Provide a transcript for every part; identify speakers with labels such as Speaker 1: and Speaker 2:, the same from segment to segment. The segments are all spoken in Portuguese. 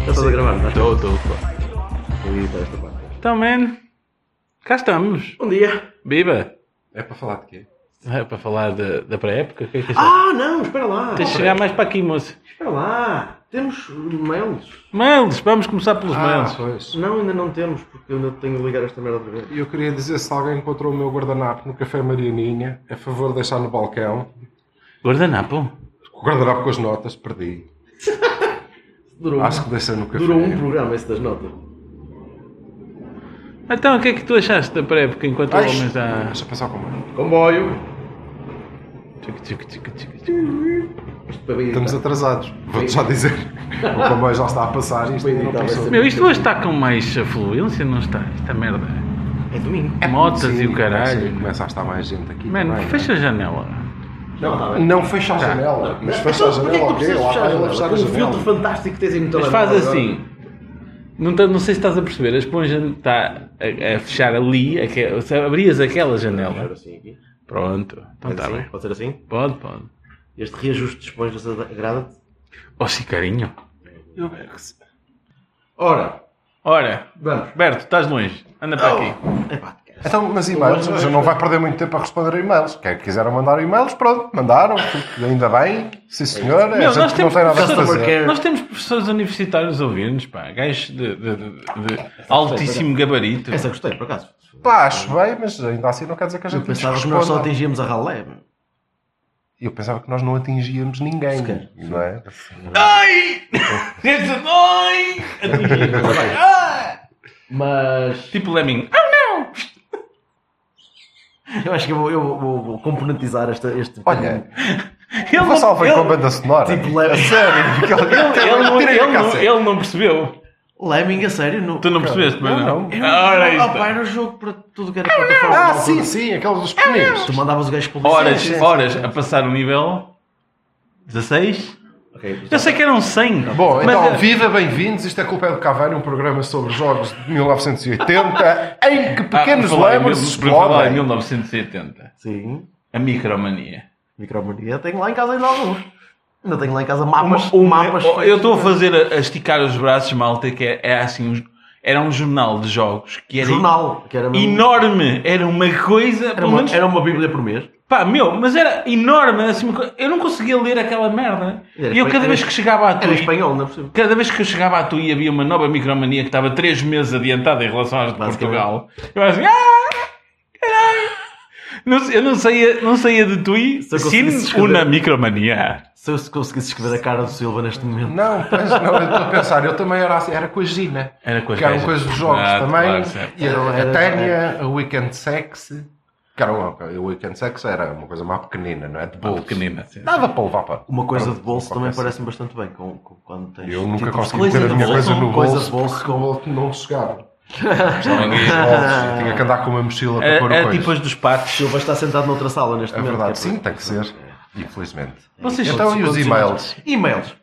Speaker 1: Estás a gravar, tá?
Speaker 2: Estou, estou, estou.
Speaker 1: Eita, esta parte.
Speaker 2: Então, man, cá estamos.
Speaker 1: Bom dia.
Speaker 2: Biba,
Speaker 1: É para falar de quê?
Speaker 2: é para falar de- da pré-época? O que é que é isso?
Speaker 1: Ah, não, espera lá.
Speaker 2: Tens de chegar mais para aqui, moço.
Speaker 1: Espera lá. Temos mails.
Speaker 2: Mails, vamos começar pelos
Speaker 1: Ah.
Speaker 2: mails.
Speaker 3: pois.
Speaker 1: Não, ainda não temos, porque eu ainda tenho de ligar esta merda outra vez.
Speaker 3: Eu queria dizer, se alguém encontrou o meu guardanapo no Café Marianinha, é favor de deixar no balcão.
Speaker 2: Guardanapo?
Speaker 3: O guardanapo com as notas, perdi.
Speaker 1: Durou,
Speaker 3: Acho que deixei no café.
Speaker 1: durou um programa esse das notas.
Speaker 2: Então, o que é que tu achaste da pré-época enquanto o
Speaker 3: Ai,
Speaker 2: homem está...
Speaker 3: Deixa eu pensar como é.
Speaker 1: Comboio.
Speaker 2: Tchic, tchic, tchic, tchic, tchic.
Speaker 1: Isto para bem
Speaker 3: Estamos atrasados. Vou-te já dizer. O comboio já está a passar e isto
Speaker 1: Bem,
Speaker 3: ainda não
Speaker 1: tá, vai
Speaker 3: passou.
Speaker 1: ser-
Speaker 2: Meu, isto hoje está com mais afluência, não está? Esta merda.
Speaker 1: É domingo.
Speaker 2: Motas
Speaker 3: Sim,
Speaker 2: e o
Speaker 3: sim,
Speaker 2: caralho.
Speaker 3: Começa a estar mais gente aqui.
Speaker 2: Mano,
Speaker 3: também,
Speaker 2: fecha a janela.
Speaker 1: Não, está
Speaker 3: não é?
Speaker 1: bem.
Speaker 3: Não fecha a janela. Mas fecha a
Speaker 1: Tá. Então, porquê é que tu precisas
Speaker 3: janela, ok? Lá
Speaker 1: fechar a
Speaker 3: vai ele a
Speaker 1: janela?
Speaker 3: fechar a
Speaker 1: Com o filtro
Speaker 3: janela.
Speaker 1: fantástico que tens aí no
Speaker 2: Mas
Speaker 1: telemóvel.
Speaker 2: faz
Speaker 1: agora.
Speaker 2: assim. Não, tá- não sei se estás a perceber, a esponja está a, a fechar ali, aque- se abrias aquela janela.
Speaker 1: Agora sim, assim aqui.
Speaker 2: Pronto, então
Speaker 3: tá
Speaker 1: Faz
Speaker 2: está
Speaker 1: assim,
Speaker 2: bem.
Speaker 1: Pode ser assim?
Speaker 2: Pode, pode.
Speaker 1: Este reajuste de esponjas agrada-te?
Speaker 2: Ó, Sicarinho.
Speaker 1: Ora,
Speaker 2: Ora,
Speaker 1: vamos.
Speaker 2: Berto, estás longe. Anda
Speaker 3: Oh.
Speaker 2: para aqui.
Speaker 1: Epá,
Speaker 3: Então, mas e-mails, já não vai perder muito tempo a responder e-mails. Quem quiseram mandar e-mails, pronto, mandaram, porque ainda bem, sim senhor, É, a
Speaker 2: Meu,
Speaker 3: gente
Speaker 2: nós
Speaker 3: que não
Speaker 2: temos,
Speaker 3: tem nada a
Speaker 2: professores-
Speaker 3: fazer.
Speaker 2: nós temos professores universitários a ouvir-nos, pá. Gajos de, de- de- de altíssimo gabarito.
Speaker 1: essa gostei, por acaso.
Speaker 3: Pá, acho bem, mas ainda assim não quer dizer que a
Speaker 1: Eu
Speaker 3: gente lhes
Speaker 1: pensava que nós só
Speaker 3: responda.
Speaker 1: atingíamos a ralé. meu.
Speaker 3: Eu pensava que nós não atingíamos ninguém,
Speaker 1: calhar.
Speaker 3: não é?
Speaker 2: Ah, Ai! Desde ai! Atingi. Ah!
Speaker 1: Mas
Speaker 2: Tipo Lemming.
Speaker 3: Tá,
Speaker 2: Oh, não!
Speaker 1: eu acho que eu vou, eu vou- vou componentizar esta, este.
Speaker 3: Olha,
Speaker 2: Ele
Speaker 3: o Vassal veio com a banda sonora.
Speaker 1: Tipo leve.
Speaker 3: A sério, que alguém
Speaker 2: ele, ele não,
Speaker 3: tirei a
Speaker 2: ele não-
Speaker 3: cassete.
Speaker 2: ele não percebeu.
Speaker 1: Lemming, a sério? No...
Speaker 2: Tu não percebeste, mas não.
Speaker 3: não, não.
Speaker 2: Ora, aí
Speaker 1: Ah, pá,
Speaker 2: está.
Speaker 1: era um jogo para tudo que era plataforma.
Speaker 3: Ah,
Speaker 1: na
Speaker 3: sim,
Speaker 1: altura.
Speaker 3: sim, aqueles
Speaker 2: É,
Speaker 3: dos pequeninos.
Speaker 1: Tu mandavas o gajo explodir. Sim,
Speaker 2: Horas,
Speaker 1: sim.
Speaker 2: horas a passar o nível 16.
Speaker 1: Ok,
Speaker 2: Eu sei que eram 100.
Speaker 3: Bom,
Speaker 2: mas,
Speaker 3: então,
Speaker 2: eh,
Speaker 3: viva, bem-vindos. Isto é Culpa é do Cavani, um programa sobre jogos de 1980, em que
Speaker 2: Ah,
Speaker 3: pequenos
Speaker 2: por falar em
Speaker 3: lembros
Speaker 2: mil-
Speaker 3: se
Speaker 2: por falar em
Speaker 3: explodem.
Speaker 2: 1970.
Speaker 1: Sim.
Speaker 2: A micromania.
Speaker 1: Micromonia. Tenho lá em casa ainda alguns. Ainda tenho lá em casa mapas. mapas
Speaker 2: Eu- eu
Speaker 1: feitos.
Speaker 2: estou a fazer a, a esticar os braços, malta, que é, é assim, um- era um jornal de jogos que era
Speaker 1: Jornal. Que era, mesmo-
Speaker 2: enorme. Era uma coisa,
Speaker 1: era,
Speaker 2: pelo
Speaker 1: uma,
Speaker 2: menos.
Speaker 1: era uma bíblia por mês.
Speaker 2: Pá, meu, mas era enorme. Assim, uma co- eu não conseguia ler aquela merda.
Speaker 1: Era
Speaker 2: e
Speaker 1: espan-
Speaker 2: eu cada
Speaker 1: era-
Speaker 2: vez que chegava à
Speaker 1: Era
Speaker 2: tua.
Speaker 1: em espanhol, não é possível.
Speaker 2: Cada vez que eu chegava à TUI havia uma nova micromania que estava 3 meses adiantada em relação às de
Speaker 1: Basicamente.
Speaker 2: Portugal. Eu era assim, ah, caralho. Não sei- eu não saía, não saía de TUI
Speaker 1: Se eu conseguisse
Speaker 2: sem
Speaker 1: escrever.
Speaker 2: uma micromania.
Speaker 1: Se eu conseguisse escrever a cara do Silva neste momento.
Speaker 3: Não, pois não, eu estou a pensar, eu também era assim, era com a Gina.
Speaker 2: Era com as
Speaker 3: que eram
Speaker 2: gajas.
Speaker 3: coisas de jogos
Speaker 2: Ah,
Speaker 3: também.
Speaker 2: claro, certo.
Speaker 3: e a, a
Speaker 1: Era-
Speaker 3: Tânia, a Weekend Sex. Que era uma, o Weekend Sex era uma coisa mais pequenina, não é? De bolso.
Speaker 2: pequenina, sim.
Speaker 3: Dava para levar para.
Speaker 1: Uma coisa
Speaker 3: para-
Speaker 1: de bolso
Speaker 3: para
Speaker 1: também
Speaker 3: qualquer
Speaker 1: parece-me bastante bem com, com- quando tens.
Speaker 3: Eu nunca
Speaker 1: tipo,
Speaker 3: consegui
Speaker 1: coisa
Speaker 3: ter a
Speaker 1: de
Speaker 3: minha coisa no
Speaker 1: coisa
Speaker 3: bolso,
Speaker 1: de bolso
Speaker 3: porque
Speaker 1: com-
Speaker 3: o bolso não chegava.
Speaker 2: Estavam
Speaker 3: Os bolsos, eu tinha que andar com uma mochila para
Speaker 2: Era,
Speaker 3: pôr o
Speaker 2: era
Speaker 3: coisa.
Speaker 2: tipo as dos patos.
Speaker 1: Silva está sentado noutra sala neste
Speaker 3: É
Speaker 1: momento.
Speaker 3: verdade,
Speaker 1: que é
Speaker 3: sim, tem que ser. Infelizmente.
Speaker 2: Vocês
Speaker 3: Então, e os e-mails?
Speaker 1: para- E-mails.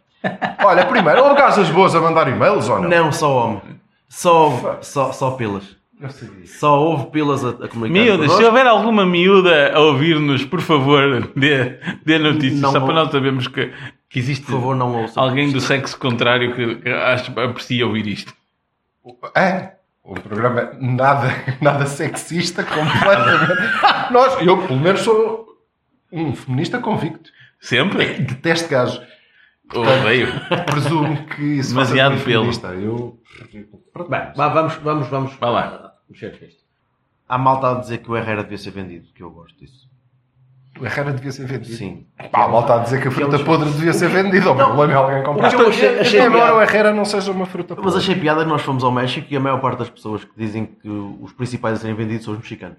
Speaker 3: Olha, primeiro, houve gajas boas a mandar e-mails ou não?
Speaker 1: Não, só homem. Só, houve- só, só pilas.
Speaker 3: Eu sabia.
Speaker 1: Só houve pilas a, a comunicar.
Speaker 2: Miúdas, se
Speaker 1: connosco.
Speaker 2: houver alguma miúda a ouvir-nos, por favor, dê, dê notícia,
Speaker 1: Não
Speaker 2: só para
Speaker 1: ou-
Speaker 2: nós sabermos que, que existe
Speaker 1: Por favor, não ouçam.
Speaker 2: alguém do sexo contrário que, que acho- aprecia ouvir isto.
Speaker 3: É. O programa é nada, nada sexista, completamente. Nós, eu, pelo menos, sou um feminista convicto.
Speaker 2: Sempre?
Speaker 3: Detesto gajos.
Speaker 2: Odeio.
Speaker 3: Presumo que isso faça
Speaker 2: Demasiado
Speaker 3: de mim
Speaker 2: pelo.
Speaker 3: feminista. Eu. Pronto.
Speaker 1: Bem, vá, vamos, vamos, vamos.
Speaker 2: Vá lá.
Speaker 1: ah, Mexer com isto. Há malta a dizer que o Herrera devia ser vendido, que eu gosto disso.
Speaker 3: O Herrera devia ser vendido.
Speaker 1: Sim.
Speaker 3: Pá, a malta a dizer que a fruta podre devia ser vendida. O problema é alguém comprar. Então,
Speaker 1: O que eu achei- achei
Speaker 3: embora
Speaker 1: piada.
Speaker 3: o Herrera não seja uma fruta podre.
Speaker 1: Mas achei piada que nós fomos ao México e a maior parte das pessoas que dizem que os principais a serem vendidos são os mexicanos.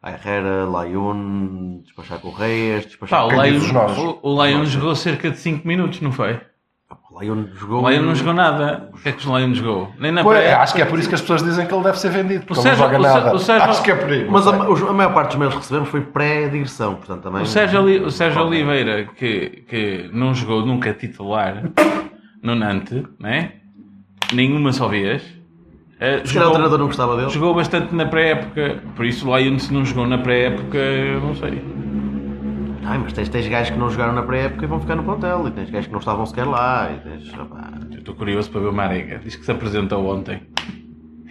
Speaker 1: A Herrera, Layun, despachar Correias,
Speaker 2: Pá,
Speaker 1: despachar.
Speaker 2: o
Speaker 3: Quem
Speaker 2: Lion,
Speaker 3: diz os nomes?
Speaker 2: o- o Lion jogou cerca de 5 minutos, não foi?
Speaker 1: O Layun jogou.
Speaker 2: O Lion não jogou nada. O que é que o Lion jogou? Nem na
Speaker 3: Pois,
Speaker 2: pré-
Speaker 3: acho que é por isso que as pessoas dizem que ele deve ser vendido, porque ele não
Speaker 2: Sérgio-
Speaker 3: joga
Speaker 2: o Sé-
Speaker 3: nada.
Speaker 2: o Sérgio-
Speaker 3: Acho que é por aí. não
Speaker 1: Mas
Speaker 3: sei.
Speaker 1: a, ma- os- a maior parte dos meus que recebemos foi pré-digressão, portanto também.
Speaker 2: O Sérgio, Oli- o Sérgio Oliveira, que, que não jogou nunca titular no Nantes, né? nenhuma só vez, eh,
Speaker 1: Se calhar o
Speaker 2: jogou,
Speaker 1: treinador não gostava dele.
Speaker 2: jogou bastante na pré-época. Por isso, o Lion, se não jogou na pré-época, eu não sei.
Speaker 1: Ai, mas tens, tens gajos que não jogaram na pré-época e vão ficar no plantel. E tens gajos que não estavam sequer lá. E tens. opá,
Speaker 2: Eu estou curioso para ver o Marega. Diz que se apresentou ontem.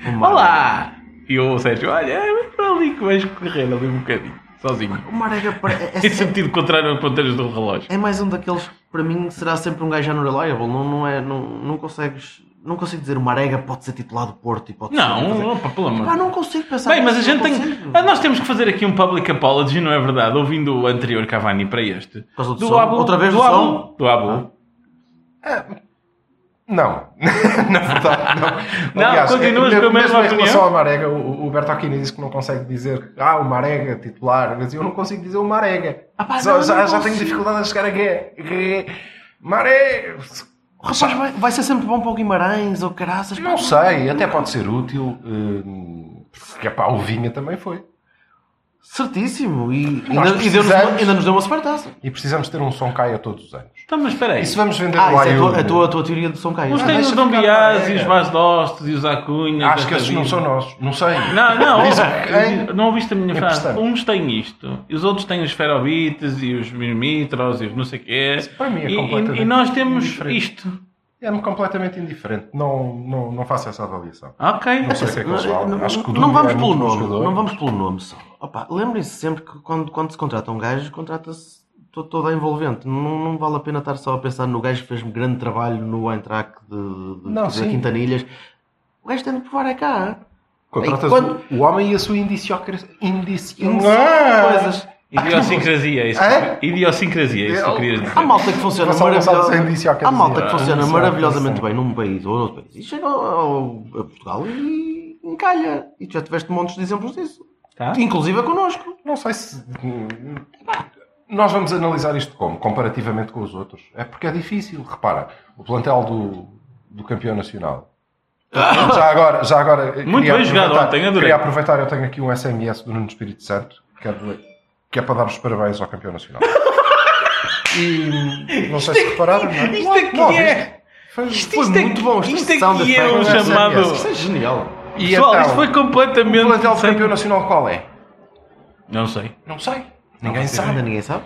Speaker 1: o Marega-
Speaker 2: Olá! E o Sérgio, olha, é mas para ali que vais correr ali um bocadinho, sozinho.
Speaker 1: O Marega pare- é,
Speaker 2: Em
Speaker 1: é,
Speaker 2: sentido contrário ao ponteiros do relógio.
Speaker 1: é mais um daqueles que para mim será sempre um gajo unreliable. Não, não, é, não, não consegues. Não consigo dizer o Marega pode ser titular do Porto e pode ser.
Speaker 2: Não,
Speaker 1: fazer-
Speaker 2: opa, pelo amor.
Speaker 1: Pá, não consigo pensar.
Speaker 2: Bem, mas a
Speaker 1: nisso,
Speaker 2: gente
Speaker 1: não
Speaker 2: tem.
Speaker 1: consigo.
Speaker 2: Ah, Nós temos que fazer aqui um public apology, não é verdade? Ouvindo o anterior Cavani para este.
Speaker 1: causa do som? Outra vez
Speaker 2: do
Speaker 1: do
Speaker 2: Abu.
Speaker 1: som? Ah.
Speaker 2: Do Abu.
Speaker 3: Não, na verdade, não.
Speaker 2: Não, continuas
Speaker 3: é-
Speaker 2: com a
Speaker 3: mesmo
Speaker 2: mesma
Speaker 3: em relação
Speaker 2: opinião?
Speaker 3: ao Marega, o, o Bertocchini disse que não consegue dizer ah, o Marega titular, mas eu não consigo dizer o Marega.
Speaker 1: Ah, pá,
Speaker 3: Só-
Speaker 1: não,
Speaker 3: já
Speaker 1: não
Speaker 3: já tenho
Speaker 1: consigo.
Speaker 3: dificuldade a chegar a Gué. Gué. Marega.
Speaker 1: O rapaz vai, vai ser sempre bom para o Guimarães ou caraças.
Speaker 3: Não sei, até pode ser útil. hum, Porque pá, o Vinha também foi.
Speaker 1: Certíssimo. E,
Speaker 3: Nós
Speaker 1: ainda, e deu-nos
Speaker 3: precisamos-
Speaker 1: uma- ainda nos deu uma supertaça.
Speaker 3: E precisamos ter um som caia todos os anos.
Speaker 2: Então, mas espera aí.
Speaker 3: E se vamos vender
Speaker 1: Ah,
Speaker 3: o
Speaker 1: isso é a
Speaker 3: Ayuso?
Speaker 1: tua, a tua, a tua teoria do São Caio.
Speaker 2: Mas
Speaker 3: Ah,
Speaker 2: tem
Speaker 3: deixa
Speaker 2: o Dom
Speaker 3: ficar
Speaker 2: Biás,
Speaker 3: na
Speaker 2: e os
Speaker 3: Marega.
Speaker 2: Vaz Dostos, e os Acunha.
Speaker 3: Acho que esses não são
Speaker 2: nossos.
Speaker 3: nossos. Não sei.
Speaker 2: Não, não,
Speaker 3: Dizem
Speaker 2: ouve, é, não ouviste a minha frase.
Speaker 3: Emprestado.
Speaker 2: Uns têm isto, e os outros têm os ferobites e os mirmitros e os não sei o quê.
Speaker 3: Isso para mim é
Speaker 2: E- e,
Speaker 3: completamente
Speaker 2: e nós temos
Speaker 3: indiferente.
Speaker 2: isto.
Speaker 3: É-me completamente indiferente. Não, não, não faço essa avaliação.
Speaker 2: Ok.
Speaker 3: Não sei o que é que eles falam.
Speaker 1: Não,
Speaker 3: Acho que o
Speaker 1: não
Speaker 3: Dúbio
Speaker 1: vamos
Speaker 3: é
Speaker 1: pelo
Speaker 3: muito bom
Speaker 1: nome,
Speaker 3: jogador.
Speaker 1: não vamos pelo nome só. Opa, Lembrem-se sempre que quando, quando se contrata um gajo, contrata-se to- toda a envolvente. Não, não vale a pena estar só a pensar no gajo que fez um grande trabalho no Eintrack de, de,
Speaker 3: Não,
Speaker 1: de
Speaker 3: sim.
Speaker 1: Quintanilhas. O gajo tem de provar é cá.
Speaker 3: Contratas
Speaker 1: E quando-
Speaker 3: o, o homem e a sua indiciocracia.
Speaker 1: Coisas.
Speaker 2: Idiosincrasia, é isso.
Speaker 3: Hã?
Speaker 2: que- Idiosincrasia, é isso que eu queria dizer.
Speaker 1: Há malta que funciona
Speaker 3: Gonçalo Gonçalves é indício
Speaker 1: maravilhosamente.
Speaker 3: à
Speaker 1: Há
Speaker 3: camisinha.
Speaker 1: malta que funciona
Speaker 3: Indício à
Speaker 1: maravilhosamente
Speaker 3: camisinha.
Speaker 1: bem num país ou noutro país. E chega ao, ao- a Portugal e encalha. E tu já tiveste montes de exemplos disso.
Speaker 2: Tá?
Speaker 1: Inclusive é connosco.
Speaker 3: Não sei se. Nós vamos analisar isto como? Comparativamente com os outros. É porque é difícil. Repara, o plantel do, do campeão nacional. Já agora. Já agora
Speaker 2: Ah! Muito bem jogado
Speaker 3: aproveitar-
Speaker 2: ontem, adorei.
Speaker 3: Queria aproveitar, eu tenho aqui um SMS do Nuno Espírito Santo, que é, do- que é para dar os parabéns ao campeão nacional. E não sei se repararam, não é?
Speaker 2: isto aqui
Speaker 3: Não,
Speaker 2: é-
Speaker 3: viste? Foi,
Speaker 2: isto-
Speaker 3: foi
Speaker 2: isto
Speaker 3: muito
Speaker 2: aqui- é
Speaker 3: bom.
Speaker 2: isto
Speaker 1: Isto sound
Speaker 2: aqui é
Speaker 1: effect.
Speaker 2: um
Speaker 3: SMS.
Speaker 2: chamado.
Speaker 3: Isto
Speaker 1: Isto é genial.
Speaker 3: E
Speaker 2: Pessoal,
Speaker 3: então,
Speaker 2: isto foi completamente.
Speaker 3: O plantel do
Speaker 2: sem-
Speaker 3: campeão nacional qual é?
Speaker 2: Não sei.
Speaker 3: Não sei. Ninguém
Speaker 1: Ainda
Speaker 3: sabe.
Speaker 1: ninguém sabe.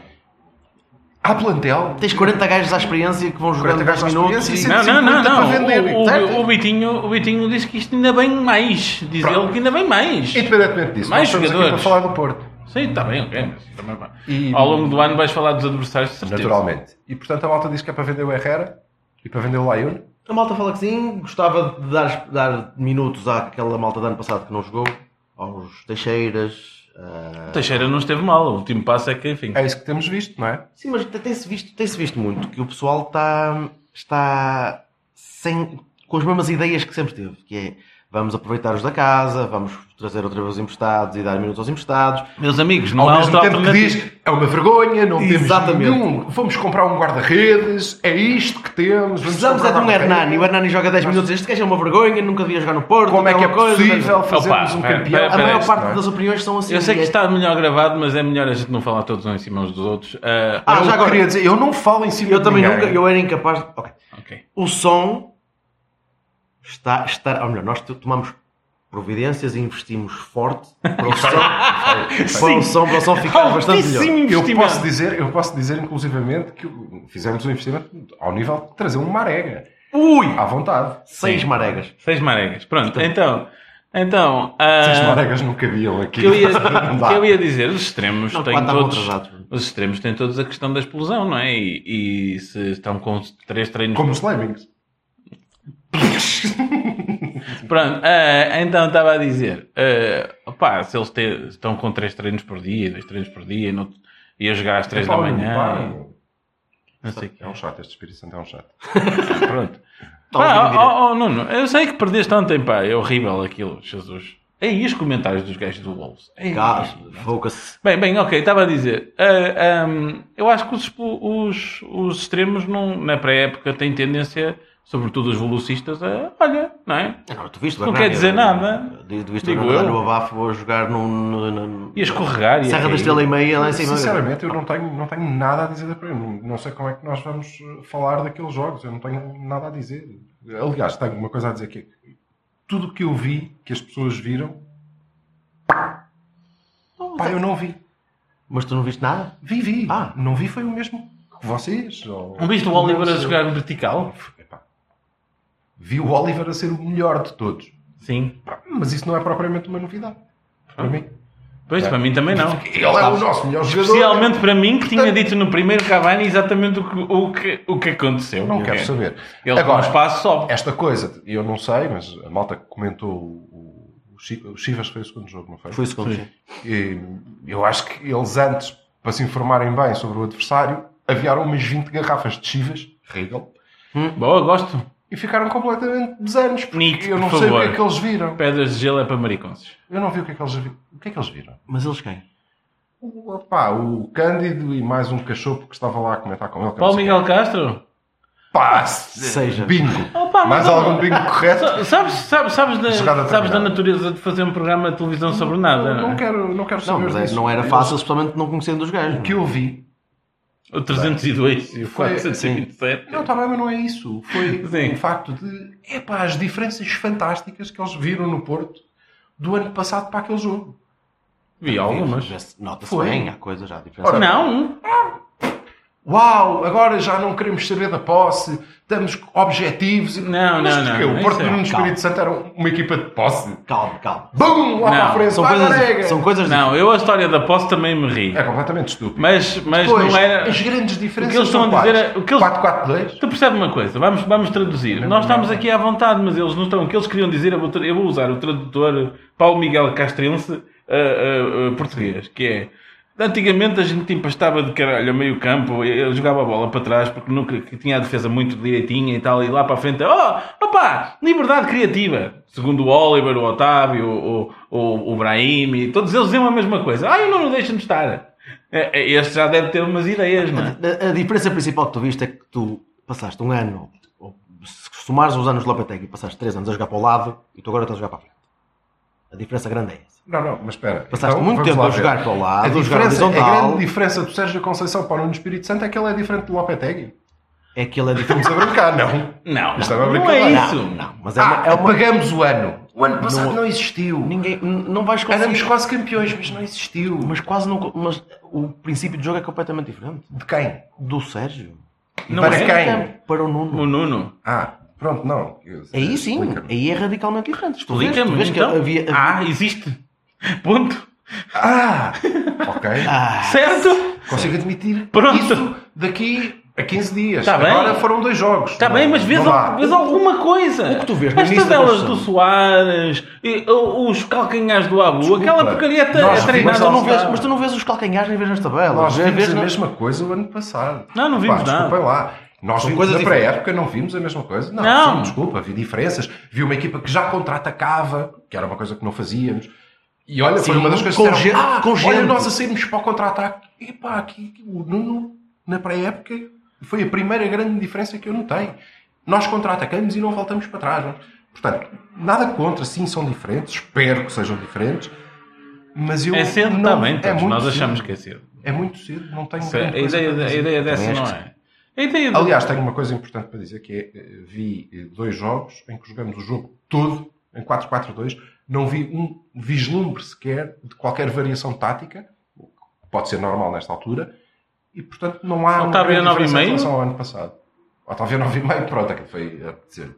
Speaker 3: Há plantel?
Speaker 1: Tens 40 gajos à experiência que vão jogando
Speaker 3: 40
Speaker 1: 10
Speaker 3: gajos à
Speaker 1: minutos.
Speaker 3: experiência e
Speaker 1: e-
Speaker 3: sempre-
Speaker 2: Não, não, não,
Speaker 3: 50 para vender,
Speaker 2: não. O,
Speaker 3: certo?
Speaker 2: o, o, Bitinho, o Bitinho disse que isto ainda bem mais. Diz
Speaker 3: Pronto.
Speaker 2: ele que ainda bem mais.
Speaker 3: Independentemente disso,
Speaker 2: Mais
Speaker 3: nós estamos aqui para
Speaker 2: jogadores.
Speaker 3: falar do Porto.
Speaker 2: Sim, está bem, ok. Mas também vai.
Speaker 3: E-
Speaker 2: Ao longo do ano vais falar dos adversários, de certeza.
Speaker 3: Naturalmente. E portanto a malta diz que é para vender o Herrera e para vender o Lyon.
Speaker 1: A malta fala que sim, gostava de dar, dar minutos àquela malta do ano passado que não jogou. Aos Teixeiras. ah,
Speaker 2: O Teixeira não esteve mal. O último passo é que, enfim.
Speaker 3: É isso que temos visto, não é?
Speaker 1: Sim, mas tem-se visto, tem-se visto muito que o pessoal está, está sem, com as mesmas ideias que sempre teve, que é vamos aproveitar os da casa, vamos trazer outra vez os emprestados e dar minutos aos emprestados.
Speaker 2: Meus amigos, não
Speaker 3: Ao
Speaker 2: há
Speaker 3: mesmo
Speaker 2: outra
Speaker 3: tempo que
Speaker 2: alternativa.
Speaker 3: diz é uma vergonha, não
Speaker 1: Exatamente.
Speaker 3: temos nenhum. Vamos comprar um guarda-redes, é isto que temos. vamos
Speaker 1: Precisamos é de
Speaker 3: comprar
Speaker 1: um Hernani, o
Speaker 3: guarda-redes.
Speaker 1: Hernani joga 10 minutos, este gajo é uma vergonha, nunca devia jogar no Porto.
Speaker 3: Como é que é
Speaker 1: aquela coisa,
Speaker 3: possível fazermos
Speaker 2: Opa,
Speaker 3: um
Speaker 2: pera-
Speaker 3: campeão?
Speaker 1: A
Speaker 2: pera-
Speaker 1: maior
Speaker 2: Parece,
Speaker 1: parte
Speaker 3: não é?
Speaker 1: das opiniões são assim.
Speaker 2: Eu sei que
Speaker 1: é-
Speaker 2: está melhor gravado, mas é melhor a gente não falar todos uns em cima uns dos outros. Ah,
Speaker 1: Ah,
Speaker 3: eu
Speaker 1: já agora.
Speaker 3: queria dizer, eu não falo em cima
Speaker 1: Eu
Speaker 3: de
Speaker 1: também
Speaker 3: ninguém.
Speaker 1: nunca, eu era incapaz. de- ok.
Speaker 3: Ah.
Speaker 2: ok.
Speaker 1: O som está, está. Ou melhor, nós t- tomamos providências e investimos forte para o som, para o som, para o som
Speaker 2: Oh,
Speaker 1: ficar bastante melhor.
Speaker 2: Altíssimo
Speaker 3: Eu
Speaker 2: investimento.
Speaker 3: posso, dizer, eu posso dizer, inclusivamente, que fizemos um investimento ao nível de trazer uma marega.
Speaker 1: Ui!
Speaker 3: À vontade.
Speaker 1: Seis
Speaker 2: Sim.
Speaker 1: maregas.
Speaker 2: Seis maregas. Pronto, então. Então.
Speaker 3: As
Speaker 2: ah,
Speaker 3: maregas não cabiam
Speaker 2: que
Speaker 3: aqui.
Speaker 2: eu, ia,
Speaker 3: Não dá.
Speaker 2: que eu ia dizer, os extremos
Speaker 1: Não,
Speaker 2: têm
Speaker 1: quatro
Speaker 2: todos.
Speaker 1: estavam atrasados.
Speaker 2: Os extremos têm todos a questão da explosão, não é? E, e se estão com três treinos.
Speaker 3: Como os Lemmings.
Speaker 2: Pronto, ah, então estava a dizer, ah, opá, se eles te- estão com três treinos por dia, dois treinos por dia, e não- e a jogar às três da
Speaker 3: Paulo,
Speaker 2: manhã,
Speaker 3: É pá,
Speaker 2: não sei o quê.
Speaker 3: É um chato, este Espírito Santo é um chato.
Speaker 2: Pronto. Ah,
Speaker 1: Está a ouvir em direto.
Speaker 2: Pá, oh, oh, Nuno, eu sei que perdeste ontem, pá. É horrível aquilo, Jesus. Aí os comentários dos gajos do Wolves. É Ei,
Speaker 1: Gás, focus.
Speaker 2: Bem, bem, ok, estava a dizer. Ah, ahm, eu acho que os, expo- os, os extremos não, na pré-época têm tendência, sobretudo os velocistas, a. Olha, não é?
Speaker 1: Não, tu viste o
Speaker 2: Não
Speaker 1: Hernani,
Speaker 2: quer dizer
Speaker 1: eh,
Speaker 2: nada.
Speaker 1: Tu tu viste
Speaker 2: Digo
Speaker 1: o Hernani
Speaker 2: eu.
Speaker 1: no Abafo a jogar num- no- no-
Speaker 2: E é a escorregar. e a
Speaker 1: Serra da
Speaker 2: cair.
Speaker 1: Estrela e meia lá em cima.
Speaker 3: Sinceramente, eu não tenho, não tenho nada a dizer da Premier. Não, não sei como é que nós vamos eh, falar daqueles jogos. Eu não tenho nada a dizer. Aliás, tenho uma coisa a dizer que é que tudo o que eu vi, que as pessoas viram, pá, eu não vi.
Speaker 1: Mas tu não viste nada?
Speaker 3: Vi, vi.
Speaker 1: Ah.
Speaker 3: Não vi foi o mesmo que vocês. ou-
Speaker 2: Não viste o Um Oliver a
Speaker 3: Não sei.
Speaker 2: jogar vertical?
Speaker 3: Epá. Vi o Oliver a ser o melhor de todos.
Speaker 2: Sim.
Speaker 3: Pá, Mas isso não é propriamente uma novidade. Para mim.
Speaker 2: Pois,
Speaker 3: É.
Speaker 2: para mim também não.
Speaker 3: Ele é o nosso melhor jogador.
Speaker 2: Especialmente para mim, que tinha dito no primeiro Cavani exatamente o que, o que, o que aconteceu.
Speaker 3: Não quero
Speaker 2: Ok.
Speaker 3: saber.
Speaker 2: Ele com um espaço sobe.
Speaker 3: Esta coisa, eu não sei, mas a malta que comentou o, o Chi- o Chivas foi o segundo jogo, não foi?
Speaker 1: Foi o segundo.
Speaker 2: Sim.
Speaker 1: sim.
Speaker 3: E eu acho que eles antes, para se informarem bem sobre o adversário, aviaram umas 20 garrafas de Chivas, Regal,
Speaker 2: Boa, gosto.
Speaker 3: e ficaram completamente desanos, porque
Speaker 2: Nick,
Speaker 3: eu não
Speaker 2: por
Speaker 3: sei
Speaker 2: favor.
Speaker 3: o que é que eles viram.
Speaker 2: Pedras de gelo é para mariconses.
Speaker 3: Eu não vi o que é que eles viram. O que é que eles viram?
Speaker 1: Mas eles quem?
Speaker 3: O, opá, o Cândido e mais um cachorro que estava lá a comentar com ele. que eu não
Speaker 2: Paulo
Speaker 3: sei
Speaker 2: Miguel Castro?
Speaker 3: quem. Pá,
Speaker 1: Seja.
Speaker 3: Bingo!
Speaker 2: Opa,
Speaker 3: mais
Speaker 2: não-
Speaker 3: algum bingo correto?
Speaker 2: Sa- Sabes, sabes, sabes, da,
Speaker 3: Jogada
Speaker 2: sabes da
Speaker 3: terminada.
Speaker 2: natureza de fazer um programa de televisão sobre nada,
Speaker 3: não,
Speaker 2: não
Speaker 3: não
Speaker 2: é?
Speaker 3: quero, não quero
Speaker 1: Não,
Speaker 3: saber
Speaker 1: mas é-
Speaker 3: disso.
Speaker 1: não era
Speaker 3: Eu-
Speaker 1: fácil, especialmente não é? conhecendo os gajos.
Speaker 3: O que eu vi
Speaker 2: O 302 e o
Speaker 3: Foi-
Speaker 2: 427.
Speaker 3: Não, está bem, mas não é isso. Foi
Speaker 2: Sim.
Speaker 3: o facto de epá, as diferenças fantásticas que eles viram no Porto do ano passado para um. aquele jogo.
Speaker 2: Vi algumas.
Speaker 1: Vê-se- Nota-se
Speaker 3: Foi.
Speaker 1: bem, há coisas, há diferença.
Speaker 3: Ora,
Speaker 2: Não,
Speaker 3: Uau, agora já não queremos saber da posse, estamos objetivos.
Speaker 2: Não,
Speaker 3: Mas
Speaker 2: não, não,
Speaker 3: porquê?
Speaker 2: não,
Speaker 3: O Porto
Speaker 2: isso é-
Speaker 3: do Nuno Espírito
Speaker 1: calma.
Speaker 3: Santo era uma equipa de posse.
Speaker 1: Calma, calma.
Speaker 3: Bum! Lá
Speaker 2: Não,
Speaker 3: para a frente,
Speaker 1: São
Speaker 3: vai
Speaker 1: coisas,
Speaker 3: Marega!
Speaker 1: são coisas
Speaker 2: não, eu a história da posse também me ri.
Speaker 3: É completamente estúpido.
Speaker 2: Mas, mas
Speaker 3: Pois, é
Speaker 2: não era.
Speaker 3: As grandes diferenças
Speaker 2: O que eles estão
Speaker 3: são
Speaker 2: a dizer
Speaker 3: quais?
Speaker 2: é- o que eles-
Speaker 3: 4-4-2?
Speaker 2: Tu percebes uma coisa, vamos, vamos traduzir. Nós estamos aqui à vontade, mas eles não estão. O que eles queriam dizer, eu vou, tra- eu vou usar o tradutor Paulo Miguel Castrense ah, ah, ah, português, que é. Antigamente a gente empastava de caralho ao meio campo, eu jogava a bola para trás porque nunca que tinha a defesa muito direitinha e tal, e lá para a frente, oh, opá, liberdade criativa. Segundo o Oliver, o Otávio, o, o, o Brahim, todos eles diziam a mesma coisa. Ah, eu não, não deixam de estar. Eh, eh, Este já deve ter umas ideias, não é?
Speaker 1: A, a diferença principal que tu viste é que tu passaste um ano, ou se somares os anos de Lopetegui, passaste três anos a jogar para o lado e tu agora estás a jogar para a frente. A diferença grande é essa.
Speaker 3: Não, não, mas espera.
Speaker 1: Passaste
Speaker 3: Então,
Speaker 1: muito
Speaker 3: vamos
Speaker 1: tempo
Speaker 3: lá
Speaker 1: a
Speaker 3: ver.
Speaker 1: jogar para o
Speaker 3: A,
Speaker 1: lado, a, jogar
Speaker 3: diferença, a
Speaker 1: horizontal,
Speaker 3: grande diferença do Sérgio Conceição para o Nuno Espírito Santo é que ele é diferente do Lopetegui.
Speaker 1: é que ele é diferente.
Speaker 3: Estamos a brincar, não?
Speaker 2: Não,
Speaker 3: Isto é uma
Speaker 2: não é
Speaker 3: brincadeira.
Speaker 2: isso.
Speaker 1: Não, não, mas é uma,
Speaker 3: Ah,
Speaker 1: é uma-
Speaker 3: apagamos o ano. O ano passado
Speaker 1: Não-
Speaker 3: não, existiu.
Speaker 1: ninguém, n- não vais
Speaker 3: Éramos
Speaker 1: conseguir,
Speaker 3: quase campeões, mas não existiu.
Speaker 1: mas quase não, co- mas o princípio de jogo é completamente diferente.
Speaker 3: De quem?
Speaker 1: Do Sérgio.
Speaker 2: Não
Speaker 3: para
Speaker 2: é.
Speaker 3: quem?
Speaker 1: Para o
Speaker 2: O
Speaker 1: Nuno.
Speaker 2: Nuno.
Speaker 3: Ah, pronto, não. Eu-
Speaker 1: Aí sim,
Speaker 3: explica-me.
Speaker 1: aí é radicalmente diferente. Tu vês, tu
Speaker 2: Explica-me,
Speaker 1: vês que
Speaker 2: então.
Speaker 1: havia...
Speaker 2: Ah, existe. Ponto.
Speaker 3: Ah, ok.
Speaker 1: Ah,
Speaker 2: certo?
Speaker 3: Consigo admitir
Speaker 2: Pronto.
Speaker 3: isso daqui a 15 dias.
Speaker 2: Tá bem.
Speaker 3: Agora foram dois jogos.
Speaker 2: Está Tá bem, mas vês,
Speaker 3: Não é?
Speaker 2: al-
Speaker 3: dá.
Speaker 2: vês alguma coisa.
Speaker 1: O que tu vês no
Speaker 2: As
Speaker 1: início da
Speaker 2: tabelas do
Speaker 1: construção.
Speaker 2: Soares, e, o- os calcanhares do Abu,
Speaker 3: Desculpa.
Speaker 2: aquela porcaria é
Speaker 3: Nós
Speaker 2: ta- é
Speaker 3: vimos
Speaker 2: treinada.
Speaker 1: Mas tu, não
Speaker 3: Não
Speaker 1: vês,
Speaker 3: sabe.
Speaker 1: mas tu não vês os calcanhares nem vês as tabelas.
Speaker 3: Nós
Speaker 1: Já
Speaker 3: vimos
Speaker 1: vês
Speaker 3: a
Speaker 1: na-
Speaker 3: mesma coisa o ano passado.
Speaker 2: Não, não vimos
Speaker 3: Pá,
Speaker 2: nada.
Speaker 3: Desculpem lá. Nós vimos
Speaker 1: coisas
Speaker 3: na pré-época, não vimos a mesma coisa. Não,
Speaker 2: Não.
Speaker 3: sim, desculpa, vi diferenças. Vi uma equipa que já contra-atacava, que era uma coisa que não fazíamos. E olha, foi
Speaker 1: Sim,
Speaker 3: uma das coisas
Speaker 1: com
Speaker 3: que
Speaker 1: gente-
Speaker 3: disseram, ah,
Speaker 1: com
Speaker 3: olha,
Speaker 1: gente."
Speaker 3: nós a sairmos para o contra-ataque. Epá, aqui o Nuno, na pré-época, foi a primeira grande diferença que eu notei. Nós contra-atacamos e não voltamos para trás. não? é? Portanto, nada contra, sim, são diferentes. Espero que sejam diferentes. Mas eu
Speaker 2: É cedo
Speaker 3: não,
Speaker 2: também, todos
Speaker 3: muito
Speaker 2: nós
Speaker 3: cedo.
Speaker 2: achamos que é cedo.
Speaker 3: É muito cedo, não tenho
Speaker 2: Isso é-
Speaker 3: grande
Speaker 2: A
Speaker 3: coisa
Speaker 2: ideia,
Speaker 3: para
Speaker 2: a
Speaker 3: dizer.
Speaker 2: ideia dessa
Speaker 1: Também
Speaker 2: não
Speaker 1: acho
Speaker 2: é. A ideia do-
Speaker 3: Aliás, tenho uma coisa importante para dizer que é, eh, vi eh, dois jogos em que jogamos o jogo todo em 4-4-2, não vi um vislumbre sequer de qualquer variação tática, o que pode ser normal nesta altura, e portanto não há uma
Speaker 2: Otávio
Speaker 3: grande
Speaker 2: a 9,5?
Speaker 3: diferença em relação ao ano passado. Otávio a 9,5, pronto, aquilo foi a dizer.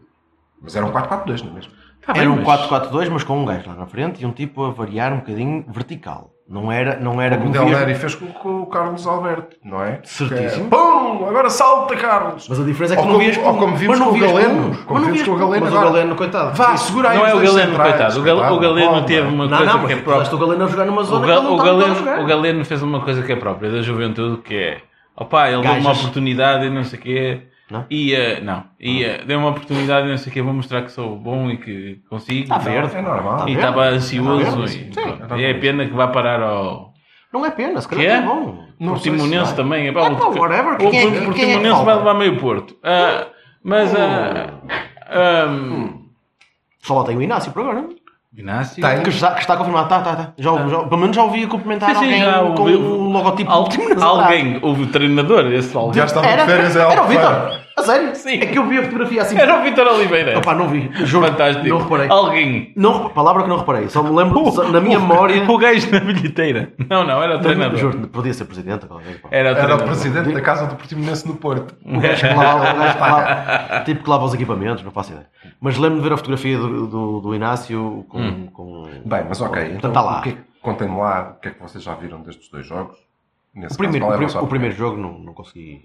Speaker 3: Mas era um 4-4-2, não é mesmo?
Speaker 2: Tá bem,
Speaker 1: Era um
Speaker 2: mas-
Speaker 1: 4-4-2, mas com um gajo lá na frente e um tipo a variar um bocadinho vertical. Não era, não era
Speaker 3: O
Speaker 1: como
Speaker 3: Del
Speaker 1: vias-
Speaker 3: Neri fez com, com o Carlos Alberto, não é?
Speaker 1: Certíssimo.
Speaker 3: Que é, Pum! Agora salta, Carlos!
Speaker 1: Mas a diferença é que
Speaker 3: Ou
Speaker 1: não
Speaker 3: como-
Speaker 1: vias
Speaker 3: ou como vimos
Speaker 1: mas não
Speaker 3: com o
Speaker 1: vias
Speaker 3: Galeno.
Speaker 1: um.
Speaker 3: Como
Speaker 1: Mas não
Speaker 3: vimos
Speaker 1: vias
Speaker 3: com o
Speaker 1: um.
Speaker 3: Galeno
Speaker 1: Mas
Speaker 3: agora.
Speaker 1: o Galeno, coitado.
Speaker 3: Vá, segura aí
Speaker 2: Não
Speaker 3: os
Speaker 2: é o
Speaker 3: dois
Speaker 2: Galeno,
Speaker 3: centrais,
Speaker 2: coitado. O, Gal-
Speaker 3: coitado,
Speaker 2: o Galeno
Speaker 3: bomba.
Speaker 2: teve uma
Speaker 1: Não,
Speaker 2: coisa
Speaker 1: não,
Speaker 2: que
Speaker 1: mas
Speaker 2: é
Speaker 1: tu puseste
Speaker 2: própria.
Speaker 1: o Galeno a jogar numa
Speaker 2: O,
Speaker 1: zona
Speaker 2: Gal-
Speaker 1: que ele
Speaker 2: o
Speaker 1: não tá estava a
Speaker 2: Galeno, o
Speaker 1: jogar.
Speaker 2: Galeno fez uma coisa que é própria da juventude, que é opá, ele deu uma
Speaker 1: Gajas.
Speaker 2: oportunidade e não sei o quê.
Speaker 1: Não?
Speaker 2: E eh, não. E eh, dei uma oportunidade, não sei o quê, vou mostrar que sou bom e que consigo.
Speaker 1: Tá
Speaker 2: e tal.
Speaker 1: verde.
Speaker 3: É
Speaker 2: E
Speaker 3: normal.
Speaker 1: verde. Tá
Speaker 2: estava ansioso.
Speaker 1: verde,
Speaker 2: e,
Speaker 1: sim.
Speaker 2: pronto.
Speaker 3: Sim.
Speaker 2: E é pena que vá parar ao
Speaker 1: Não é pena, se
Speaker 2: Que é?
Speaker 1: calhar é bom.
Speaker 3: Não sei se
Speaker 2: Portimonense
Speaker 3: vai.
Speaker 2: também. É, pá,
Speaker 1: É,
Speaker 2: o
Speaker 1: pá, whatever.
Speaker 2: o
Speaker 1: Quem é-
Speaker 2: Portimonense
Speaker 1: quem é que
Speaker 2: vai
Speaker 1: falta?
Speaker 2: levar meio Porto. Ah, mas. ah,
Speaker 1: Hum.
Speaker 2: ah,
Speaker 1: Só lá tem o Inácio por agora, não?
Speaker 2: Inácio.
Speaker 1: Que está, que está confirmado, tá, tá, tá. Já, ouvi- já- pelo menos já ouvi a cumprimentar
Speaker 2: Sim, sim,
Speaker 1: alguém
Speaker 2: já
Speaker 1: com
Speaker 2: ouvi-
Speaker 1: o logotipo
Speaker 2: Al-
Speaker 1: portimonense atrás.
Speaker 2: alguém, o treinador, esse alguém.
Speaker 3: Já estava
Speaker 1: Era,
Speaker 3: de férias, é
Speaker 1: era o
Speaker 3: algo
Speaker 1: Vitor.
Speaker 3: para-
Speaker 1: A sério?
Speaker 2: Sim.
Speaker 1: É que eu vi a fotografia assim.
Speaker 2: Era o Vitor Oliveira.
Speaker 1: Opa, não vi. Juro.
Speaker 2: Fantástico.
Speaker 1: Não reparei.
Speaker 2: Alguém.
Speaker 1: Não, palavra que não reparei. Só me lembro, só- na minha memória...
Speaker 2: O gajo na bilheteira. Não, não, era o treinador. É.
Speaker 1: Juro, podia ser presidente. ou qualquer coisa.
Speaker 2: Era o
Speaker 3: Era o
Speaker 2: treinador.
Speaker 3: presidente da Casa do Portimonense no Porto.
Speaker 1: O gajo que lava, o gajo que lava- tipo que lava os equipamentos, não faço ideia. Mas lembro-me de ver a fotografia do, do, do Inácio com,
Speaker 2: Hum.
Speaker 1: com-
Speaker 3: Bem, mas ok.
Speaker 1: com-
Speaker 3: Então,
Speaker 1: tá lá.
Speaker 3: o que é que- contem-me lá o que é que vocês já viram destes dois jogos. Nesse
Speaker 1: O primeiro,
Speaker 3: caso,
Speaker 1: o,
Speaker 3: qual é a
Speaker 1: prim-
Speaker 3: vossa
Speaker 1: o primeiro jogo não, não consegui.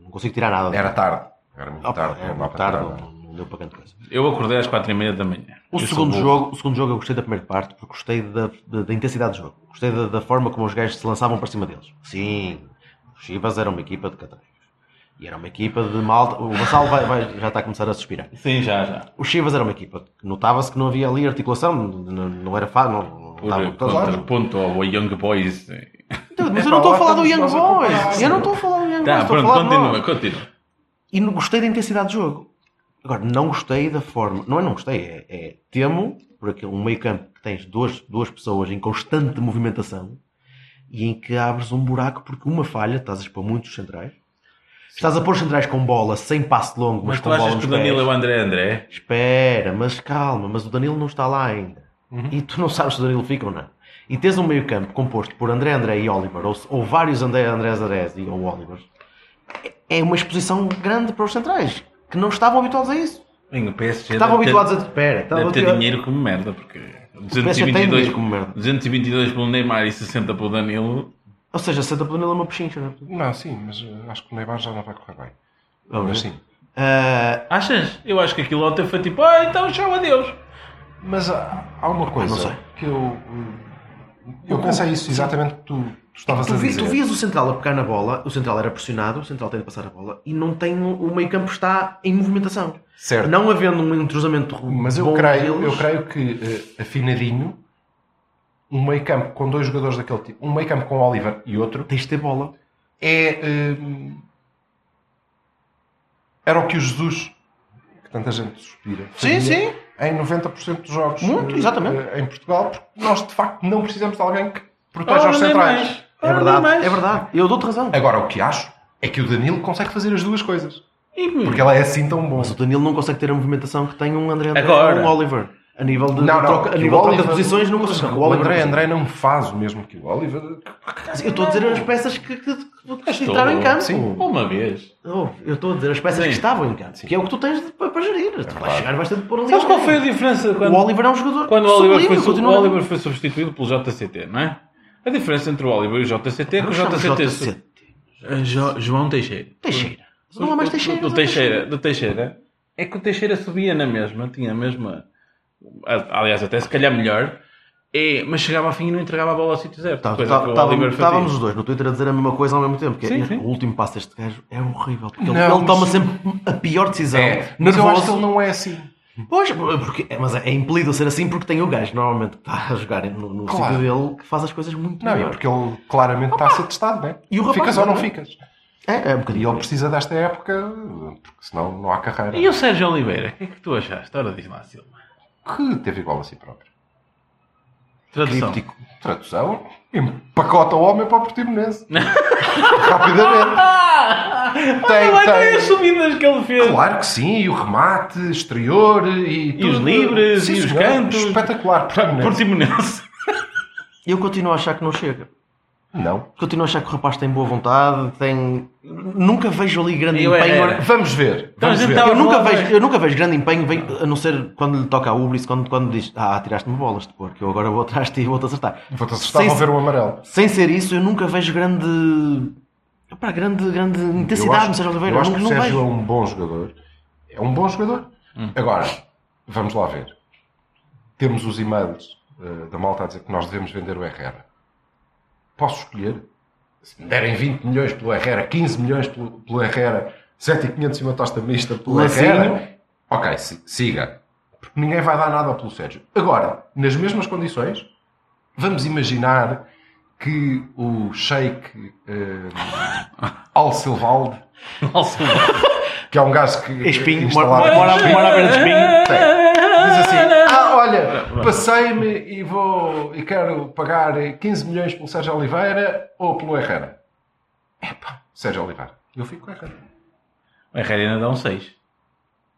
Speaker 1: Não consigo tirar nada.
Speaker 3: opinião? Era tarde. Era muito
Speaker 1: Opa,
Speaker 3: tarde.
Speaker 1: é,
Speaker 3: não dá para
Speaker 1: tarde,
Speaker 3: tirar nada.
Speaker 1: não, não deu para grande coisa.
Speaker 2: Eu acordei às quatro e meia da manhã.
Speaker 1: O
Speaker 2: Eu
Speaker 1: segundo,
Speaker 2: sou burro.
Speaker 1: jogo, o segundo jogo eu gostei da primeira parte porque gostei da, da, da intensidade do jogo. Gostei da, da forma como os gajos se lançavam para cima deles. Sim, os Chivas era uma equipa de catarros. E era uma equipa de malta. O Vassal vai- vai- já está a começar a suspirar.
Speaker 2: Sim, já, já.
Speaker 1: O Chivas era uma equipa que notava-se que não havia ali articulação, n- n- não, era fácil. Não, não
Speaker 2: Por
Speaker 1: estava-
Speaker 2: claro. ponto ao Young Boys.
Speaker 1: Dude, Então, Mas eu
Speaker 3: É
Speaker 1: então não
Speaker 3: pá,
Speaker 1: estou a
Speaker 3: lá
Speaker 1: falar do
Speaker 3: estamos
Speaker 1: Young
Speaker 3: nós a
Speaker 1: Boys.
Speaker 3: comparar.
Speaker 1: Eu não estou a falar do Young Boys.
Speaker 2: Tá,
Speaker 1: estou a
Speaker 2: pronto,
Speaker 1: falar de nós.
Speaker 2: continua, continua.
Speaker 1: E não gostei da intensidade do jogo. Agora, não gostei da forma. Não é não gostei, é, é temo por aquele um meio campo que tens duas, duas pessoas em constante movimentação e em que abres um buraco porque uma falha, estás a expor muitos centrais. Estás a pôr centrais com bola, sem passo longo, mas,
Speaker 2: Mas
Speaker 1: com
Speaker 2: tu
Speaker 1: bola
Speaker 2: achas que
Speaker 1: nos
Speaker 2: o Danilo é
Speaker 1: pés.
Speaker 2: o André André?
Speaker 1: Espera, mas calma, mas o Danilo não está lá ainda.
Speaker 3: Uhum.
Speaker 1: E tu não sabes se o Danilo fica ou não. E tens um meio campo composto por André André e Oliver, ou, ou vários André Andrés Andrés e ou Oliver. É uma exposição grande para os centrais, que não estavam habituados a isso.
Speaker 2: Bem, o PSG
Speaker 1: Estavam
Speaker 2: deve ter-
Speaker 1: habituados a... Espera, estavam
Speaker 2: Deve ter
Speaker 1: habituados-
Speaker 2: dinheiro como merda, porque
Speaker 1: PSG tem
Speaker 2: 222,
Speaker 1: dinheiro como merda.
Speaker 2: 222 pelo Neymar e 60 pelo Danilo.
Speaker 1: Ou seja, Santa Danilo é uma pechincha, não é?
Speaker 3: Não, sim, mas eh, acho que o Neymar já não vai correr bem.
Speaker 1: Vamos
Speaker 3: mas
Speaker 1: ver.
Speaker 3: sim.
Speaker 1: Ah,
Speaker 2: Achas? Eu acho que aquilo ontem foi tipo, ah, então tchau, adeus.
Speaker 3: Mas há, há uma coisa
Speaker 1: Ah, Não sei.
Speaker 3: que eu. hum, Eu pensei isso exatamente que tu, tu estavas
Speaker 1: tu,
Speaker 3: a
Speaker 1: vi-
Speaker 3: dizer.
Speaker 1: tu vias o central a pegar na bola, o central era pressionado, o central tem de passar a bola, e não tem... O meio campo está em movimentação.
Speaker 3: Certo.
Speaker 1: Não havendo um entrosamento
Speaker 3: Mas eu
Speaker 1: bom
Speaker 3: creio,
Speaker 1: deles-
Speaker 3: eu creio que eh, afinadinho, um meio campo com dois jogadores daquele tipo, um meio campo com o Oliver e outro,
Speaker 1: Tens de ter bola.
Speaker 3: é. eh, era o que o Jesus, que tanta gente suspira,
Speaker 1: Sim,
Speaker 3: fazia
Speaker 1: sim.
Speaker 3: em 90% dos jogos
Speaker 1: Muito,
Speaker 3: eh,
Speaker 1: exatamente.
Speaker 3: eh, em Portugal, porque nós de facto não precisamos de alguém que proteja os centrais.
Speaker 2: Ah,
Speaker 1: É verdade, é verdade. Eu dou-te razão.
Speaker 3: Agora, o que acho é que o Danilo consegue fazer as duas coisas.
Speaker 2: E,
Speaker 3: Porque ele é assim tão bom.
Speaker 1: Mas o Danilo não consegue ter a movimentação que tem um André André
Speaker 2: Agora.
Speaker 1: ou um Oliver. A nível de,
Speaker 3: Não,
Speaker 1: de
Speaker 3: não,
Speaker 1: troca, a
Speaker 3: que o
Speaker 1: nível de troca de
Speaker 3: Oliver-
Speaker 1: posições não consegue.
Speaker 3: O André André não faz o mesmo que o Oliver.
Speaker 1: Eu estou a dizer as peças que, que, que, que entraram em campo.
Speaker 3: Sim.
Speaker 2: Uma vez.
Speaker 1: Oh, eu estou a dizer as peças
Speaker 2: Sim.
Speaker 1: que estavam em campo. Que é o que tu tens de- para para gerir. tu vais chegar, vais ter de pôr ali.
Speaker 2: Sabes qual
Speaker 1: alguém.
Speaker 2: foi a diferença quando
Speaker 1: O Oliver é um jogador
Speaker 2: Quando o Oliver, foi,
Speaker 1: sublime,
Speaker 2: su- o
Speaker 1: continua-
Speaker 2: Oliver foi substituído pelo JCT, não é? A diferença entre o Oliver e o JCT é que
Speaker 1: Não
Speaker 2: o
Speaker 1: chama
Speaker 2: JCT.
Speaker 1: JCT.
Speaker 2: Ah, Jo- João Teixeira.
Speaker 1: Teixeira. Não há mais Teixeira.
Speaker 2: Do, do Teixeira. Do Teixeira. É que o Teixeira subia na mesma, tinha a mesma. a- Aliás, até se calhar melhor. É, mas chegava ao fim e não entregava a bola ao sítio zero.
Speaker 1: Tá-
Speaker 2: coisa
Speaker 1: tá-
Speaker 2: que o
Speaker 1: tava-
Speaker 2: Oliver fazia.
Speaker 1: Estávamos os dois no Twitter a dizer a mesma coisa ao mesmo tempo. Que é,
Speaker 2: Sim,
Speaker 1: este-
Speaker 2: sim.
Speaker 1: O último passo deste gajo é horrível. Porque ele,
Speaker 3: Não,
Speaker 1: ele
Speaker 3: mas-
Speaker 1: toma sempre a pior decisão.
Speaker 3: É, mas eu acho que
Speaker 1: nervoso.
Speaker 3: ele não é assim.
Speaker 1: Pois, porque, é, mas é, é impelido ser assim porque tem o gajo normalmente que está a jogar no, no
Speaker 3: Claro.
Speaker 1: sítio dele que faz as coisas muito
Speaker 3: Não, é
Speaker 1: melhor.
Speaker 3: porque ele claramente está a ser testado, né?
Speaker 1: E o rapaz
Speaker 3: ficas ou não
Speaker 1: também.
Speaker 3: ficas.
Speaker 1: É, é um
Speaker 3: E
Speaker 1: bocadinho.
Speaker 3: ele precisa desta época, porque senão não há carreira.
Speaker 2: E o Sérgio Oliveira, o que é que tu achaste? Ora, diz lá, Silva.
Speaker 3: Que teve igual a si próprio. Tipo,
Speaker 2: Tradução.
Speaker 1: Críptico.
Speaker 3: Tradução, empacota o homem para o portimonense. Rapidamente.
Speaker 2: Ah!
Speaker 3: Tem-
Speaker 2: Olha lá,
Speaker 3: tem.
Speaker 2: tem as subidas que ele fez.
Speaker 3: Claro que É um sim, e o remate exterior e,
Speaker 2: E os
Speaker 3: tudo.
Speaker 2: livres, e os
Speaker 3: senhor.
Speaker 2: cantos.
Speaker 3: Espetacular, portimonense.
Speaker 2: Portimonense.
Speaker 1: Eu continuo a achar que não chega.
Speaker 3: Não.
Speaker 1: Continuo a achar que o rapaz tem boa vontade, tem. Nunca vejo ali grande
Speaker 2: Eu era-
Speaker 1: empenho.
Speaker 2: era.
Speaker 3: Vamos ver.
Speaker 2: Então a
Speaker 3: Vamos
Speaker 2: gente
Speaker 3: ver.
Speaker 2: tava-
Speaker 1: Eu nunca,
Speaker 2: Bola,
Speaker 1: vejo,
Speaker 2: é.
Speaker 1: eu nunca vejo grande empenho, vem- a não ser quando lhe toca a Ubris, quando, quando diz Ah, tiraste-me bolas de porco, eu agora vou atrás de ti e vou-te acertar.
Speaker 3: Vou-te assustar
Speaker 1: Sem-
Speaker 3: ao ver o amarelo.
Speaker 1: Sem ser isso, eu nunca vejo grande. Opá, grande, grande
Speaker 3: Eu
Speaker 1: intensidade
Speaker 3: acho-
Speaker 1: no Sérgio Oliveira.
Speaker 3: Eu acho
Speaker 1: não,
Speaker 3: que o
Speaker 1: não
Speaker 3: Sérgio
Speaker 1: vejo.
Speaker 3: é um bom jogador. É um bom jogador. Agora, vamos lá ver. Temos os e-mails eh, da malta a dizer que nós devemos vender o Herrera. Posso escolher? Se me derem 20 milhões pelo Herrera, 15 milhões pelo, pelo Herrera, 7,500 e uma tosta mista pela
Speaker 1: Lacinho.
Speaker 3: guerra. Ok, si- siga. Porque ninguém vai dar nada ao pelo Sérgio. Agora, nas mesmas condições, vamos imaginar que o Sheik eh, Al-Silvalde,
Speaker 4: Nossa,
Speaker 3: que é um gajo que.
Speaker 1: Espinho,
Speaker 3: instalado-
Speaker 1: mora-
Speaker 4: mora, mora à beira de espinho.
Speaker 3: Diz assim, ah, olha, passei-me e vou e quero pagar 15 milhões pelo Sérgio Oliveira ou pelo Herrera. Epá, Sérgio Oliveira. Eu fico com o Herrera.
Speaker 2: A Herrera ainda dá um 6.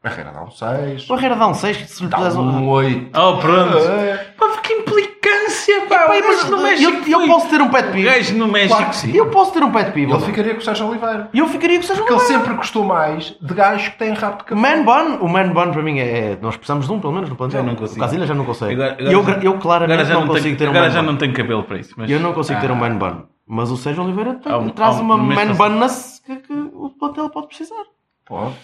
Speaker 3: Herrera dá um 6,
Speaker 1: O Herrera dá um 6, se lhe
Speaker 3: dá
Speaker 1: puderes
Speaker 3: um 8.
Speaker 2: Oh, pronto.
Speaker 3: Ah,
Speaker 2: Pá, que implicância, pá.
Speaker 1: Pai,
Speaker 2: o gajo
Speaker 1: mas
Speaker 2: no México.
Speaker 1: eu, eu
Speaker 2: foi-
Speaker 1: posso ter um pet
Speaker 2: O
Speaker 1: peeve.
Speaker 2: gajo no México.
Speaker 3: Claro que sim.
Speaker 1: Eu posso ter um pet peeve.
Speaker 3: Ele ficaria com o Sérgio Oliveira.
Speaker 1: E eu ficaria com o Sérgio
Speaker 3: Porque ele
Speaker 1: Oliveira.
Speaker 3: sempre gostou mais de gajos que têm rabo de cabelo.
Speaker 1: Man bun, o man bun para mim é. Nós precisamos de um, pelo menos no plantel.
Speaker 2: Já não consigo.
Speaker 1: O Casilha já não consegue.
Speaker 2: Agora- agora
Speaker 1: eu,
Speaker 2: já-
Speaker 1: eu claramente
Speaker 2: Agora já
Speaker 1: não,
Speaker 2: não,
Speaker 1: consigo
Speaker 2: tenho,
Speaker 1: ter um
Speaker 2: agora
Speaker 1: man
Speaker 2: já
Speaker 1: bun.
Speaker 2: não tenho cabelo para isso. Mas...
Speaker 1: Eu não consigo ter um
Speaker 2: Ah,
Speaker 1: man bun. Mas o Sérgio Oliveira tem-
Speaker 2: Há um-
Speaker 1: traz
Speaker 2: há um-
Speaker 1: uma
Speaker 2: mas
Speaker 1: man
Speaker 2: não
Speaker 1: bun na se- que, que o plantel pode precisar.
Speaker 3: Pode,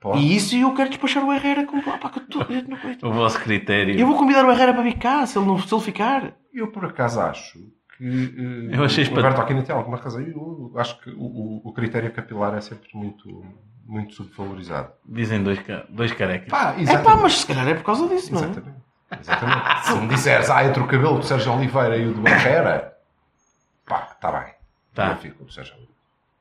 Speaker 3: pode.
Speaker 1: E isso eu quero despachar o Herrera com. Ah, pá, que eu, tô- eu não aguento.
Speaker 2: O vosso critério.
Speaker 1: Eu vou convidar o Herrera para vir cá se ele, não, se ele ficar. É
Speaker 3: Eu por acaso acho que eh,
Speaker 2: Eu achei
Speaker 3: o Alberto Aquino tem alguma razão. Eu acho que o, o- o critério capilar é sempre muito, muito subvalorizado.
Speaker 2: Dizem dois, ca- dois carecas.
Speaker 3: Pá,
Speaker 1: É pá,
Speaker 3: exatamente.
Speaker 1: mas se calhar é por causa disso, não é?
Speaker 3: Exatamente. Exatamente. Se me disseres, ah, entre o cabelo do Sérgio Oliveira e o do Herrera, pá, está bem.
Speaker 2: Tá.
Speaker 3: Eu fico com o Sérgio Oliveira.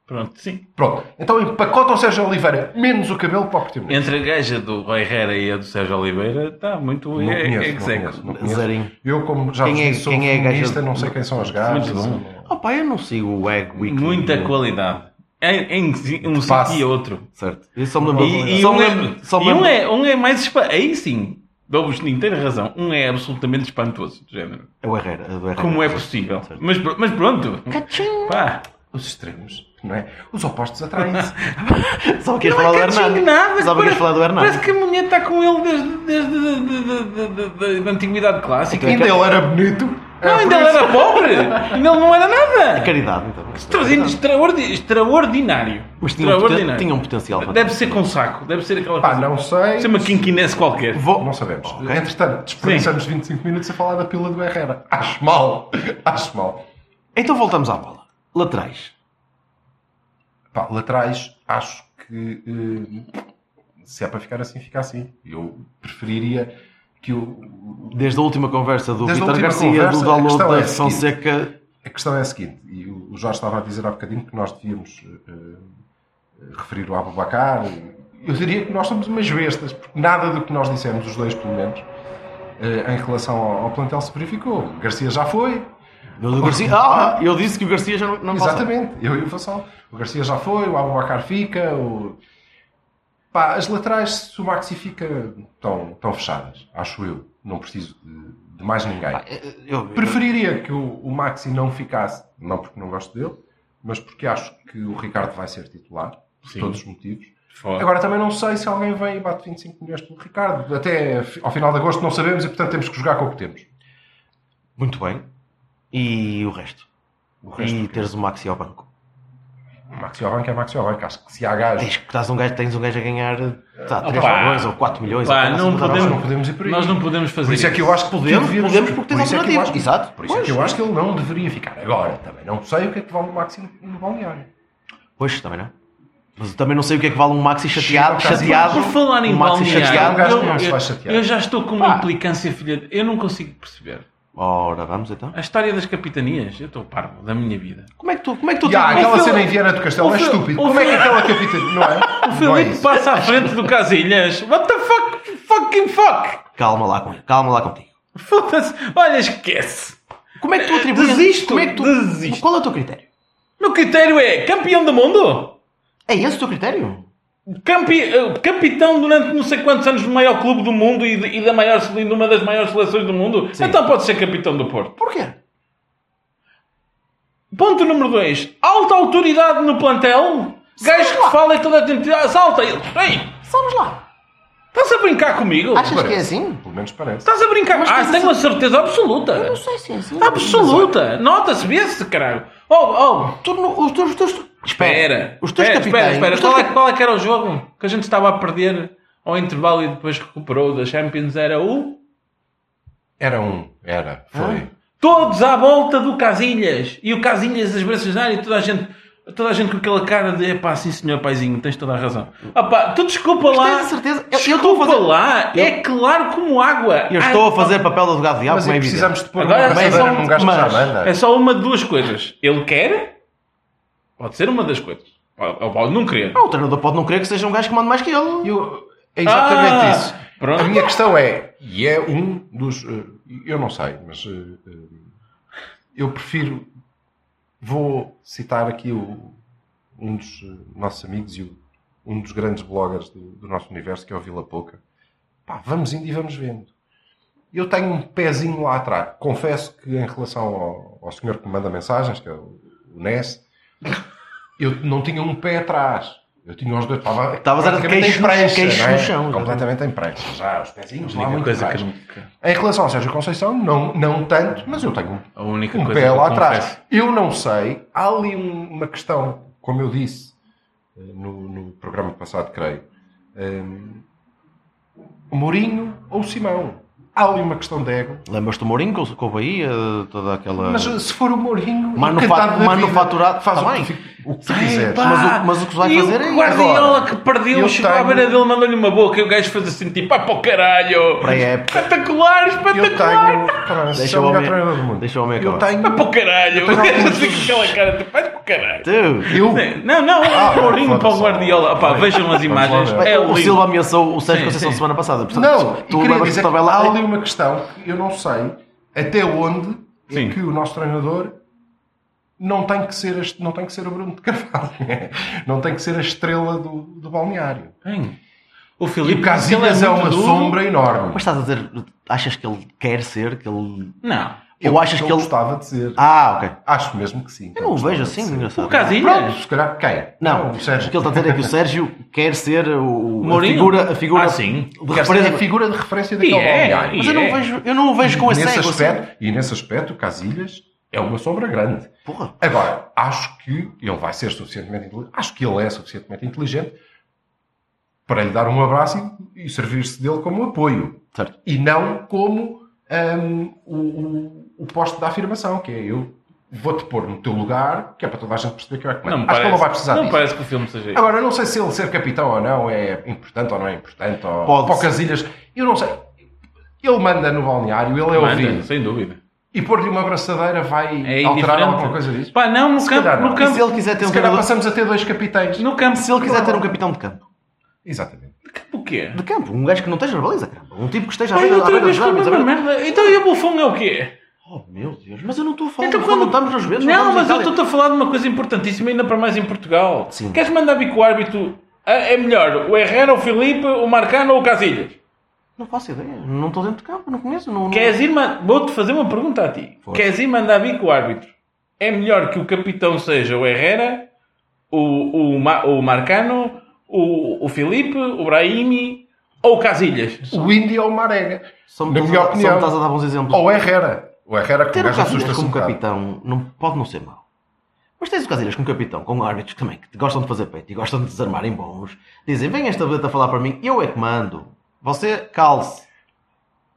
Speaker 2: Pronto, sim.
Speaker 3: Pronto, então empacota o Sérgio Oliveira menos o cabelo para o Portimonense.
Speaker 2: Entre a gaja do Herrera e a do Sérgio Oliveira, está muito
Speaker 3: Não
Speaker 2: é-
Speaker 3: conheço,
Speaker 2: é-
Speaker 3: não
Speaker 2: execo.
Speaker 3: conheço, não conheço.
Speaker 1: Zerinho.
Speaker 3: Eu, como já
Speaker 1: Quem
Speaker 3: vos
Speaker 1: é-
Speaker 3: disse, sou
Speaker 1: quem é a gaja
Speaker 3: feminista,
Speaker 1: do-
Speaker 3: não sei quem são as gajas.
Speaker 2: Muito bom.
Speaker 3: não-
Speaker 1: Oh pá, eu não sigo o Egg Weekly.
Speaker 2: Muita qualidade. Em, em si- um
Speaker 3: Passo.
Speaker 2: sítio e outro.
Speaker 1: Certo. Eu só me lembro.
Speaker 2: E, e
Speaker 1: só
Speaker 2: um,
Speaker 1: me
Speaker 2: é,
Speaker 1: lembro- só me
Speaker 2: e um,
Speaker 1: lembro-
Speaker 2: é, um é mais espantoso. Aí sim, dou-vos inteira razão. Um é absolutamente espantoso, do género.
Speaker 1: É o Herrera. é do Herrera.
Speaker 2: Como é possível?
Speaker 1: Certo.
Speaker 2: Mas, pr- mas pronto. Pá,
Speaker 3: Os extremos, não é? Os opostos atraem-se.
Speaker 1: Só queres
Speaker 2: não
Speaker 1: falar do
Speaker 2: é catinho
Speaker 1: Hernani.
Speaker 2: nada.
Speaker 1: Só queres
Speaker 2: parece-
Speaker 1: falar do
Speaker 2: Parece
Speaker 1: Hernani.
Speaker 2: que a mulher está com ele desde, desde de- de- de- de- de- da antiguidade clássica.
Speaker 3: ainda ele era bonito.
Speaker 1: É,
Speaker 3: Ah,
Speaker 2: Não, ainda ele era pobre. Ainda ele não era nada.
Speaker 1: Caridade, então.
Speaker 2: Trazendo extraordi extraordinário.
Speaker 1: Mas tinha um, poten- tinha um potencial. é
Speaker 2: Deve ser com saco, deve ser aquela
Speaker 3: Pá,
Speaker 2: coisa.
Speaker 3: não sei.
Speaker 2: Deve ser uma quinquinense qualquer.
Speaker 1: Vou-
Speaker 3: Não sabemos.
Speaker 1: Ok.
Speaker 3: Entretanto, desperdiçamos 25 minutos a falar da pila do Herrera. Acho mal. Acho mal.
Speaker 1: Então voltamos à bola. Laterais.
Speaker 3: Pá, laterais, acho que eh, se é para ficar assim, fica assim. Eu preferiria que o.
Speaker 1: Desde a última conversa do
Speaker 3: Desde a
Speaker 1: Vitor
Speaker 3: última
Speaker 1: Garcia,
Speaker 3: conversa,
Speaker 1: do
Speaker 3: a
Speaker 1: Dalot,
Speaker 3: questão é
Speaker 1: da
Speaker 3: a seguinte.
Speaker 1: Fonseca.
Speaker 3: A questão é a seguinte, e o o Jorge estava a dizer há bocadinho que nós devíamos eh, eh, referir o Abubacar. Eu diria que nós somos umas bestas, porque nada do que nós dissemos, os dois pelo menos, eh, em relação ao, ao plantel se verificou. Garcia já foi,
Speaker 1: Eu, do Garcia. Ah, eu disse que o Garcia já não, não passa.
Speaker 3: Exatamente, eu e o Vassal. O Garcia já foi, o Abubacar fica, o... Pá, as laterais, se o Maxi fica, estão, estão fechadas, acho eu. Não preciso de, de mais ninguém.
Speaker 1: Eu,
Speaker 3: Preferiria que o, o Maxi não ficasse, não porque não gosto dele, mas porque acho que o Ricardo vai ser titular, por
Speaker 2: Sim.
Speaker 3: todos os motivos.
Speaker 2: Foda.
Speaker 3: Agora também não sei se alguém vem e bate 25 milhões pelo Ricardo. Até fi- ao final de agosto não sabemos e, portanto, temos que jogar com o que temos.
Speaker 1: Muito bem. E o resto?
Speaker 3: O resto,
Speaker 1: e teres o Maxi ao banco.
Speaker 3: o Maxi ao banco é Maxi ao banco. Acho que se há gajo...
Speaker 1: Tens, que estás um gajo, tens um gajo a ganhar 3
Speaker 2: Opa.
Speaker 1: milhões ou 4 milhões.
Speaker 2: Pá,
Speaker 1: ou caralho,
Speaker 2: não
Speaker 1: se mudar ao
Speaker 2: podemos-
Speaker 3: Nós não podemos ir por aí.
Speaker 2: Nós não podemos fazer
Speaker 3: Por isso é que eu acho que
Speaker 1: Podemos,
Speaker 3: devíamos-
Speaker 1: podemos, porque tens
Speaker 3: por isso é que eu
Speaker 1: alternativa.
Speaker 3: acho-
Speaker 1: Exato.
Speaker 3: Por isso é
Speaker 1: Pois.
Speaker 3: que eu acho que ele não deveria ficar. Agora, também não sei o que é que vale o Maxi no- no balneário.
Speaker 1: Pois, também não. é? Mas eu também não sei o que é que vale um Maxi chateado.
Speaker 3: Chega ao
Speaker 1: chateado
Speaker 3: caso.
Speaker 2: Por falar em
Speaker 1: um Maxi
Speaker 3: É um gajo
Speaker 1: chateado.
Speaker 3: que mais
Speaker 2: balneário, eu,
Speaker 3: vai chatear.
Speaker 2: eu, eu já estou com uma implicância filha. de- Eu não consigo perceber.
Speaker 1: Ora, vamos então.
Speaker 2: A história das capitanias, eu estou parvo da minha vida.
Speaker 1: Como é que tu, como é que tu
Speaker 3: E há
Speaker 1: tens-
Speaker 3: aquela
Speaker 2: Phil-
Speaker 3: cena em Viana do Castelo,
Speaker 2: o
Speaker 3: é
Speaker 2: Phil-
Speaker 3: estúpido.
Speaker 2: o
Speaker 3: Como é que
Speaker 2: Phil-
Speaker 3: aquela capitania, não é?
Speaker 2: O
Speaker 3: Não é
Speaker 2: Felipe
Speaker 3: isso.
Speaker 2: passa à frente do Casilhas. What the fuck? Fucking fuck!
Speaker 1: Calma lá, com- calma lá contigo.
Speaker 2: Foda-se. Olha, esquece.
Speaker 1: Como é que tu atribuis?
Speaker 2: Desisto,
Speaker 1: como é que tu,
Speaker 2: desisto.
Speaker 1: Qual é o teu critério?
Speaker 2: Meu critério é campeão do mundo?
Speaker 1: É esse o teu critério?
Speaker 2: Campi- eh, capitão durante não sei quantos anos do maior clube do mundo e, de- e da maior, de uma das maiores seleções do mundo, então pode ser capitão do Porto.
Speaker 1: Porquê?
Speaker 2: Ponto número 2. Alta autoridade no plantel. Gajo que é fala e toda a gente diz, salta ele. Ei,
Speaker 1: Vamos lá.
Speaker 2: estás a brincar comigo?
Speaker 1: Achas que é
Speaker 3: Parece.
Speaker 1: assim?
Speaker 3: Pelo menos parece.
Speaker 2: Estás a brincar Ah, tenho uma certeza absoluta.
Speaker 1: Não sei se é assim.
Speaker 2: Ah, Absoluta. Nota-se, vê-se, caralho. Oh, oh.
Speaker 1: Tu não- os teus, os teus-
Speaker 2: Espera.
Speaker 1: Os teus
Speaker 2: espera,
Speaker 1: capitães.
Speaker 2: Espera, espera.
Speaker 1: os teus
Speaker 2: Qual, é,
Speaker 1: cap-
Speaker 2: qual é que era o jogo que a gente estava a perder ao intervalo e depois recuperou da Champions? Era o...
Speaker 3: Era um. Era. Foi.
Speaker 2: Todos à volta do Casilhas. E o Casilhas, as braças na área, e toda a gente. Toda a gente com aquela cara de, pá, sim senhor, paizinho, tens toda a razão. Ah pá, tu desculpa
Speaker 1: Mas
Speaker 2: lá.
Speaker 1: tens a certeza? Eu- eu
Speaker 2: Desculpa
Speaker 1: estou a fazer-
Speaker 2: lá,
Speaker 1: Eu-
Speaker 2: é claro como água. Ah,
Speaker 1: Eu
Speaker 2: Ai,
Speaker 1: estou a
Speaker 2: pá,
Speaker 1: fazer papel de advogado de diabo,
Speaker 3: Mas
Speaker 1: como é
Speaker 3: aí
Speaker 1: evidente.
Speaker 3: precisamos de pôr
Speaker 2: Agora
Speaker 3: uma
Speaker 2: é
Speaker 3: passadeira
Speaker 2: só-
Speaker 3: num gajo que já
Speaker 1: mas-
Speaker 3: manda.
Speaker 2: É só uma de duas coisas. Ele quer, pode ser uma das coisas. Ou pode não querer.
Speaker 1: Ah, o treinador pode não querer que seja um gajo que mande mais que ele.
Speaker 3: Eu- é exatamente
Speaker 2: Ah,
Speaker 3: isso.
Speaker 2: pronto.
Speaker 3: A minha questão é, e é um dos. eh, Eu não sei, mas eh, eh, eu prefiro. Vou citar aqui o- um dos eh, nossos amigos e o- um dos grandes bloggers do, do nosso universo, que é o Vila Pouca. Pá, vamos indo e vamos vendo. Eu tenho um pezinho lá atrás. Confesso que, em relação ao, ao senhor que me manda mensagens, que é o, o Ness, eu não tinha um pé atrás. Eu tinha os dois. Estava
Speaker 1: Estavas era de
Speaker 3: completamente
Speaker 1: queixo no- queixo
Speaker 3: não é?
Speaker 1: no chão, exatamente.
Speaker 3: Completamente em prancha. Já, os pezinhos lá
Speaker 2: A
Speaker 3: muito
Speaker 2: única coisa que
Speaker 3: atrás.
Speaker 2: eu nunca-
Speaker 3: Em relação ao Sérgio Conceição, não, não tanto, mas eu tenho
Speaker 2: a única
Speaker 3: um
Speaker 2: coisa
Speaker 3: pé
Speaker 2: que eu
Speaker 3: lá
Speaker 2: confesso.
Speaker 3: atrás. Eu não sei. Há ali um- uma questão, como eu disse eh, no, no programa passado, creio. ehm, Mourinho ou Simão? Há ali uma questão de ego.
Speaker 1: Lembras-te do Mourinho com o- com o Bahia, toda aquela...
Speaker 3: Mas eh, se for o Mourinho,
Speaker 1: Manufa-
Speaker 3: encantado da vida,
Speaker 1: manufaturado,
Speaker 3: faz
Speaker 1: tá
Speaker 3: o
Speaker 1: bem.
Speaker 3: que, o que tu quiseres.
Speaker 2: Pá,
Speaker 1: Mas o- mas o que se vai
Speaker 2: e
Speaker 1: fazer é
Speaker 2: o Guardiola
Speaker 3: agora.
Speaker 2: que perdeu,
Speaker 3: Eu
Speaker 2: chegou à
Speaker 3: tenho-
Speaker 2: beira dele, mandou-lhe uma boca e o gajo fez assim, tipo, ah, para o caralho!
Speaker 1: Para a época.
Speaker 2: Espetacular,
Speaker 3: Eu
Speaker 2: espetacular!
Speaker 3: tenho. Pá, esse
Speaker 1: Deixa
Speaker 3: é
Speaker 1: o
Speaker 3: o melhor
Speaker 1: homem-
Speaker 3: treinador do mundo.
Speaker 1: deixa o homem
Speaker 3: Eu
Speaker 1: acabar.
Speaker 3: tenho.
Speaker 2: Vai para o caralho!
Speaker 3: tenho alguns-
Speaker 2: Assim, com aquela cara, tipo, vai para o caralho!
Speaker 1: Tu.
Speaker 3: Eu,
Speaker 2: Não, não,
Speaker 3: Ah,
Speaker 2: o Mourinho
Speaker 3: foda-se.
Speaker 2: para o Guardiola. Opá, vejam as
Speaker 3: lá
Speaker 2: imagens.
Speaker 3: ver.
Speaker 2: É
Speaker 1: o
Speaker 2: lindo.
Speaker 1: Silva ameaçou o Sérgio
Speaker 2: Sim,
Speaker 1: Conceição
Speaker 2: sim.
Speaker 1: semana passada. Portanto,
Speaker 3: Não,
Speaker 1: tu
Speaker 3: e queria
Speaker 1: levas
Speaker 3: dizer que
Speaker 1: também lá.
Speaker 3: há ali uma questão que eu não sei até onde é
Speaker 2: Sim.
Speaker 3: que o nosso treinador não tem que ser, este, não tem que ser o Bruno de Carvalho, né? não tem que ser a estrela do, do balneário.
Speaker 2: Hein? O
Speaker 3: E
Speaker 2: Filipe
Speaker 3: o Casilhas
Speaker 2: ele
Speaker 3: é, uma
Speaker 2: muito duro.
Speaker 3: sombra enorme.
Speaker 1: Mas estás a dizer, achas que ele quer ser? Que ele...
Speaker 2: Não.
Speaker 3: É
Speaker 1: Ou achas que ele.
Speaker 3: gostava de ser?
Speaker 1: Ah, ok.
Speaker 3: Acho mesmo que sim. que
Speaker 1: Eu não o
Speaker 3: ele
Speaker 1: vejo
Speaker 3: gostava de
Speaker 1: assim,
Speaker 3: ser.
Speaker 1: engraçado.
Speaker 2: O Casilhas?
Speaker 3: Pronto, se calhar quem?
Speaker 1: Não,
Speaker 3: o
Speaker 1: o que
Speaker 3: Sérgio.
Speaker 1: ele está a dizer é que o Sérgio quer ser o, a
Speaker 2: Mourinho?
Speaker 1: figura, a figura
Speaker 2: Ah, sim.
Speaker 1: de
Speaker 3: Quer ser
Speaker 1: referência.
Speaker 3: a é figura de referência daquele
Speaker 2: E é,
Speaker 3: balneário.
Speaker 1: Mas eu não,
Speaker 2: Yeah.
Speaker 1: vejo, eu não o vejo com esse
Speaker 3: nesse
Speaker 1: ego, assim.
Speaker 3: aspecto, E nesse aspecto, o Casilhas é uma sombra grande.
Speaker 1: Porra.
Speaker 3: Agora, acho que ele vai ser suficientemente inteligente. Acho que ele é suficientemente inteligente para lhe dar um abraço e, e servir-se dele como apoio.
Speaker 1: Certo.
Speaker 3: E não como hum, o, o, o posto da afirmação, que é eu vou-te pôr no teu lugar, que é para toda a gente perceber que eu é que mando.
Speaker 2: Não, me
Speaker 3: Acho
Speaker 2: parece,
Speaker 3: que ele não vai precisar
Speaker 2: não
Speaker 3: disso.
Speaker 2: parece que o filme seja isso.
Speaker 3: Agora, eu não sei se ele ser capitão ou não é importante ou não é importante. Ou,
Speaker 1: Pode
Speaker 3: para o
Speaker 1: ser.
Speaker 3: Casilhas, eu não sei. Ele manda no balneário, ele é
Speaker 2: Manda,
Speaker 3: ouvido.
Speaker 2: sem dúvida.
Speaker 3: E pôr-lhe uma abraçadeira
Speaker 2: É
Speaker 3: vai alterar
Speaker 2: indiferente.
Speaker 3: alguma coisa disso?
Speaker 2: Pá, não, no
Speaker 3: Se
Speaker 2: campo,
Speaker 3: calhar não.
Speaker 2: no
Speaker 1: E se
Speaker 2: campo,
Speaker 1: ele quiser ter um
Speaker 3: Se calhar
Speaker 1: treinador-
Speaker 3: passamos a ter dois capitães.
Speaker 2: no campo.
Speaker 1: se ele quiser ter um capitão de campo.
Speaker 3: Exatamente.
Speaker 2: O quê?
Speaker 1: De campo, um gajo que não esteja na baliza, caramba. Um tipo que esteja à
Speaker 2: Ai,
Speaker 1: beira- à
Speaker 2: outra
Speaker 1: beira
Speaker 2: vez
Speaker 1: dos
Speaker 2: com a
Speaker 1: árbitros, à
Speaker 2: mesma
Speaker 1: beira-
Speaker 2: merda. Então e o Buffon é o quê?
Speaker 1: Oh meu Deus, mas eu não estou a falar.
Speaker 2: Então,
Speaker 1: de
Speaker 2: quando-
Speaker 1: quando estamos nas vezes.
Speaker 2: Não, mas eu estou a falar de uma coisa importantíssima, ainda para mais em Portugal.
Speaker 1: Sim.
Speaker 2: Queres mandar vir com o árbitro? Ah, É melhor o Herrera, o Felipe, o Marcano ou o Casilhas?
Speaker 1: Não faço ideia. Não estou dentro de campo, não conheço. Não, é? não...
Speaker 2: Queres ir man- Vou-te fazer uma pergunta a ti.
Speaker 3: Força.
Speaker 2: Queres ir mandar vir com o árbitro? É melhor que o capitão seja o Herrera, o, o, Ma- o Marcano, o, o Felipe, o Brahimi ou o Casilhas?
Speaker 3: O Índio ou o Marega.
Speaker 1: Só me
Speaker 3: Na
Speaker 1: estás
Speaker 3: minha
Speaker 1: a- um só me
Speaker 3: opinião.
Speaker 1: estás a dar bons exemplos.
Speaker 3: Ou o Herrera. O Herrera que o
Speaker 1: Ter o
Speaker 3: gajo
Speaker 1: Casilhas
Speaker 3: assusta-se um
Speaker 1: como
Speaker 3: bocado.
Speaker 1: capitão não, pode não ser mau. Mas tens o Casilhas como capitão, com árbitros também que gostam de fazer peito e gostam de desarmarem bons. Dizem, vem esta vedeta falar para mim, eu é que mando. Você calce.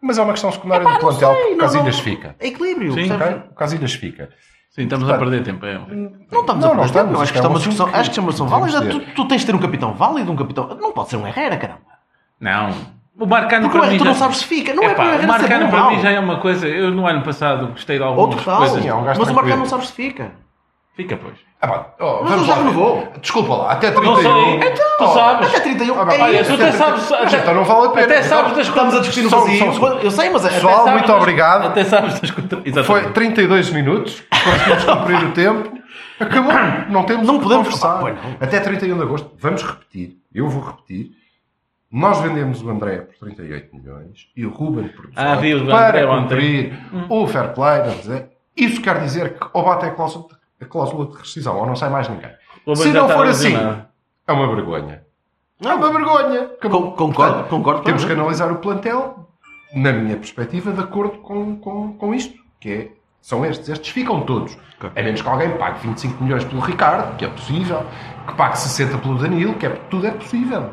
Speaker 3: Mas é uma questão secundária
Speaker 1: Epá,
Speaker 3: do
Speaker 1: não
Speaker 3: plantel,
Speaker 1: sei,
Speaker 3: porque o
Speaker 1: não-
Speaker 3: Casilhas
Speaker 1: não-
Speaker 3: fica.
Speaker 1: É equilíbrio.
Speaker 2: Sim,
Speaker 1: percebes?
Speaker 3: Ok? O Casilhas fica.
Speaker 2: Sim, estamos a perder tempo. É.
Speaker 1: Não estamos a
Speaker 3: Não, não
Speaker 1: perder tempo.
Speaker 3: estamos,
Speaker 1: Eu Acho que
Speaker 3: isto
Speaker 1: isto
Speaker 3: é
Speaker 1: é uma
Speaker 3: um
Speaker 1: discussão,
Speaker 3: assunto
Speaker 1: acho que é uma discussão
Speaker 3: que temos
Speaker 1: válida.
Speaker 3: de
Speaker 1: Tu, tu tens de ter um capitão válido, um capitão. Não pode ser um Herrera, caramba.
Speaker 2: Não. O Marcano
Speaker 1: Porque
Speaker 2: para
Speaker 1: tu
Speaker 2: mim
Speaker 1: não
Speaker 2: já-
Speaker 1: sabes se fica. Não é,
Speaker 2: Epá,
Speaker 1: para o
Speaker 2: o
Speaker 1: Herrera ser bom
Speaker 2: Marcano
Speaker 1: ou
Speaker 2: para
Speaker 1: mau.
Speaker 2: mim já é uma coisa. Eu no ano passado gostei de algumas
Speaker 1: Outro tal.
Speaker 2: coisas.
Speaker 3: Sim, é um gajo
Speaker 1: mas o Marcano
Speaker 3: tranquilo.
Speaker 1: não sabe se fica.
Speaker 2: Fica, pois.
Speaker 3: Ah, pá, oh,
Speaker 1: Mas
Speaker 3: vamos
Speaker 1: eu já
Speaker 3: lá.
Speaker 1: renovou.
Speaker 3: Desculpa lá, até
Speaker 2: Não
Speaker 3: 31.
Speaker 2: sei. tu sabes.
Speaker 1: Então, Até 31.
Speaker 3: Ah, pá,
Speaker 1: é
Speaker 2: Olha,
Speaker 1: isso.
Speaker 2: tu até sabes.
Speaker 3: Mas então não vale a pena.
Speaker 2: Até sabes
Speaker 3: Então,
Speaker 2: das
Speaker 1: Estamos a discutir no vazio.
Speaker 3: só-
Speaker 1: Eu sei, mas é.
Speaker 3: Pessoal,
Speaker 1: até-
Speaker 2: sabes
Speaker 3: muito
Speaker 2: das-
Speaker 3: obrigado.
Speaker 2: Até sabes das contra... Exatamente.
Speaker 3: Foi 32 minutos, conseguimos cumprir o tempo. Acabou. Não temos
Speaker 1: Não
Speaker 3: o que
Speaker 1: podemos-
Speaker 3: conversar.
Speaker 1: Ah, pois não.
Speaker 3: Até 31 de agosto, vamos repetir. Eu vou repetir. Nós vendemos o André por 38 milhões e o Ruben por 18
Speaker 2: Ah, vi o do André
Speaker 3: para
Speaker 2: ontem. Hum.
Speaker 3: cumprir o fair play. vamos dizer. Isso quer dizer que ou bate a cláusula, a cláusula de rescisão ou não sai mais ninguém.
Speaker 2: O Ruben
Speaker 3: Se
Speaker 2: já
Speaker 3: não
Speaker 2: está
Speaker 3: for assim,
Speaker 2: lesionado.
Speaker 3: é uma vergonha. É uma vergonha. Acabou.
Speaker 1: Con- concordo,
Speaker 3: Portanto,
Speaker 1: concordo
Speaker 3: Temos que
Speaker 1: plenamente.
Speaker 3: analisar o plantel, na minha perspectiva, de acordo com, com, com isto, que é, são estes. Estes ficam todos. A menos que alguém pague 25 milhões pelo Ricardo, que é possível, que pague 60 pelo Danilo, que é, tudo é possível.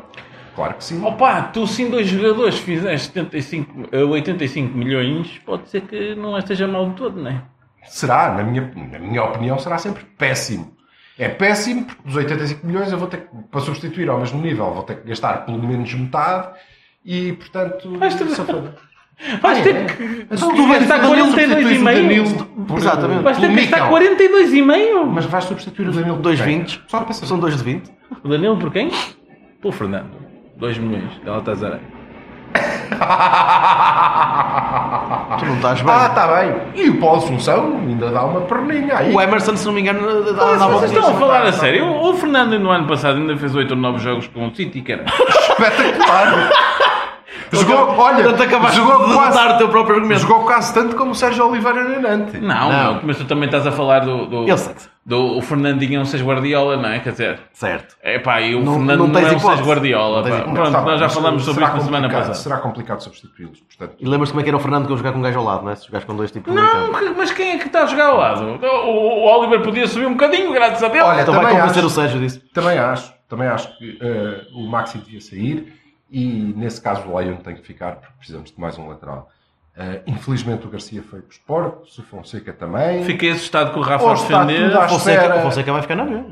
Speaker 3: Claro que sim.
Speaker 2: Opa, tu se em dois jogadores fizeres 75, eh, 85 milhões, pode ser que não esteja mal de todo, não é?
Speaker 3: Será, na minha, na minha opinião, será sempre péssimo. É péssimo, porque dos 85 milhões eu vou ter que, para substituir ao mesmo nível, vou ter que gastar pelo menos metade e, portanto, é
Speaker 2: Vais ter-
Speaker 3: safou.
Speaker 2: Vais
Speaker 3: é.
Speaker 2: ter que
Speaker 3: Então,
Speaker 2: Ah, tu vais dar
Speaker 3: Danilo,
Speaker 2: 42
Speaker 3: substituís o
Speaker 2: e meio.
Speaker 3: Danilo por-
Speaker 1: Exatamente.
Speaker 2: Vais ter
Speaker 3: pelo
Speaker 2: que gastar
Speaker 3: Mikel.
Speaker 2: 42,5?
Speaker 3: Mas vais substituir o Danilo por
Speaker 1: Dois
Speaker 3: quem?
Speaker 1: vintes.
Speaker 3: Só para saber.
Speaker 1: São dois de 20.
Speaker 2: O Danilo por quem? Pelo Fernando. 2 milhões. Galatasaray.
Speaker 1: Tu não estás bem.
Speaker 3: Ah, está bem. E o Paulo Assunção ainda dá uma perninha aí.
Speaker 1: O Emerson, se não me engano, dá- dá a volta
Speaker 2: Vocês estão a
Speaker 1: disso.
Speaker 2: falar a sério? O Fernando no ano passado ainda fez 8 ou 9 jogos com o City, cara.
Speaker 3: Espetacular. jogou, olha,
Speaker 1: Portanto, acabaste
Speaker 3: jogou
Speaker 1: de
Speaker 3: quase,
Speaker 1: dar o teu próprio argumento.
Speaker 3: jogou quase tanto como o Sérgio Oliveira no Nantes.
Speaker 2: Não,
Speaker 1: Não.
Speaker 2: meu, mas tu também estás a falar do. do
Speaker 1: Eu sei.
Speaker 2: Do o Fernandinho é um Sérgio Guardiola, não é? Quer dizer.
Speaker 1: Certo.
Speaker 2: É pá, e o
Speaker 1: Não-
Speaker 2: Fernando
Speaker 1: não
Speaker 2: não,
Speaker 1: tens
Speaker 2: é um
Speaker 1: hipótese.
Speaker 2: Sérgio Guardiola.
Speaker 1: Não tens
Speaker 2: pá.
Speaker 1: hipótese.
Speaker 2: Pronto,
Speaker 3: Tá,
Speaker 2: nós já
Speaker 3: mas
Speaker 2: falámos sobre
Speaker 3: será
Speaker 2: isso na semana
Speaker 3: complicado-
Speaker 2: passada.
Speaker 3: Será complicado substituí-los, portanto.
Speaker 1: E lembras-te como é que era o Fernando com os jogar com um gajo ao lado, não é? Se jogares com dois tipos no meio
Speaker 2: Não,
Speaker 1: campo.
Speaker 2: que- mas quem é que está a jogar ao lado? O, o- o Oliver podia subir um bocadinho, graças a Deus.
Speaker 3: Olha,
Speaker 1: Então vai
Speaker 3: também
Speaker 1: convencer
Speaker 3: acho.
Speaker 1: o Sérgio disso.
Speaker 3: Também acho, também acho que eh, o Maxi devia sair e nesse caso o Lyon tem que ficar porque precisamos de mais um lateral. Eh, infelizmente o Garcia foi para o Sport, o Fonseca também.
Speaker 2: Fiquei assustado com o Rafa
Speaker 3: Ou
Speaker 2: a
Speaker 3: está
Speaker 2: defender.
Speaker 3: tudo à
Speaker 1: Fonseca,
Speaker 3: espera.
Speaker 1: Fonseca vai ficar na mesma.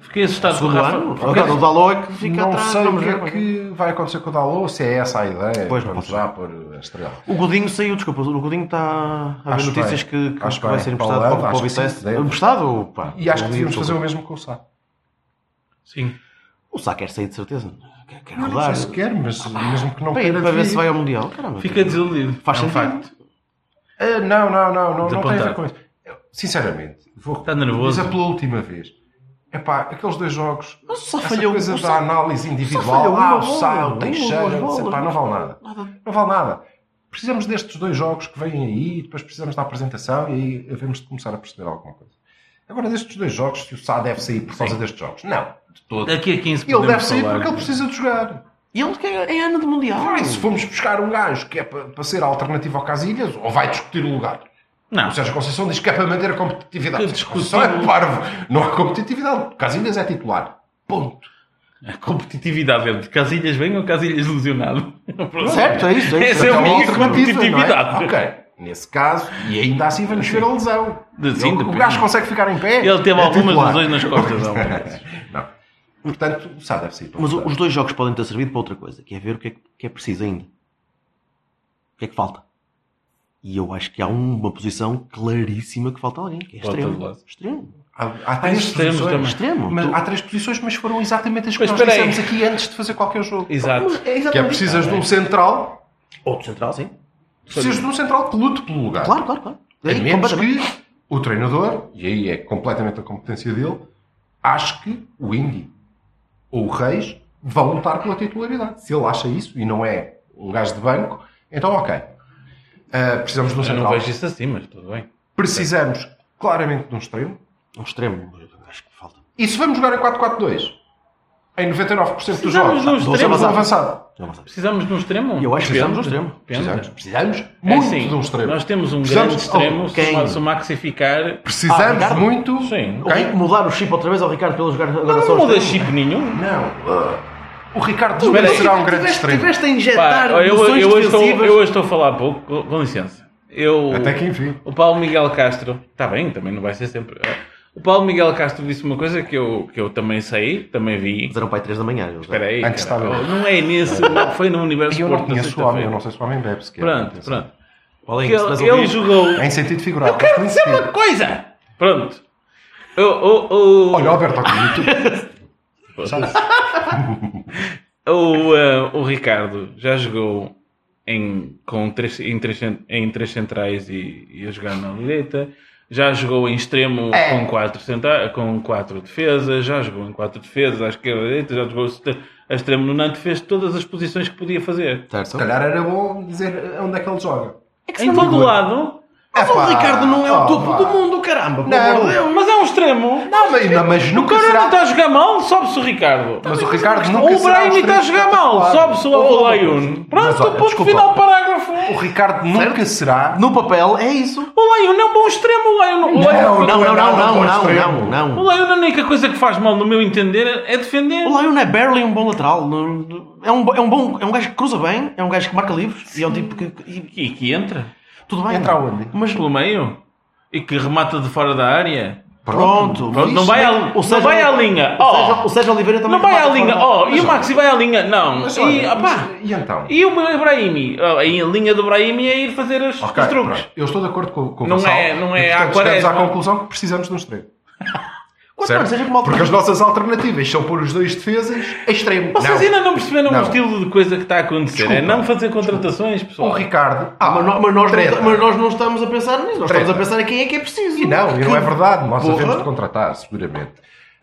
Speaker 2: Fiquei assustado com o
Speaker 1: Segundo
Speaker 2: Rafa.
Speaker 1: ano.
Speaker 2: Fiquei-
Speaker 1: Agora o Daló é que fica
Speaker 3: não
Speaker 1: atrás.
Speaker 3: sei o
Speaker 1: vamos
Speaker 3: que
Speaker 1: ver
Speaker 3: é
Speaker 1: como é que-
Speaker 3: que vai acontecer com o Dalot, se é essa a ideia.
Speaker 1: Pois, não
Speaker 3: vamos
Speaker 1: posso
Speaker 3: já pôr a estrela.
Speaker 1: O Godinho saiu, desculpa. O Godinho está a ver
Speaker 3: Acho
Speaker 1: notícias
Speaker 3: bem.
Speaker 1: que, que,
Speaker 3: Acho
Speaker 1: que vai
Speaker 3: bem.
Speaker 1: ser emprestado
Speaker 3: Paulo,
Speaker 1: para, para
Speaker 3: acho
Speaker 1: o
Speaker 3: que
Speaker 1: Vitesse.
Speaker 3: sim, deve.
Speaker 1: Emprestado? Pá,
Speaker 3: E acho que
Speaker 1: o-
Speaker 3: devíamos
Speaker 1: o-
Speaker 3: fazer um- o mesmo com o Sá.
Speaker 2: Sim.
Speaker 1: O Sá quer sair de certeza. Quer, quer
Speaker 3: Não sei
Speaker 1: rodar.
Speaker 3: se quer, um mas mesmo que não
Speaker 1: Para,
Speaker 3: queira.
Speaker 1: ir- para ver se vai
Speaker 3: devia.
Speaker 1: ao Mundial. Caramba.
Speaker 2: Fiquei desiludido.
Speaker 1: Faz
Speaker 2: é um
Speaker 1: sentido.
Speaker 2: facto.
Speaker 3: Ah, Não, não, não, não, não tem a
Speaker 2: Desapontado.
Speaker 3: ver com isso. Eu, Sinceramente, vou
Speaker 2: Está Tá nervoso.
Speaker 3: Mas é pela última vez. Epá, aqueles dois jogos.
Speaker 1: Mas só
Speaker 3: essa
Speaker 1: falhou- um,
Speaker 3: coisa
Speaker 1: só-
Speaker 3: da análise
Speaker 1: só falhou um
Speaker 3: individual.
Speaker 1: uma
Speaker 3: Ah, o
Speaker 1: bola,
Speaker 3: Sá, o
Speaker 1: duas
Speaker 3: Teixeira.
Speaker 1: bolas.
Speaker 3: Epá, não vale nada. Não vale nada. Precisamos destes dois jogos que vêm aí, depois precisamos da apresentação e aí devemos de começar a perceber alguma coisa. Agora, destes dois jogos, se o Sá deve sair por causa destes jogos. Não.
Speaker 2: Daqui a 15
Speaker 3: Ele
Speaker 2: podemos
Speaker 3: deve sair
Speaker 2: falar.
Speaker 3: porque ele precisa de jogar.
Speaker 1: E ele quer, é ano de Mundial.
Speaker 3: Ah, e se formos buscar um gajo que é para, para ser a alternativa ao Casilhas, ou vai discutir o lugar.
Speaker 2: Não,
Speaker 3: O Sérgio Conceição diz que é para manter a competitividade.
Speaker 2: Que
Speaker 3: O Sérgio Conceição é
Speaker 2: discutiu-
Speaker 3: parvo. Não há competitividade. Casilhas é titular. Ponto.
Speaker 2: a competitividade é de Casilhas bem ou Casilhas lesionado.
Speaker 1: Certo, é isso. É isso.
Speaker 2: Essa é a
Speaker 3: Então,
Speaker 2: minha
Speaker 3: alternativa,
Speaker 2: competitividade.
Speaker 3: não é? Ok. Nesse caso, e ainda assim vamos ver a lesão.
Speaker 2: De- sim,
Speaker 3: Ele- o
Speaker 2: depende.
Speaker 3: gajo consegue ficar em pé.
Speaker 2: Ele teve
Speaker 3: é
Speaker 2: algumas
Speaker 3: titular.
Speaker 2: lesões nas costas. ao menos.
Speaker 3: Não. Portanto, o Sá deve sair. para
Speaker 1: Mas o-
Speaker 3: votar.
Speaker 1: os dois jogos podem ter servido para outra coisa, que é ver o que é que- que é preciso ainda. O que é que falta? E eu acho que há uma posição claríssima que falta alguém, que é
Speaker 2: Falta de
Speaker 1: extremo.
Speaker 2: lado.
Speaker 1: Extremo.
Speaker 3: Há, há três
Speaker 2: extremos
Speaker 3: posições.
Speaker 2: também.
Speaker 1: Extremo.
Speaker 3: Mas,
Speaker 1: Tu-
Speaker 3: há três posições, mas foram exatamente as que
Speaker 2: Mas
Speaker 3: nós
Speaker 2: espera aí.
Speaker 3: dissemos aqui antes de fazer qualquer jogo.
Speaker 2: Exato.
Speaker 1: É exatamente
Speaker 3: Que é precisas de um central,
Speaker 1: Ah, é. Outro central, sim.
Speaker 3: precisas de um central que lute pelo
Speaker 2: Ah.
Speaker 3: lugar.
Speaker 1: Claro, claro, claro.
Speaker 3: A
Speaker 1: É,
Speaker 3: menos
Speaker 1: completamente.
Speaker 3: que o treinador, e aí é completamente a competência dele, acho que o Indy ou o Reis vão lutar pela titularidade. Se ele acha isso e não é um gajo de banco, então ok. Ah, precisamos de um
Speaker 2: Eu não
Speaker 3: central.
Speaker 2: vejo isso assim, mas tudo bem.
Speaker 3: Precisamos claramente de um extremo.
Speaker 1: Um extremo. Acho que falta.
Speaker 3: E se vamos jogar em 4-4-2? Em 99% dos
Speaker 2: Precisamos
Speaker 3: jogos.
Speaker 2: de um
Speaker 3: vamos
Speaker 2: extremo.
Speaker 3: ao avançado.
Speaker 1: Já não sabe.
Speaker 2: Precisamos de um extremo?
Speaker 1: Eu acho que precisamos
Speaker 2: Depende,
Speaker 1: de um extremo.
Speaker 2: depende.
Speaker 3: Precisamos, precisamos
Speaker 2: É
Speaker 3: muito
Speaker 2: assim,
Speaker 3: de um extremo.
Speaker 2: Nós temos um
Speaker 3: Precisamos
Speaker 2: grande
Speaker 3: de
Speaker 2: extremo. Se
Speaker 1: alguém.
Speaker 2: o- se o Maxi ficar.
Speaker 1: Ah,
Speaker 3: Precisamos
Speaker 1: Ricardo?
Speaker 3: muito.
Speaker 2: Sim.
Speaker 3: Ok?
Speaker 1: Ou Mudar o chip outra vez ao Ricardo pelo jogar agora
Speaker 2: Não,
Speaker 1: só
Speaker 2: não muda
Speaker 1: extremo.
Speaker 2: chip nenhum.
Speaker 3: Não. ah, o Ricardo
Speaker 2: Espera aí.
Speaker 3: será um grande
Speaker 1: Tiveste-
Speaker 3: extremo.
Speaker 1: Tiveste a
Speaker 2: Pá,
Speaker 1: injetar
Speaker 2: eu,
Speaker 1: noções
Speaker 2: eu hoje estou,
Speaker 1: defensivas.
Speaker 2: eu hoje estou a falar pouco, com, com licença. Eu,
Speaker 3: Até que enfim.
Speaker 2: O Paulo Miguel Castro, está bem, também não vai ser sempre. eh, O Paulo Miguel Castro disse uma coisa que eu, que eu também sei, também vi.
Speaker 1: Mas eram para aí 3 da manhã. eu já-
Speaker 2: Espera aí.
Speaker 3: Antes
Speaker 2: cara.
Speaker 3: estava-
Speaker 2: Não é nisso, não, foi no Universo
Speaker 3: E eu não
Speaker 2: Porto na
Speaker 3: conheço o homem, eu
Speaker 2: sexta-feira.
Speaker 3: não sei se é o homem bebe sequer. É
Speaker 2: Pronto, pronto.
Speaker 1: Qual é
Speaker 2: Que
Speaker 1: que se faz
Speaker 2: ele,
Speaker 1: ouvir?
Speaker 2: ele jogou.
Speaker 3: Em sentido figurado.
Speaker 2: Eu quero dizer uma coisa! Pronto. O, o, o,
Speaker 3: Olha, Alberto, aqui,
Speaker 2: o, eh, o Ricardo já jogou em, com três, em, três, cen- em três centrais e, e a jogar na direita. Já jogou em extremo
Speaker 3: É.
Speaker 2: com, quatro centra, com quatro defesas. Já jogou em quatro defesas à esquerda e à direita. Já jogou a extremo no Nantes. Fez todas as posições que podia fazer.
Speaker 1: Certo?
Speaker 3: se calhar era bom dizer onde é que ele joga.
Speaker 2: em todo lado.
Speaker 1: Mas o
Speaker 3: Epá,
Speaker 1: Ricardo não é o
Speaker 3: oh,
Speaker 1: topo
Speaker 3: vá.
Speaker 1: do mundo, caramba. pelo
Speaker 3: Não.
Speaker 1: amor de Deus.
Speaker 2: Mas é um extremo.
Speaker 3: Não, mas, não, mas
Speaker 2: O
Speaker 3: nunca
Speaker 2: cara não
Speaker 3: será...
Speaker 2: está a jogar mal, sobe-se o Ricardo.
Speaker 3: Mas o Ricardo nunca
Speaker 2: Ou o
Speaker 3: será um
Speaker 2: Brahim está a
Speaker 3: extremo
Speaker 2: jogar mal,
Speaker 3: espetacular.
Speaker 2: sobe-se
Speaker 3: Ou
Speaker 2: o
Speaker 3: o
Speaker 2: Laiun.
Speaker 3: Laiun. Mas
Speaker 2: Pronto,
Speaker 3: olha,
Speaker 2: ponto
Speaker 3: desculpa.
Speaker 2: final, parágrafo.
Speaker 3: O Ricardo nunca será...
Speaker 1: No papel é isso.
Speaker 2: O Laiun é um bom extremo, o Laiun. o Laiun-
Speaker 3: Não,
Speaker 1: Não,
Speaker 3: é
Speaker 1: não,
Speaker 3: nada
Speaker 1: não, não,
Speaker 3: bom
Speaker 1: não,
Speaker 3: extremo.
Speaker 1: não,
Speaker 2: O
Speaker 1: não.
Speaker 2: Laiun, a única coisa que faz mal, no meu entender, é defender.
Speaker 1: O Lion é barely um bom lateral. não- não- É um, bo- é um bom, é um gajo que cruza bem, é um gajo que marca livros e é um tipo que. que- e-
Speaker 2: E que entra
Speaker 1: tudo bem.
Speaker 3: Entra onde?
Speaker 1: Mas
Speaker 2: pelo meio e que remata de fora da área.
Speaker 1: Pronto.
Speaker 2: Pronto, não vai à, não vai à linha.
Speaker 1: O
Speaker 2: Oh,
Speaker 1: Sérgio, o Sérgio Oliveira também
Speaker 2: não vai
Speaker 1: tem
Speaker 2: à
Speaker 1: uma
Speaker 2: linha.
Speaker 1: plataforma.
Speaker 2: Oh, e o Maxi vai à linha. Não.
Speaker 3: Mas
Speaker 2: e,
Speaker 3: olha,
Speaker 2: opá,
Speaker 3: mas- e então?
Speaker 2: e o meu Ibrahimi? Oh, e a linha do Ibrahimi é ir fazer as,
Speaker 3: Ok,
Speaker 2: os truques.
Speaker 3: pronto. Eu estou de acordo com, com o
Speaker 2: Não
Speaker 3: Gonçalo.
Speaker 2: é- não é é
Speaker 3: e, portanto,
Speaker 2: à quaresma.
Speaker 3: chegamos à conclusão que precisamos de um extremo.
Speaker 1: Quanto
Speaker 3: Certo?
Speaker 1: mais seja como
Speaker 3: Porque as nossas alternativas são pôr os dois defesas a extremo.
Speaker 2: Vocês ainda não perceberam
Speaker 3: Não.
Speaker 2: o estilo de coisa que está a acontecer. É
Speaker 3: Desculpa.
Speaker 2: não fazer contratações,
Speaker 3: O
Speaker 2: pessoal.
Speaker 3: Ricardo. Ah,
Speaker 1: mas, nó- mas nós
Speaker 3: treta.
Speaker 1: não, mas nós não estamos a pensar nisso, nós estamos
Speaker 3: Treta.
Speaker 1: a pensar em quem é que é preciso.
Speaker 3: E não, e não é verdade. Nós
Speaker 1: Porra.
Speaker 3: havemos de contratar, seguramente.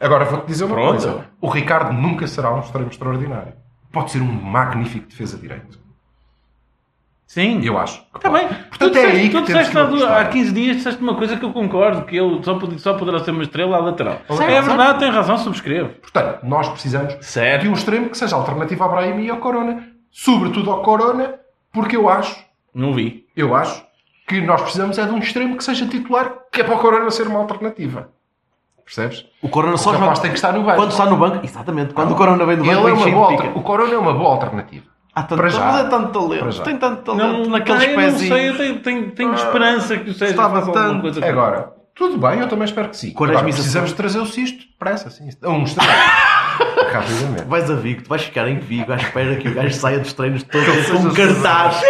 Speaker 3: Agora vou-te dizer uma
Speaker 2: Pronto.
Speaker 3: coisa: o Ricardo nunca será um extremo extraordinário. Pode ser um magnífico defesa direito.
Speaker 2: Sim.
Speaker 3: Eu acho. que
Speaker 2: Está
Speaker 3: pode.
Speaker 2: Tá bem.
Speaker 3: Portanto,
Speaker 2: tu
Speaker 3: é
Speaker 2: disseste,
Speaker 3: aí que
Speaker 2: tu
Speaker 3: temos
Speaker 2: disseste
Speaker 3: que
Speaker 2: há du- há
Speaker 3: apostar.
Speaker 2: 15 dias disseste uma coisa que eu concordo, que ele só, pod- só poderá ser uma estrela à lateral.
Speaker 3: Certo,
Speaker 2: é
Speaker 3: certo.
Speaker 2: verdade, tem razão, subscrevo.
Speaker 3: Portanto, nós precisamos de
Speaker 2: Sério?
Speaker 3: um extremo que seja alternativo a Brahim e ao Corona. Sobretudo ao Corona, porque eu acho,
Speaker 2: Não vi.
Speaker 3: eu acho, que nós precisamos é de um extremo que seja titular, que é para o Corona ser uma alternativa. Percebes?
Speaker 1: O Corona
Speaker 3: O
Speaker 1: só
Speaker 3: rapaz
Speaker 1: joga
Speaker 3: tem que estar no banco.
Speaker 1: quando está no banco. Exatamente, quando o Corona vem do
Speaker 3: Ele
Speaker 1: banco,
Speaker 3: é
Speaker 1: vem
Speaker 3: uma
Speaker 1: cheio
Speaker 3: boa
Speaker 1: de
Speaker 3: alter-
Speaker 1: pica.
Speaker 3: O Corona é uma boa alternativa.
Speaker 1: Há tanto,
Speaker 3: Para já.
Speaker 1: mas é tanto
Speaker 3: Para
Speaker 1: talento,
Speaker 3: já.
Speaker 1: tem tanto talento
Speaker 2: Não,
Speaker 1: naqueles
Speaker 2: eu não
Speaker 1: pezinhos.
Speaker 2: sei, eu tenho, tenho, tenho esperança que o Sérgio
Speaker 1: Estava
Speaker 2: faça alguma
Speaker 1: tanto.
Speaker 2: coisa. com-
Speaker 3: Ah, Agora, tudo bem, eu também espero que sim.
Speaker 1: Quaresma
Speaker 3: Agora,
Speaker 1: e
Speaker 3: precisamos
Speaker 1: Sassá.
Speaker 3: trazer o cisto depressa, sim. Um extremo. Rapidamente.
Speaker 1: Vais a Vigo, tu vais ficar em Vigo à espera que o gajo saia dos treinos todos com
Speaker 3: seja
Speaker 1: um cartaz.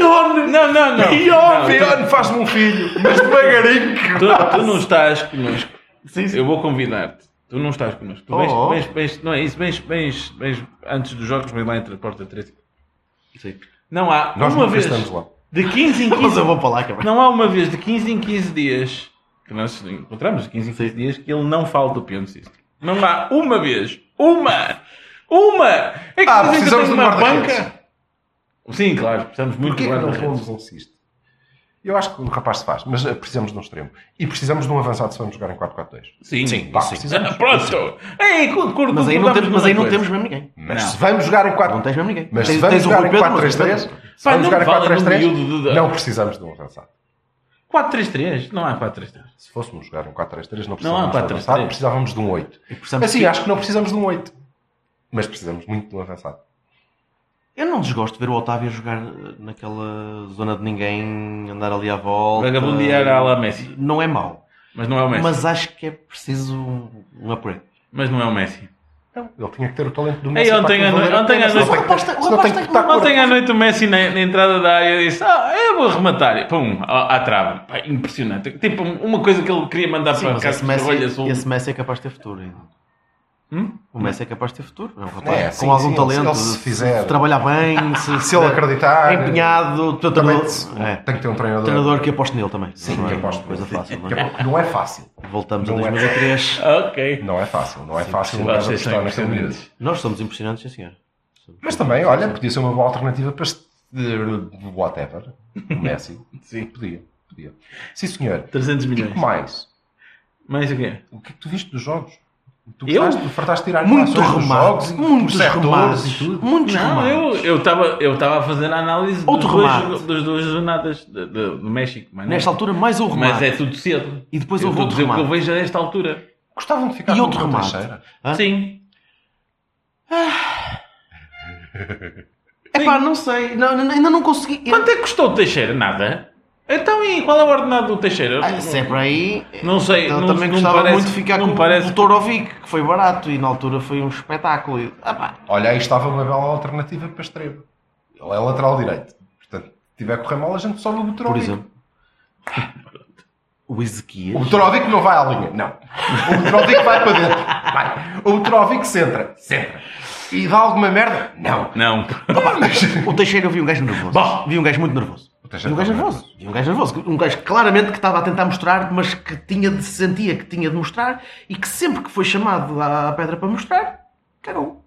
Speaker 2: Não, não, não.
Speaker 3: Pior, pior, faz-me um filho. Mas devagarinho. que-
Speaker 2: Tu, tu não estás connosco.
Speaker 1: Sim, sim.
Speaker 2: Eu vou convidar-te. Tu não estás connosco. Tu vens,
Speaker 1: Oh.
Speaker 2: vens- vens- não é isso, vens, vens, vens antes dos jogos, vem lá entre a porta 13.
Speaker 1: Sim.
Speaker 2: Não há
Speaker 3: Nós
Speaker 2: uma
Speaker 3: nunca
Speaker 2: vez
Speaker 3: estamos lá.
Speaker 2: de 15 em 15
Speaker 1: Mas eu vou para lá, cabrão.
Speaker 2: Não há uma vez de 15 em 15 dias que nós encontramos de 15 em 15 dias que ele não fala do Pion System. Não há uma vez. Uma! Uma! É que dizem
Speaker 3: Ah,
Speaker 2: que eu
Speaker 3: precisamos
Speaker 2: tenho
Speaker 3: de
Speaker 2: uma
Speaker 3: guarda-redes.
Speaker 2: banca. Sim, claro, precisamos muito
Speaker 3: Porquê
Speaker 2: de
Speaker 3: que não
Speaker 2: guarda-redes.
Speaker 3: fomos um cisto? Eu acho que o rapaz se faz, mas eh, precisamos de um extremo. E precisamos de um avançado se vamos jogar em 4-4-2.
Speaker 2: Sim, sim, Ah,
Speaker 3: pá, precisamos.
Speaker 2: Pronto! Ei, cu- cu-
Speaker 1: Mas aí não
Speaker 2: concordamos
Speaker 1: temos, mas aí
Speaker 2: numa
Speaker 1: não
Speaker 2: coisa.
Speaker 1: temos mesmo ninguém.
Speaker 3: Mas
Speaker 2: Não.
Speaker 3: se vamos jogar em 4...
Speaker 1: Não tens mesmo ninguém.
Speaker 3: Mas se
Speaker 1: Tens-
Speaker 3: vamos
Speaker 1: tens o
Speaker 3: jogar
Speaker 1: Rui
Speaker 3: em
Speaker 1: Pedro, mas-
Speaker 3: 4-3-3, se
Speaker 2: Pá,
Speaker 3: vamos
Speaker 2: não
Speaker 3: jogar em
Speaker 2: fala no
Speaker 3: 4-3-3,
Speaker 2: miúdo de-
Speaker 3: não precisamos de um avançado.
Speaker 2: 4-3-3? Não há 4-3-3.
Speaker 3: Se fôssemos jogar um 4-3-3, não
Speaker 2: Não há um
Speaker 3: precisávamos de um
Speaker 2: 4-3-3.
Speaker 3: avançado, precisávamos de um 8.
Speaker 1: E precisamos
Speaker 3: assim,
Speaker 1: que-
Speaker 3: acho que não precisamos de um 8. Mas precisamos muito de um avançado.
Speaker 1: Eu não desgosto de ver o Otávio jogar eh, naquela zona de ninguém, andar ali à volta.
Speaker 2: Vagabundear à la Messi.
Speaker 1: Não é mau.
Speaker 2: Mas não é o Messi. Mas,
Speaker 1: Mas acho que é preciso um, um upgrade.
Speaker 2: não é o Messi.
Speaker 3: Não, ele tinha que ter o talento do
Speaker 2: Ei,
Speaker 3: Messi para
Speaker 2: ontem
Speaker 3: aquilo
Speaker 2: à noite-
Speaker 3: valer a
Speaker 2: ontem
Speaker 3: pena,
Speaker 2: à
Speaker 3: senão
Speaker 2: noite-
Speaker 3: tem
Speaker 1: O
Speaker 3: que-
Speaker 1: rapaz tem- o
Speaker 3: senão tem
Speaker 1: rapaz
Speaker 3: que
Speaker 1: tem-
Speaker 3: botar
Speaker 1: o
Speaker 3: cor.
Speaker 2: Ontem à noite o Messi na, na entrada da área disse: Ah, eu vou rematar. E Pum, à, à trave. Pá, impressionante. Tipo, uma coisa que ele queria mandar
Speaker 1: Sim,
Speaker 2: para
Speaker 1: mas
Speaker 2: cá,
Speaker 1: esse
Speaker 2: que rolha
Speaker 1: Messi,
Speaker 3: um-
Speaker 2: azul.
Speaker 1: esse Messi é capaz de ter futuro. ainda.
Speaker 2: Hum?
Speaker 1: O Messi é capaz de ter futuro. É um rapaz
Speaker 3: É,
Speaker 1: com
Speaker 3: sim,
Speaker 1: algum
Speaker 3: sim,
Speaker 1: talento.
Speaker 3: ele se fizer-
Speaker 1: se trabalhar bem, se,
Speaker 3: Se ele acreditar,
Speaker 1: é empenhado,
Speaker 3: Ah, Também
Speaker 1: treinador,
Speaker 3: se-
Speaker 1: é,
Speaker 3: tem que ter um treinador.
Speaker 1: treinador que aposte nele também.
Speaker 3: Sim,
Speaker 1: não
Speaker 3: que
Speaker 1: é
Speaker 3: aposte
Speaker 1: uma coisa
Speaker 3: nele.
Speaker 1: fácil, não
Speaker 3: Que
Speaker 1: é?
Speaker 3: é- Não é fácil.
Speaker 1: Voltamos a
Speaker 3: Não é.
Speaker 1: 2003.
Speaker 2: Ok.
Speaker 3: Não é fácil. Não é fácil um gajo
Speaker 2: Vocês
Speaker 3: apostar
Speaker 2: são
Speaker 3: naquele miúdo.
Speaker 2: impressionantes.
Speaker 1: Nós somos impressionantes, sim senhor.
Speaker 3: Mas também, olha, podia ser uma boa alternativa para este... Whatever. O Messi.
Speaker 2: Sim.
Speaker 3: Podia. Podia. Sim, senhor.
Speaker 2: 300
Speaker 3: E
Speaker 2: milhões.
Speaker 3: que mais?
Speaker 2: Mais o quê?
Speaker 3: O que é que tu viste dos jogos? Tu
Speaker 2: Eu?
Speaker 3: fartaste, tu fartaste tirar
Speaker 1: Muito
Speaker 3: relações dos
Speaker 1: remate,
Speaker 3: jogos e
Speaker 1: muitos
Speaker 3: por setores
Speaker 1: remates,
Speaker 3: e tudo.
Speaker 1: muitos
Speaker 2: Não,
Speaker 1: remates.
Speaker 2: eu eu estava eu tava a fazer a análise
Speaker 1: Outro
Speaker 2: dos dois
Speaker 1: remate.
Speaker 2: jo- das duas jornadas de- de- do México. Mas não. é.
Speaker 1: Nesta altura, mais um remate.
Speaker 2: Mas é tudo cedo.
Speaker 1: E depois
Speaker 2: eu
Speaker 1: houve
Speaker 2: vou
Speaker 1: outro
Speaker 2: dizer o que eu
Speaker 1: remate.
Speaker 2: vejo a esta altura.
Speaker 3: Gostavam de ficar
Speaker 1: E
Speaker 3: com
Speaker 1: outro
Speaker 3: o
Speaker 1: remate.
Speaker 3: Teixeira.
Speaker 1: Hã?
Speaker 2: Sim.
Speaker 1: Epá, não sei. Não, não- ainda não consegui. Eu-
Speaker 2: Quanto é que custou o Teixeira? Nada. Então e qual é o ordenado do Teixeira?
Speaker 1: Ah, se é para aí.
Speaker 2: Não sei,
Speaker 1: Eu
Speaker 2: não-
Speaker 1: também
Speaker 2: não
Speaker 1: gostava
Speaker 2: parece-
Speaker 1: muito de ficar
Speaker 2: não
Speaker 1: com
Speaker 2: parece-
Speaker 1: o Torovic, que foi barato e na altura foi um espetáculo. E, ah, pá,
Speaker 3: Olha, aí estava uma bela alternativa para Estrebo. Ele é lateral direito. Portanto, se tiver a correr mal, a gente sobe o
Speaker 1: por
Speaker 3: Butrovic.
Speaker 1: exemplo, o Ezequias.
Speaker 3: O Butrovic não vai à linha, não. O Butrovic vai para dentro. Vai. O Butrovic centra. Centra. E dá alguma merda? Não.
Speaker 2: Não.
Speaker 1: O Teixeira eu vi um gajo nervoso.
Speaker 2: Bah!
Speaker 1: Vi um gajo muito nervoso.
Speaker 3: O
Speaker 1: Vi
Speaker 3: Teixeira
Speaker 1: um gajo
Speaker 3: estava
Speaker 1: nervoso. Vi um gajo nervoso. Um gajo claramente que estava a tentar mostrar, mas que tinha de, sentia que tinha de mostrar e que sempre que foi chamado à à pedra para mostrar, cagou.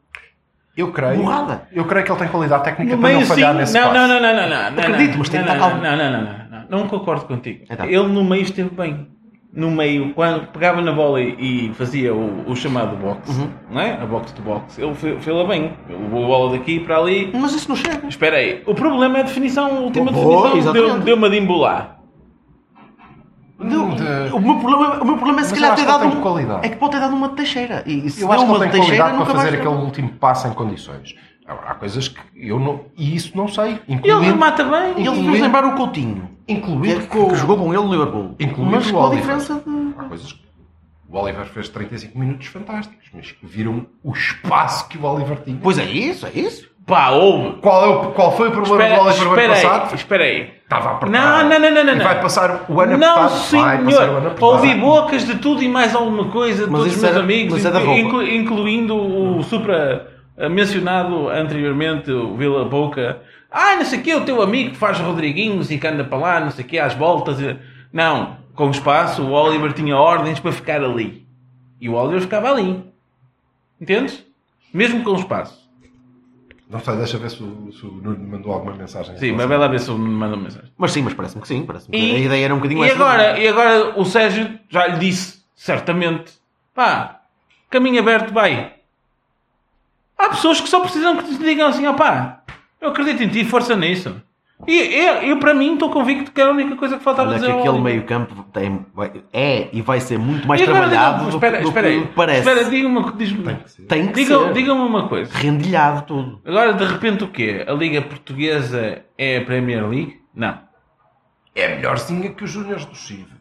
Speaker 3: Eu creio.
Speaker 1: Borrada.
Speaker 3: Eu creio que ele tem qualidade técnica
Speaker 2: No
Speaker 3: para
Speaker 2: meio
Speaker 3: não
Speaker 2: sim.
Speaker 3: falhar
Speaker 2: Não,
Speaker 3: nesse
Speaker 2: não,
Speaker 3: passe.
Speaker 2: não, não, não, não, não.
Speaker 1: Acredito,
Speaker 2: não,
Speaker 1: mas tem que
Speaker 2: não,
Speaker 1: estar calmo.
Speaker 2: Não, não, não, não, não. Não concordo contigo.
Speaker 1: Então.
Speaker 2: Ele no meio esteve bem. No meio, quando pegava na bola e, e fazia o, o chamado box,
Speaker 1: Uhum.
Speaker 2: não é? A box to box. Ele fe- fez-la bem. Ele levou a bola daqui para ali.
Speaker 1: Mas isso não chega.
Speaker 2: Espera aí. O problema é a definição, a última
Speaker 1: Boa,
Speaker 2: definição. Deu-
Speaker 1: exatamente.
Speaker 2: Deu-me a de embolar.
Speaker 3: Não, de-
Speaker 1: O meu problema, o meu problema é se
Speaker 3: Mas
Speaker 1: calhar
Speaker 3: eu
Speaker 1: ter
Speaker 3: acho que ele
Speaker 1: dado
Speaker 3: tem
Speaker 1: um,
Speaker 3: qualidade.
Speaker 1: é que pode ter dado uma de Teixeira. E, e se
Speaker 3: Eu
Speaker 1: deu
Speaker 3: acho que
Speaker 1: uma
Speaker 3: ele tem
Speaker 1: de Teixeira,
Speaker 3: qualidade para
Speaker 1: nunca mais
Speaker 3: fazer aquele
Speaker 1: ganhou.
Speaker 3: último passo em condições. Agora, há coisas que eu não. E isso não sei.
Speaker 2: Ele
Speaker 3: Incluindo,
Speaker 2: remata bem.
Speaker 1: Ele fez
Speaker 3: Incluindo-
Speaker 1: lembrar o Coutinho. É
Speaker 3: incluindo
Speaker 1: Que, que jogou com ele no Liverpool.
Speaker 3: Incluindo
Speaker 1: mas
Speaker 3: o
Speaker 1: com a
Speaker 3: Oliver.
Speaker 1: diferença de...
Speaker 3: Há coisas que O Oliver fez 35 minutos fantásticos, mas que viram o espaço que o Oliver tinha.
Speaker 1: Pois é isso, é isso.
Speaker 2: Pá, ouve.
Speaker 3: Qual, é o, qual foi o problema
Speaker 2: Espera,
Speaker 3: do Oliver o ano
Speaker 2: espera aí,
Speaker 3: passado?
Speaker 2: espera aí.
Speaker 3: Estava apertado.
Speaker 2: Não, não, não, não, não.
Speaker 3: E
Speaker 2: não.
Speaker 3: vai passar o ano
Speaker 2: Não,
Speaker 3: apertado. Vai passar o ano
Speaker 2: senhor.
Speaker 3: apertado.
Speaker 2: Ouvi bocas de tudo e mais alguma coisa de
Speaker 1: Mas
Speaker 2: todos os
Speaker 1: isso
Speaker 2: meus
Speaker 1: era-
Speaker 2: amigos,
Speaker 1: mas é da roupa.
Speaker 2: inclu- incluindo
Speaker 3: Hum.
Speaker 2: o supra eh, mencionado anteriormente, o Vila Boca. Ah, não sei o quê, o teu amigo que faz Rodriguinhos e que anda para lá, não sei o quê, às voltas. e- Não, com espaço, o Oliver tinha ordens para ficar ali. E o Oliver ficava ali. Entendes? Mesmo com espaço.
Speaker 3: Não sei, deixa ver se o, se o Nuno me mandou alguma mensagem.
Speaker 2: Sim, mas vai lá ver se ele me manda uma mensagem.
Speaker 1: Mas sim, mas parece-me que sim. Parece
Speaker 2: E-
Speaker 1: a ideia era um bocadinho
Speaker 2: e
Speaker 1: essa.
Speaker 2: agora, e agora o Sérgio já lhe disse, certamente, pá, caminho aberto, vai. Há pessoas que só precisam que te digam assim, ó pá, eu acredito em ti, força nisso. E eu, eu para mim, estou convicto que é a única coisa que faltava
Speaker 1: Olha que
Speaker 2: dizer ao
Speaker 1: aquele
Speaker 2: Oliver.
Speaker 1: meio campo tem, vai- é e vai ser muito mais
Speaker 2: E agora
Speaker 1: trabalhado
Speaker 2: digam-
Speaker 1: do,
Speaker 2: espera,
Speaker 1: que- do
Speaker 2: espera aí,
Speaker 1: que parece.
Speaker 2: Espera, diga-me uma, diz
Speaker 1: Tem que
Speaker 2: diga,
Speaker 1: ser.
Speaker 2: diga-me uma coisa.
Speaker 1: Rendilhado tudo.
Speaker 2: Agora, de repente, o quê? A Liga Portuguesa é a Premier League? Não.
Speaker 3: É melhorzinha que os Júniors do Chivas.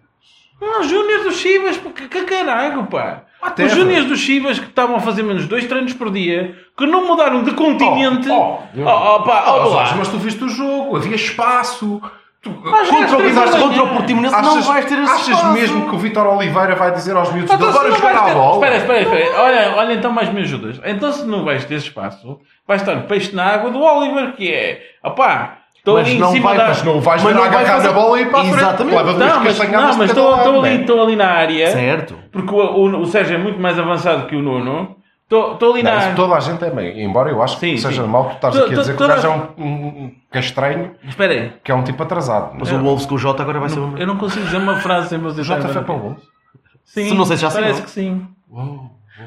Speaker 2: Não, Ah, os Júniors do Chivas, pô, que, que caralho, pá.
Speaker 3: Até,
Speaker 2: os Júniors do Chivas que estavam a fazer menos dois treinos por dia, que não mudaram de continente.
Speaker 3: Oh,
Speaker 2: Oh, oh, pá,
Speaker 3: Ah,
Speaker 2: oh,
Speaker 3: Jorge,
Speaker 2: lá.
Speaker 3: mas tu viste o jogo, havia espaço. Tu,
Speaker 2: Mas
Speaker 3: contra,
Speaker 2: às
Speaker 3: o
Speaker 2: três
Speaker 3: Vitor-
Speaker 2: da manhã-
Speaker 3: contra o Portimonense não
Speaker 1: Achas-
Speaker 3: vais ter esse
Speaker 1: achas
Speaker 3: espaço.
Speaker 1: mesmo
Speaker 3: que o Vitor Oliveira vai dizer aos miúdos
Speaker 2: Então, se não vais ter- Espera, espera, espera. Olha, olha, então mais me ajudas. Então, se não vais ter espaço, vais estar peixe na água do Oliver, que é. Opá, estou
Speaker 1: Mas
Speaker 2: ali em
Speaker 1: não
Speaker 2: cima
Speaker 1: vai-
Speaker 2: da.
Speaker 3: Mas não vais
Speaker 1: Mas
Speaker 3: ver
Speaker 1: não vai
Speaker 3: agarrar
Speaker 1: fazer-
Speaker 3: a bola e ir para a frente.
Speaker 1: Exatamente.
Speaker 3: Leva duas
Speaker 2: Não, mas,
Speaker 3: castanhadas
Speaker 2: não, mas
Speaker 3: de
Speaker 2: estou
Speaker 3: cada lado,
Speaker 2: estou ali,
Speaker 3: man.
Speaker 2: estou ali na área.
Speaker 1: Certo.
Speaker 2: Porque o, o- o Sérgio é muito mais avançado que o Nuno. Estou estou ali na
Speaker 3: Não, isso
Speaker 2: área.
Speaker 3: toda a gente é meio. Embora eu acho
Speaker 2: Sim,
Speaker 3: que seja
Speaker 2: sim.
Speaker 3: mal tu estás
Speaker 2: To-
Speaker 3: aqui a
Speaker 2: to-
Speaker 3: dizer que o
Speaker 2: toda-
Speaker 3: gajo é um, um, um castranho
Speaker 2: Espera aí.
Speaker 3: que é um tipo atrasado.
Speaker 1: Mas
Speaker 3: Mas
Speaker 1: o Wolves com o Jota agora vai ser
Speaker 2: É. Eu
Speaker 1: uma...
Speaker 2: não consigo dizer uma frase sem vocês
Speaker 3: o JF é para o Wolves.
Speaker 2: Sim,
Speaker 1: Se não sei se já sei,
Speaker 2: parece
Speaker 1: não.
Speaker 2: que sim.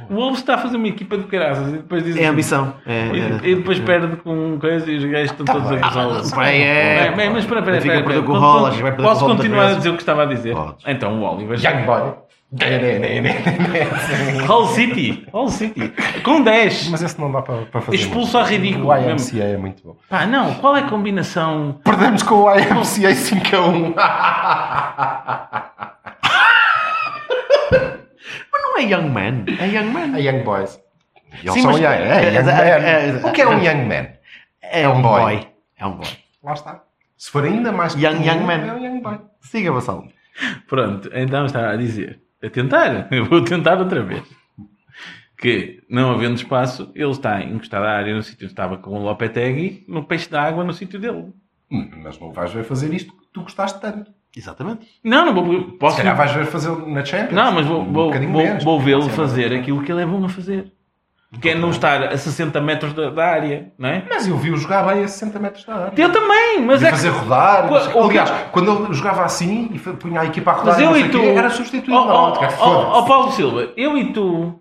Speaker 2: O Wolves está a fazer uma equipa de caraças e depois diz
Speaker 1: É a
Speaker 2: assim,
Speaker 1: ambição. É, Tá
Speaker 2: E, e depois perde com coisa e os gajos estão todos
Speaker 3: bem.
Speaker 2: acusados.
Speaker 1: Ah, é, é,
Speaker 2: Bem, mas espera, espera,
Speaker 1: Fica
Speaker 2: espera,
Speaker 1: por
Speaker 2: espera.
Speaker 1: com o
Speaker 2: Con-
Speaker 1: Holland,
Speaker 2: con-
Speaker 1: vai perder com o
Speaker 2: Posso
Speaker 1: Holland
Speaker 2: continuar a
Speaker 1: outra vez.
Speaker 2: dizer o que estava a dizer?
Speaker 1: Podes.
Speaker 2: Então, o Oliver.
Speaker 3: Young boy.
Speaker 2: Hull City. Hull City. Com 10.
Speaker 3: Mas esse não dá para, para fazer.
Speaker 2: Expulso a ridículo.
Speaker 3: O IMCA é muito bom.
Speaker 2: Pá, não. Qual é a combinação?
Speaker 3: Perdemos com o IMCA 5 a 1.
Speaker 1: Mas não é Young Man. É Young Man.
Speaker 3: A Young Boys. Eles
Speaker 1: Sim,
Speaker 3: são
Speaker 1: mas-
Speaker 3: young, é,
Speaker 1: é, é,
Speaker 3: young
Speaker 1: é,
Speaker 3: man.
Speaker 1: é,
Speaker 3: o que é um Young Man?
Speaker 1: É um boy. É um boy.
Speaker 3: Lá está. Se for ainda mais
Speaker 1: Young-
Speaker 3: pequenino,
Speaker 1: young man.
Speaker 3: é um Young Boy.
Speaker 1: Siga, Vassal.
Speaker 2: Pronto, então estava a dizer. A tentar. Eu vou tentar outra vez. Que, não havendo espaço, ele está encostado à área no sítio onde estava com o Lopetegui, no peixe da água no sítio dele.
Speaker 3: Hum, Mas não vais ver fazer isto que tu gostaste tanto.
Speaker 1: Exatamente.
Speaker 2: Não, não vou. Posso.
Speaker 3: Se calhar vais ver fazer na Champions.
Speaker 2: Não, mas vou,
Speaker 3: Um
Speaker 2: vou,
Speaker 3: bocadinho
Speaker 2: vou,
Speaker 3: menos,
Speaker 2: vou vê-lo
Speaker 3: pode ser,
Speaker 2: fazer
Speaker 3: não é?
Speaker 2: aquilo que ele é bom a fazer. Que é não estar a 60 metros da, da área, não é?
Speaker 3: Mas eu vi-o jogar bem a 60 metros da área.
Speaker 2: Eu também, mas
Speaker 3: E
Speaker 2: é.
Speaker 3: fazer
Speaker 2: que...
Speaker 3: rodar.
Speaker 2: Qua-
Speaker 3: não sei o quê.
Speaker 2: o que-
Speaker 3: Aliás, quando ele jogava assim e fa- punha a equipa a rodar,
Speaker 2: Mas eu
Speaker 3: não sei
Speaker 2: e
Speaker 3: o
Speaker 2: tu.
Speaker 3: quê, era substituído
Speaker 2: Oh,
Speaker 3: na
Speaker 2: oh,
Speaker 3: ótica.
Speaker 2: oh, oh,
Speaker 3: Foda-se.
Speaker 2: Paulo Silva, eu e tu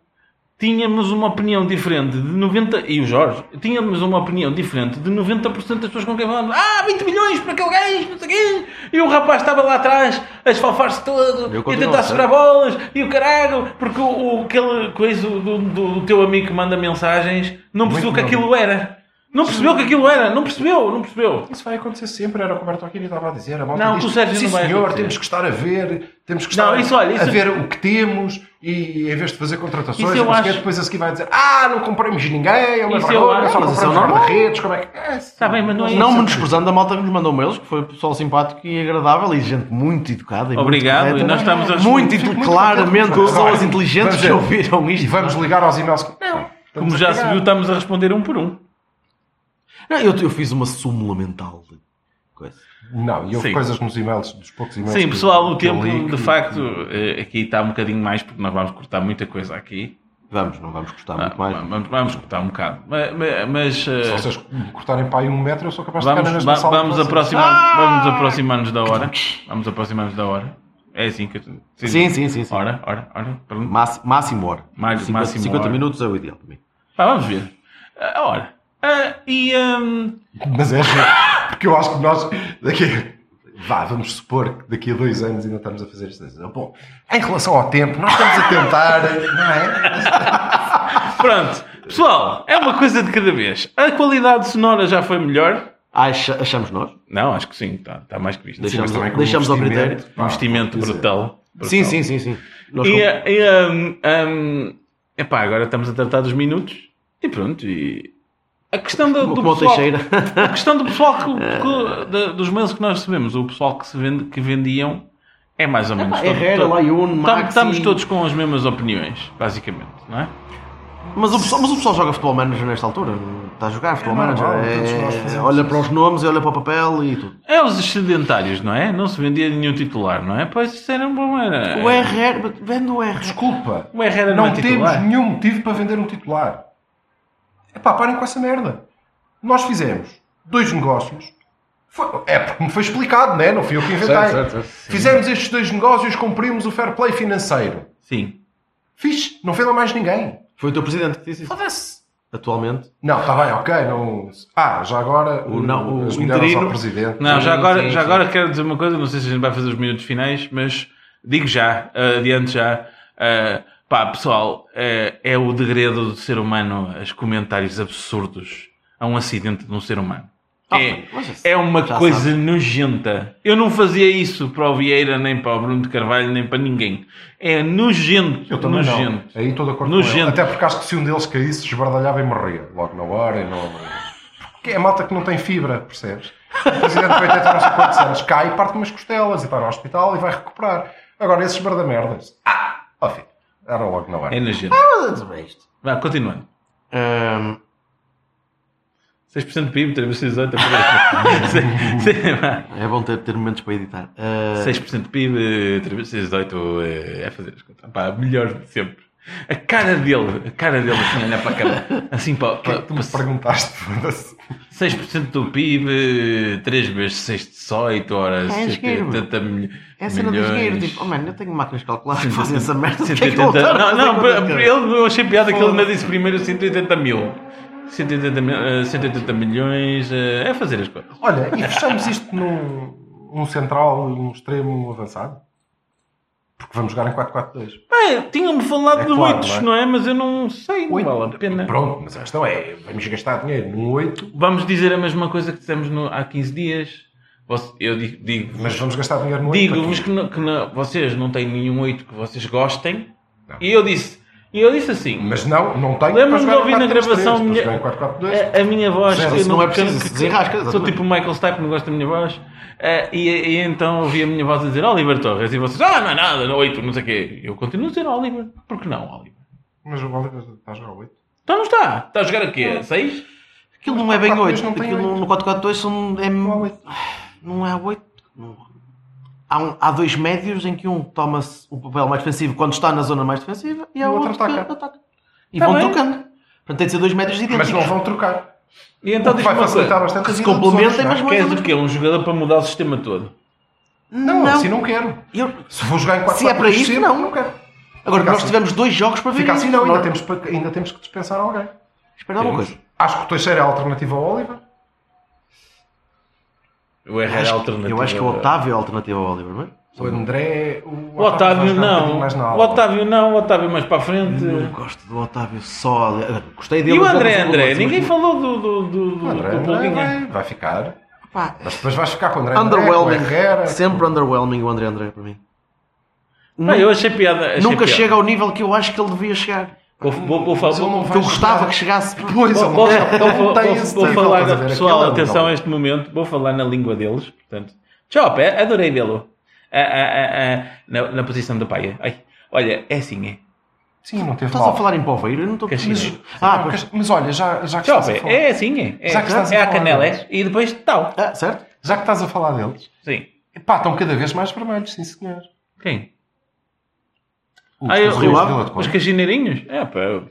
Speaker 2: tínhamos uma opinião diferente de 90. E o Jorge, tínhamos uma opinião diferente de 90% das pessoas com quem falamos. Ah, 20 milhões para aquele gajo, não sei o quê. E o rapaz estava lá atrás a esfalfar-se todo
Speaker 1: Eu
Speaker 2: e a
Speaker 1: continuo,
Speaker 2: tentar
Speaker 1: sim.
Speaker 2: segurar bolas e o caralho, porque o, o- aquele coisa do, do teu amigo que manda mensagens não percebeu que
Speaker 3: bom.
Speaker 2: aquilo era. Não percebeu que aquilo era, não percebeu, não percebeu.
Speaker 3: Isso vai acontecer sempre, era o que o Roberto Aquino estava a dizer. A malta
Speaker 2: Não,
Speaker 3: diz,
Speaker 2: com o Sérgio
Speaker 3: Sim,
Speaker 2: não vai
Speaker 3: senhor,
Speaker 2: acontecer."
Speaker 3: temos que estar a ver, temos que estar
Speaker 2: Não, isso, olha, isso-
Speaker 3: a ver o que temos e em vez de fazer contratações,
Speaker 2: Isso eu
Speaker 3: não sei o quê,
Speaker 2: acho-
Speaker 3: depois a seguir vai dizer ah, não compramos ninguém, é uma
Speaker 2: Isso eu
Speaker 3: vergonha,
Speaker 2: acho,
Speaker 3: só
Speaker 1: mas isso é
Speaker 3: compramos
Speaker 1: normal.
Speaker 3: guarda-redes, como é que... É,
Speaker 2: Está bem, mas não é
Speaker 1: Não
Speaker 2: isso.
Speaker 1: menosprezando a malta que nos mandou mails, que foi pessoal simpático e agradável e gente muito educada. E
Speaker 2: Obrigado,
Speaker 1: muito
Speaker 2: e nós estamos a-
Speaker 1: Muito,
Speaker 3: Fico
Speaker 1: muito
Speaker 3: muito
Speaker 1: claramente
Speaker 3: contente.
Speaker 1: pessoas
Speaker 3: Agora,
Speaker 1: inteligentes
Speaker 3: vamos
Speaker 1: que
Speaker 3: ver.
Speaker 1: ouviram
Speaker 3: E
Speaker 1: isto.
Speaker 3: vamos ligar aos e-mails que... Não.
Speaker 2: Como já se viu, estamos a responder um por um.
Speaker 1: Não, eu, eu fiz uma súmula mental de coisa.
Speaker 3: Não, e houve
Speaker 2: Sim.
Speaker 3: coisas nos e-mails, dos poucos e-mails
Speaker 2: Sim,
Speaker 3: é que-
Speaker 2: pessoal, o
Speaker 3: que eu
Speaker 2: tempo
Speaker 3: li,
Speaker 2: de
Speaker 3: que-
Speaker 2: facto eh, aqui está um bocadinho mais porque nós vamos cortar muita coisa aqui.
Speaker 1: Vamos, não vamos gostar muito mais.
Speaker 2: Ah, Vamos, vamos cortar um bocado. Ma- ma- Mas, eh,
Speaker 3: Se vocês me cortarem para aí um metro, eu sou capaz de ficar
Speaker 2: vamos,
Speaker 3: nesta
Speaker 2: va-
Speaker 3: sala de
Speaker 2: vamos,
Speaker 3: vocês. Ah!
Speaker 2: aproximar, vamos aproximar-nos da hora. Vamos aproximar-nos da hora. É assim que eu te-
Speaker 1: Sim, sim, sim. sim.
Speaker 2: Hora, hora, hora. Pergunta.
Speaker 1: Máximo, máximo hora.
Speaker 2: Mais-
Speaker 1: 50,
Speaker 2: máximo
Speaker 1: 50
Speaker 2: hora.
Speaker 1: minutos é o ideal para mim.
Speaker 2: Pá, Ah, vamos ver. A hora. Ah, e hum,
Speaker 3: Mas é giro, porque eu acho que nós daqui vá, vamos supor que daqui a dois anos ainda estamos a fazer isto. Bom, em relação ao tempo, nós estamos a tentar, não é?
Speaker 2: pronto, pessoal, é uma coisa de cada vez. A qualidade sonora já foi melhor.
Speaker 1: Ah, Acha- achamos nós?
Speaker 2: Não, acho que sim, está mais que visto.
Speaker 1: Deixamos-
Speaker 3: Mas também com
Speaker 1: deixamos ao
Speaker 3: investimento,
Speaker 1: critério.
Speaker 3: pá,
Speaker 2: investimento
Speaker 3: quer dizer,
Speaker 2: brutal.
Speaker 1: Sim,
Speaker 2: brutal.
Speaker 1: sim, sim, sim. Nós
Speaker 2: E,
Speaker 1: com-
Speaker 2: e, hum, hum, epá, agora estamos a tratar dos minutos e pronto. E a questão do,
Speaker 1: Como-
Speaker 2: do
Speaker 1: como o
Speaker 2: pessoal,
Speaker 1: Teixeira. É.
Speaker 2: a questão do pessoal que, que- da- dos mails que nós recebemos, o pessoal que se vende, que vendiam é mais ou menos. todo-
Speaker 1: Herrera,
Speaker 2: todo-
Speaker 1: Laione,
Speaker 2: tam-
Speaker 1: Maxi.
Speaker 2: Estamos todos com as mesmas opiniões, basicamente, não é?
Speaker 1: Mas o, pessoal, mas o pessoal joga futebol manager nesta altura. Está a jogar futebol manager.
Speaker 3: normal,
Speaker 1: É-
Speaker 3: todos nós fazemos
Speaker 1: olha
Speaker 3: isso.
Speaker 1: para os nomes, olha para o papel e tudo.
Speaker 2: É os sedentários, não é? Não se vendia nenhum titular, não é? Pois isso era um bom. Era...
Speaker 1: O Herrera, vendo o Herrera.
Speaker 3: Desculpa.
Speaker 2: O Herrera não
Speaker 3: não
Speaker 2: é
Speaker 3: temos
Speaker 2: titular.
Speaker 3: nenhum motivo para vender um titular. Epá, parem com essa merda. Nós fizemos dois negócios. Foi- é porque me foi explicado, né? não fui eu que inventei.
Speaker 4: Certo, certo, certo. Sim.
Speaker 3: Fizemos estes dois negócios, cumprimos o fair play financeiro.
Speaker 2: Sim.
Speaker 3: Fiz, não venda mais ninguém.
Speaker 1: Foi o teu presidente que disse isso.
Speaker 3: Foda-se.
Speaker 1: Atualmente.
Speaker 3: Não, está bem, ok. Não... Ah, já agora
Speaker 1: O não- o
Speaker 3: as melhoras
Speaker 1: interino.
Speaker 3: ao presidente.
Speaker 2: Não, já
Speaker 4: Sim,
Speaker 2: agora,
Speaker 4: sim,
Speaker 2: já
Speaker 4: sim.
Speaker 2: agora quero dizer uma coisa, não sei se a gente vai fazer os minutos finais, mas digo já, eh, adiante já. eh, pá, pessoal, eh, é o degredo do ser humano, os comentários absurdos a um acidente de um ser humano.
Speaker 1: Ah,
Speaker 2: É,
Speaker 1: mas isso
Speaker 2: é uma
Speaker 1: já
Speaker 2: coisa
Speaker 1: sabes.
Speaker 2: nojenta. Eu não fazia isso para o Vieira, nem para o Bruno de Carvalho, nem para ninguém. É nojento,
Speaker 3: Eu também
Speaker 2: nojento.
Speaker 3: não. Aí estou de acordo com
Speaker 2: Nojento.
Speaker 3: ele. Até porque acho que se um deles caísse, esbardalhava e morria. Logo na hora e não... Porque é malta que não tem fibra, percebes? O presidente vai tentar uns quantos anos. Cai e parte umas costelas e está no hospital e vai recuperar. Agora esses merdas Ah! Ó filho, era logo na hora.
Speaker 2: É nojento. Vá, continuando.
Speaker 1: Ahm,
Speaker 2: 6% de PIB, 3 vezes 18, é por aí. Sim, sim, vá.
Speaker 1: é bom ter, ter momentos para editar. Ah,
Speaker 2: 6% de PIB, eh, 3 vezes 18 eh, é fazer as contas. Pá, melhor de sempre. A cara dele, a cara dele assim, a olhar para a cara. Assim, para, para,
Speaker 3: Tu me perguntaste, foda-se.
Speaker 2: 6% do PIB, 3 vezes 6 de 18 horas,
Speaker 1: É esquerdo.
Speaker 2: 70 milhões.
Speaker 1: é a cena do dinheiro. Tipo, oh, mano, eu tenho máquinas calculadas que fazem essa merda. o que é que eu vou
Speaker 2: 180 Não,
Speaker 1: estar a
Speaker 2: não,
Speaker 1: fazer com
Speaker 2: ele,
Speaker 1: isso,
Speaker 2: eu achei piada que ele ainda disse primeiro 180 mil. 180, mil, eh, 180 milhões, eh, é fazer as contas.
Speaker 3: Olha, e fechamos isto num um central e um extremo avançado? Porque vamos jogar em 4-4-2.
Speaker 2: Bem, tinham-me falado
Speaker 3: É
Speaker 2: de
Speaker 3: claro,
Speaker 2: 8,
Speaker 3: não é?
Speaker 2: não é? Mas eu não sei, não
Speaker 3: Oito.
Speaker 2: vale a pena.
Speaker 3: Pronto, mas a questão é, vamos gastar dinheiro num 8,
Speaker 2: Vamos dizer a mesma coisa que dissemos no- há 15 dias. Você- Eu digo- digo-vos
Speaker 3: mas vamos gastar dinheiro num 8
Speaker 2: digo-vos que, não- que não- vocês não têm nenhum 8 que vocês gostem.
Speaker 3: Não.
Speaker 2: E eu disse, e eu disse assim,
Speaker 3: Mas não, não tenho.
Speaker 2: Lembro-me
Speaker 3: para jogar
Speaker 2: de ouvir
Speaker 3: em
Speaker 2: na
Speaker 3: 4-3-3,
Speaker 2: gravação
Speaker 3: para
Speaker 2: minha-
Speaker 3: jogar em 4-4-2.
Speaker 2: a, a minha voz...
Speaker 3: Zero,
Speaker 2: eu
Speaker 1: isso não é preciso, se desenrasca,
Speaker 2: Sou
Speaker 1: exatamente.
Speaker 2: tipo o Michael Stipe, não gosto da minha voz. Eh, e, e então ouvi a minha voz a dizer Oliver Torres. E vocês, ah, não é nada, não 8, não sei o quê. Eu continuo a dizer Oliver. Por que não, Oliver?
Speaker 3: Mas o Oliver está a jogar 8.
Speaker 2: Então não está. Está a jogar aqui a 6?
Speaker 1: Aquilo não é bem
Speaker 3: Mas
Speaker 1: 8.
Speaker 3: não tem
Speaker 1: Aquilo
Speaker 3: oito.
Speaker 1: no 442 são. É,
Speaker 3: há oito.
Speaker 1: não é 8. Há, um- há dois médios em que um toma o papel mais defensivo quando está na zona mais defensiva e há
Speaker 3: E o
Speaker 1: outro,
Speaker 3: outro
Speaker 1: que
Speaker 3: ataca.
Speaker 1: ataca. E
Speaker 2: Tá
Speaker 1: vão
Speaker 2: bem.
Speaker 1: trocando. Portanto, tem de ser dois médios idênticos.
Speaker 3: Mas não vão trocar.
Speaker 2: E então
Speaker 3: O que
Speaker 2: diz-me
Speaker 3: vai
Speaker 2: uma
Speaker 3: facilitar
Speaker 2: coisa.
Speaker 3: bastante
Speaker 1: que se
Speaker 3: a vida dos
Speaker 1: complementem,
Speaker 3: outros, não é?
Speaker 1: mas-
Speaker 2: Queres o quê? Um jogador para mudar o sistema todo?
Speaker 3: Não, assim não quero.
Speaker 1: Eu-
Speaker 3: Se vou jogar em 4
Speaker 1: Se é para isto, não.
Speaker 3: não quero.
Speaker 1: Agora,
Speaker 3: Fica
Speaker 1: nós
Speaker 3: assim.
Speaker 1: tivemos dois jogos para ver
Speaker 3: Fica
Speaker 1: isso,
Speaker 3: assim, não. Ainda temos, pa- ainda temos que dispensar alguém.
Speaker 1: Espera lá uma
Speaker 2: Temos.
Speaker 1: coisa.
Speaker 3: Acho que o Teixeira é a alternativa ao Oliver.
Speaker 2: O Herrera é
Speaker 1: Acho-
Speaker 2: alternativo.
Speaker 1: eu acho que o Otávio é a alternativa ao Oliver, não é?
Speaker 3: O André. O
Speaker 2: O Otávio
Speaker 3: vai jogar um
Speaker 2: não.
Speaker 3: bocadinho mais na
Speaker 2: O
Speaker 3: ala.
Speaker 2: Otávio não, o Otávio mais para a frente.
Speaker 1: Eu não gosto do Otávio só. ali. Gostei dele.
Speaker 2: E o
Speaker 1: mas
Speaker 2: André
Speaker 1: não sou
Speaker 2: André?
Speaker 1: gosto,
Speaker 2: Ninguém
Speaker 1: mas-
Speaker 2: falou do, do, do,
Speaker 3: O
Speaker 2: do,
Speaker 3: André é
Speaker 2: do
Speaker 3: André
Speaker 2: Pulguinha.
Speaker 3: vai, vai ficar.
Speaker 1: Pá,
Speaker 3: Mas depois vais ficar com o André. André, é com o Herrera.
Speaker 1: underwhelming. Sempre underwhelming o André André para mim.
Speaker 2: Pá, eu achei piada. achei
Speaker 1: Nunca
Speaker 2: piada.
Speaker 1: chega ao nível que eu acho que ele devia chegar.
Speaker 2: Vou, vou, vou, falar-
Speaker 3: Mas ele não
Speaker 2: vou-
Speaker 1: Que eu
Speaker 3: Vai
Speaker 1: gostava
Speaker 3: jogar.
Speaker 1: que chegasse.
Speaker 3: Pois,
Speaker 2: vou-
Speaker 3: ele
Speaker 2: vou-
Speaker 3: não- ele
Speaker 2: vou-
Speaker 3: não
Speaker 2: vou-
Speaker 3: tem
Speaker 2: vou-
Speaker 3: esse
Speaker 2: vou
Speaker 3: nível,
Speaker 2: falar,
Speaker 3: estás a ver?
Speaker 2: pessoal,
Speaker 3: Aquele é o
Speaker 2: atenção
Speaker 3: nível.
Speaker 2: a este momento. Vou falar na língua deles, portanto. Tchau, pé, adorei vê-lo. Ah, ah, ah, ah, na, na posição do pai. Ai, olha, é assim, é.
Speaker 3: Sim, não teve
Speaker 1: Estás a
Speaker 3: mal.
Speaker 1: falar em poveiro? Eu não estou a
Speaker 2: Caxias.
Speaker 1: perceber. Ah, pois.
Speaker 3: mas, mas olha, já, já que
Speaker 2: Tchau,
Speaker 3: estás a
Speaker 2: pé,
Speaker 3: falar-
Speaker 2: é assim, é. É,
Speaker 3: Já que estás a
Speaker 2: é a
Speaker 3: falar
Speaker 2: canela,
Speaker 3: deles.
Speaker 2: é. E depois, tal.
Speaker 1: Ah, certo?
Speaker 3: Já que estás a falar deles,
Speaker 2: Sim.
Speaker 3: pá, estão cada vez mais vermelhos, sim senhor.
Speaker 2: Quem?
Speaker 3: O
Speaker 2: Ah, eu-
Speaker 3: Rio
Speaker 1: eu-
Speaker 3: Vila de
Speaker 2: Os
Speaker 3: Conde.
Speaker 2: cagineirinhos? É, pá. eu-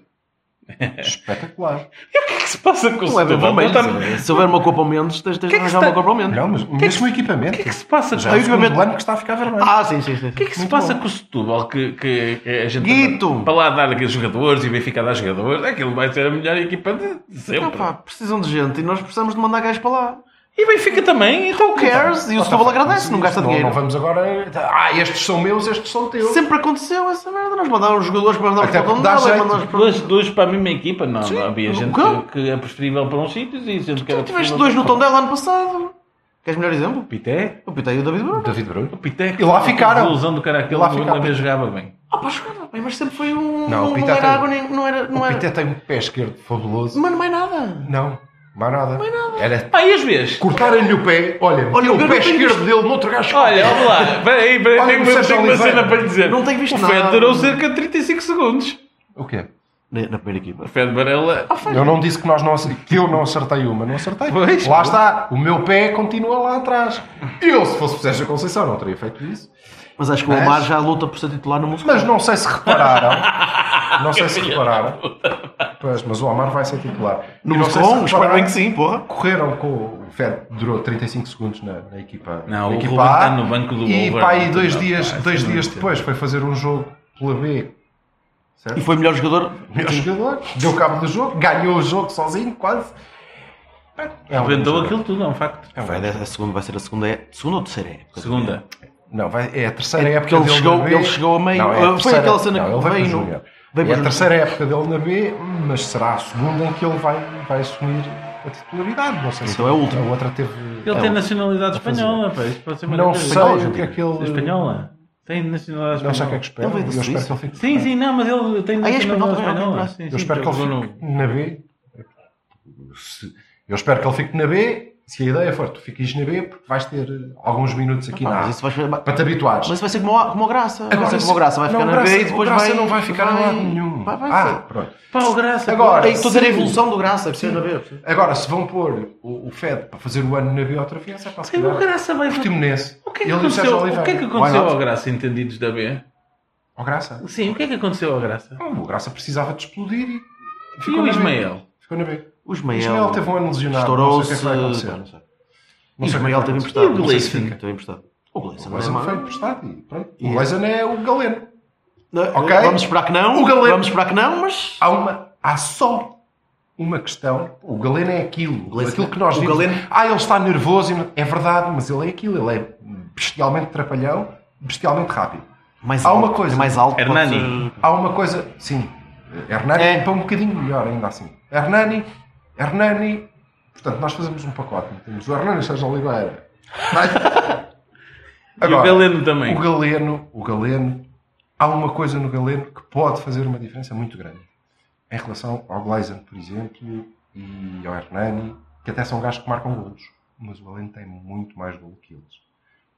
Speaker 3: Espetacular.
Speaker 2: O que é que se passa com o
Speaker 1: Não é bem
Speaker 2: Setúbal?
Speaker 1: vermelho.
Speaker 2: Não tá-
Speaker 1: Se houver uma copa ao menos, tens tens
Speaker 2: Que
Speaker 1: de
Speaker 2: é que
Speaker 1: arranjar
Speaker 2: está-
Speaker 1: uma copa ao menos.
Speaker 3: Não, mas o mesmo equipamento.
Speaker 2: O que é que se passa com
Speaker 3: Já é o
Speaker 2: o
Speaker 3: segundo
Speaker 1: equipamento-
Speaker 3: ano que está a ficar vermelho.
Speaker 1: Ah, sim, sim, sim.
Speaker 2: o que é que se
Speaker 3: Muito
Speaker 2: passa
Speaker 3: bom.
Speaker 2: com o Setúbal que, que, que a gente
Speaker 1: Guito!
Speaker 2: anda para lá dar aqueles jogadores e Benfica dá jogadores? Aquilo vai ser a melhor equipa de de
Speaker 1: Ah,
Speaker 2: sempre.
Speaker 1: pá, precisam de gente e nós precisamos de mandar gajos para lá.
Speaker 2: e Benfica também, então
Speaker 1: Who cares? E o Setúbal agradece, não gasta dinheiro.
Speaker 3: tá Não vamos agora. Ah, estes são meus, estes são teus.
Speaker 1: Sempre aconteceu essa merda. Nós mandávamos jogadores para mandar para
Speaker 3: Até
Speaker 1: o
Speaker 3: porque dá
Speaker 1: nada.
Speaker 3: jeito.
Speaker 1: mandávamos para-
Speaker 2: Dois, dois para a mesma equipa, não, não havia
Speaker 1: o
Speaker 2: gente
Speaker 1: quê?
Speaker 2: que, que é preferível para uns sítios e gente que era
Speaker 1: Tu tiveste
Speaker 2: preferível
Speaker 1: dois no
Speaker 2: para-
Speaker 1: Tondela ano passado. Queres melhor exemplo?
Speaker 2: O Pité?
Speaker 1: O Pitei e o David Bruno.
Speaker 3: David Bruno.
Speaker 2: O Pité
Speaker 3: E lá ficaram.
Speaker 2: A ilusão do cara aquele
Speaker 3: E lá
Speaker 2: que ainda
Speaker 3: ficaram.
Speaker 2: bem jogava bem.
Speaker 1: Ah, pá, jogava, bem, mas sempre foi um.
Speaker 3: Não, o
Speaker 1: Não, não
Speaker 3: Pita
Speaker 1: era
Speaker 3: tem-
Speaker 1: água, nem, não era. Não
Speaker 3: O
Speaker 1: era
Speaker 3: Pita tem um pé esquerdo fabuloso.
Speaker 1: Mano, mais nada.
Speaker 3: Não, mais nada.
Speaker 1: Mais nada.
Speaker 3: Era
Speaker 2: Pá, Ah, e às vezes?
Speaker 3: cortarem-lhe o pé. Olha,
Speaker 1: Olha,
Speaker 3: olha
Speaker 1: eu
Speaker 3: o
Speaker 1: não
Speaker 3: pé
Speaker 1: tenho
Speaker 3: esquerdo
Speaker 1: visto.
Speaker 3: dele no outro gajo.
Speaker 2: Olha, olha lá. Peraí, peraí,
Speaker 3: Olha
Speaker 2: tenho,
Speaker 3: o
Speaker 2: uma-
Speaker 3: Sérgio
Speaker 2: tenho uma
Speaker 3: Oliveira.
Speaker 2: cena para lhe dizer.
Speaker 1: Não tenho visto
Speaker 2: o
Speaker 1: nada.
Speaker 2: Fed durou cerca de 35 segundos.
Speaker 3: O quê?
Speaker 1: Na, na primeira equipa.
Speaker 2: O Fed Varela.
Speaker 3: Eu não disse que, nós não, ace- que eu não acertei uma, não acertei.
Speaker 2: Pois.
Speaker 3: lá está, o meu pé continua lá atrás. Eu, se fosse o Sérgio Conceição, não teria feito isso.
Speaker 1: Mas acho que o
Speaker 3: Mas-
Speaker 1: Omar já luta por ser titular no Mundial.
Speaker 3: Mas não sei se repararam. Não sei se repararam. Pois, mas o Omar vai ser titular.
Speaker 1: No
Speaker 3: E não sei se
Speaker 1: Muscom? Espero bem
Speaker 3: repararam,
Speaker 1: que sim, porra.
Speaker 3: Correram com o Fer, durou 35 segundos na, na equipa.
Speaker 2: Não,
Speaker 3: na
Speaker 2: o
Speaker 3: equipa
Speaker 2: Ruben
Speaker 3: A,
Speaker 2: está no banco do
Speaker 3: E
Speaker 2: Wolverhampton.
Speaker 3: pá, aí dois
Speaker 2: Não,
Speaker 3: dias,
Speaker 2: pá,
Speaker 3: dois
Speaker 2: isso é
Speaker 3: dias
Speaker 2: muito
Speaker 3: depois foi fazer um jogo pela B.
Speaker 1: E foi o melhor jogador.
Speaker 3: Melhor jogador, deu cabo do jogo, ganhou o jogo sozinho, quase. É um
Speaker 2: Inventou
Speaker 3: jogador.
Speaker 2: aquilo tudo, é um facto.
Speaker 1: Vai, a segunda vai ser a segunda, é- segunda ou terceira época?
Speaker 2: Segunda.
Speaker 3: Não, vai, é a terceira
Speaker 1: porque
Speaker 3: época
Speaker 1: ele
Speaker 3: dele
Speaker 1: chegou-
Speaker 3: na B.
Speaker 1: ele chegou a meio.
Speaker 3: Não, é
Speaker 1: Ah,
Speaker 3: a
Speaker 1: foi
Speaker 3: terceira-
Speaker 1: aquela cena
Speaker 3: não,
Speaker 1: que
Speaker 3: ele veio
Speaker 1: veio
Speaker 3: para
Speaker 1: no-
Speaker 3: Júnior.
Speaker 1: veio
Speaker 3: É
Speaker 1: para
Speaker 3: a
Speaker 1: Júnior.
Speaker 3: terceira época dele na B, mas será a segunda em que ele vai, vai assumir a titularidade. Não sei se
Speaker 1: Então é a última.
Speaker 3: A outra teve.
Speaker 2: Ele tem nacionalidade espanhola, pá. Isto pode ser uma
Speaker 3: Não
Speaker 2: grande
Speaker 3: sei
Speaker 2: coisa.
Speaker 3: o que é que ele.
Speaker 2: Espanhola? Tem nacionalidade
Speaker 3: Não
Speaker 2: espanhola.
Speaker 3: sei o que é que espero.
Speaker 1: Ele veio
Speaker 3: Eu
Speaker 1: da
Speaker 3: espero que
Speaker 1: Suíça.
Speaker 3: ele fique.
Speaker 2: Sim, sim, não, mas ele tem
Speaker 1: Ah, é espanhol também,
Speaker 2: nacionalidade espanhola.
Speaker 1: ok,
Speaker 2: Sim,
Speaker 3: Eu
Speaker 2: sim,
Speaker 3: espero que ele
Speaker 2: jogou
Speaker 3: fique na B. Se- Eu espero que ele fique na B. Se a ideia for tu fiques na B, porque vais ter eh, alguns minutos aqui
Speaker 1: Pá,
Speaker 3: na
Speaker 1: mas
Speaker 3: A
Speaker 1: isso vai ser-
Speaker 3: para te habituares.
Speaker 1: Mas isso vai ser como, a- como o Graça. Agora, vai ser
Speaker 3: se-
Speaker 1: como o Graça. Vai ficar
Speaker 3: não,
Speaker 1: na B
Speaker 3: Graça-
Speaker 1: e depois
Speaker 3: o Graça
Speaker 1: vai.
Speaker 3: não vai ficar
Speaker 1: vai-
Speaker 3: em lado nenhum.
Speaker 1: Vai, vai
Speaker 3: ah,
Speaker 1: ser.
Speaker 3: pronto.
Speaker 2: Pá, o graça.
Speaker 3: Agora,
Speaker 1: Ei, Estou a dizer a
Speaker 3: se-
Speaker 1: evolução do Graça. Precisa na B. percebes?
Speaker 3: Agora, se vão pôr o, o Fed para fazer o ano na B outra vez, é para se
Speaker 2: Sim, o
Speaker 3: calhar.
Speaker 2: graça vai.
Speaker 3: Portimonense.
Speaker 2: O que é que
Speaker 3: Ele e o
Speaker 2: aconteceu,
Speaker 3: Sérgio
Speaker 2: o
Speaker 3: Oliveira.
Speaker 2: que é que
Speaker 3: Why
Speaker 2: aconteceu
Speaker 3: not?
Speaker 2: ao Graça, entendidos da B?
Speaker 3: Ao Oh, Graça?
Speaker 2: Sim, o que é que aconteceu ao Graça?
Speaker 3: Não, o Graça precisava de explodir e
Speaker 2: E o
Speaker 3: na B.
Speaker 2: Ismael?
Speaker 3: Ficou na B.
Speaker 1: O
Speaker 3: O Ismael teve
Speaker 1: Ismael.
Speaker 3: um ano lesionado.
Speaker 1: Estourou-se.
Speaker 3: Não sei o que é que vai acontecer.
Speaker 1: Não sei. O
Speaker 3: Não sei o que é que vai
Speaker 1: Ismael teve
Speaker 3: acontecer.
Speaker 1: emprestado.
Speaker 2: E o
Speaker 1: não sei se
Speaker 2: Gleison?
Speaker 1: fica, Teve emprestado. O Gleison não
Speaker 3: O
Speaker 1: é
Speaker 3: Gleison
Speaker 1: mau.
Speaker 3: foi um emprestado e pronto.
Speaker 1: E-
Speaker 3: O Gleison é o galeno.
Speaker 1: Não,
Speaker 3: é? Ok.
Speaker 1: Vamos esperar que não.
Speaker 3: O Galeno-
Speaker 1: Vamos esperar que não, mas.
Speaker 3: Há, uma, há só uma questão. O galeno é aquilo.
Speaker 1: Gleison-
Speaker 3: aquilo que nós
Speaker 1: o
Speaker 3: vimos.
Speaker 1: Galeno-
Speaker 3: Ah, ele está nervoso. e não- É verdade, mas ele é aquilo. Ele é bestialmente trapalhão, bestialmente rápido.
Speaker 1: Mais
Speaker 3: Há
Speaker 1: alto,
Speaker 3: uma coisa.
Speaker 1: é mais alto. pode
Speaker 2: Hernani.
Speaker 1: ser-
Speaker 3: Há uma coisa, sim. Hernani
Speaker 1: É.
Speaker 3: é para um bocadinho melhor ainda assim. Hernani, Hernani. Portanto, nós fazemos um pacote. Temos o Hernani Sérgio Oliveira. Vai.
Speaker 2: e o
Speaker 3: Agora,
Speaker 2: Beleno também.
Speaker 3: o Galeno, o Galeno, há uma coisa no Galeno que pode fazer uma diferença muito grande. Em relação ao Gleison, por exemplo, e ao Hernani, que até são gajos que marcam golos. Mas o Galeno tem muito mais golo que eles.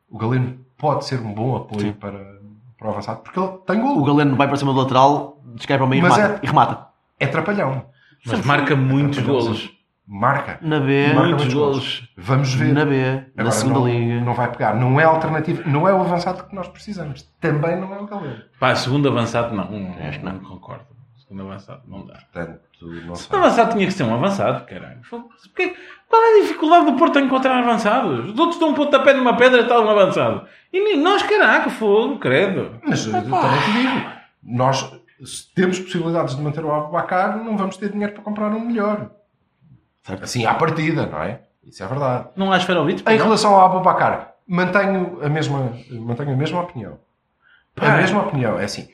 Speaker 3: O Galeno pode ser um bom apoio para, para o avançado, porque ele tem golo.
Speaker 1: O Galeno vai para cima do lateral, descai para o meio e
Speaker 3: Mas
Speaker 1: remata.
Speaker 3: é-
Speaker 1: E remata.
Speaker 3: É trapalhão.
Speaker 2: Mas marca muitos golos.
Speaker 3: Marca.
Speaker 1: Na B.
Speaker 3: Marca
Speaker 2: Muitos
Speaker 3: muitos
Speaker 2: golos.
Speaker 3: Vamos ver.
Speaker 1: Na B. Na
Speaker 3: Agora,
Speaker 1: segunda
Speaker 3: não,
Speaker 1: liga.
Speaker 3: Não vai pegar. Não é alternativa. Não é o avançado que nós precisamos. Também não é o Galeno.
Speaker 2: Pá, segundo avançado não. Acho que não. Concordo. Segundo avançado não dá.
Speaker 3: Portanto, não sei.
Speaker 2: Segundo avançado tinha que ser um avançado, caralho. Foda-se, porquê? Qual é a dificuldade do Porto em encontrar avançados? Os outros dão um pontapé numa pedra e está um avançado. E nem nós, caraca, fogo, credo.
Speaker 3: Mas eu também te digo. Nós, se temos possibilidades de manter o Abubacar, não vamos ter dinheiro para comprar um melhor.
Speaker 1: Certo.
Speaker 3: Assim, à partida, não é? Isso é verdade.
Speaker 2: Não há esferovite?
Speaker 3: Em relação ao Abubacar, mantenho a mesma, mantenho a mesma opinião.
Speaker 2: Pá.
Speaker 3: A mesma opinião. É assim.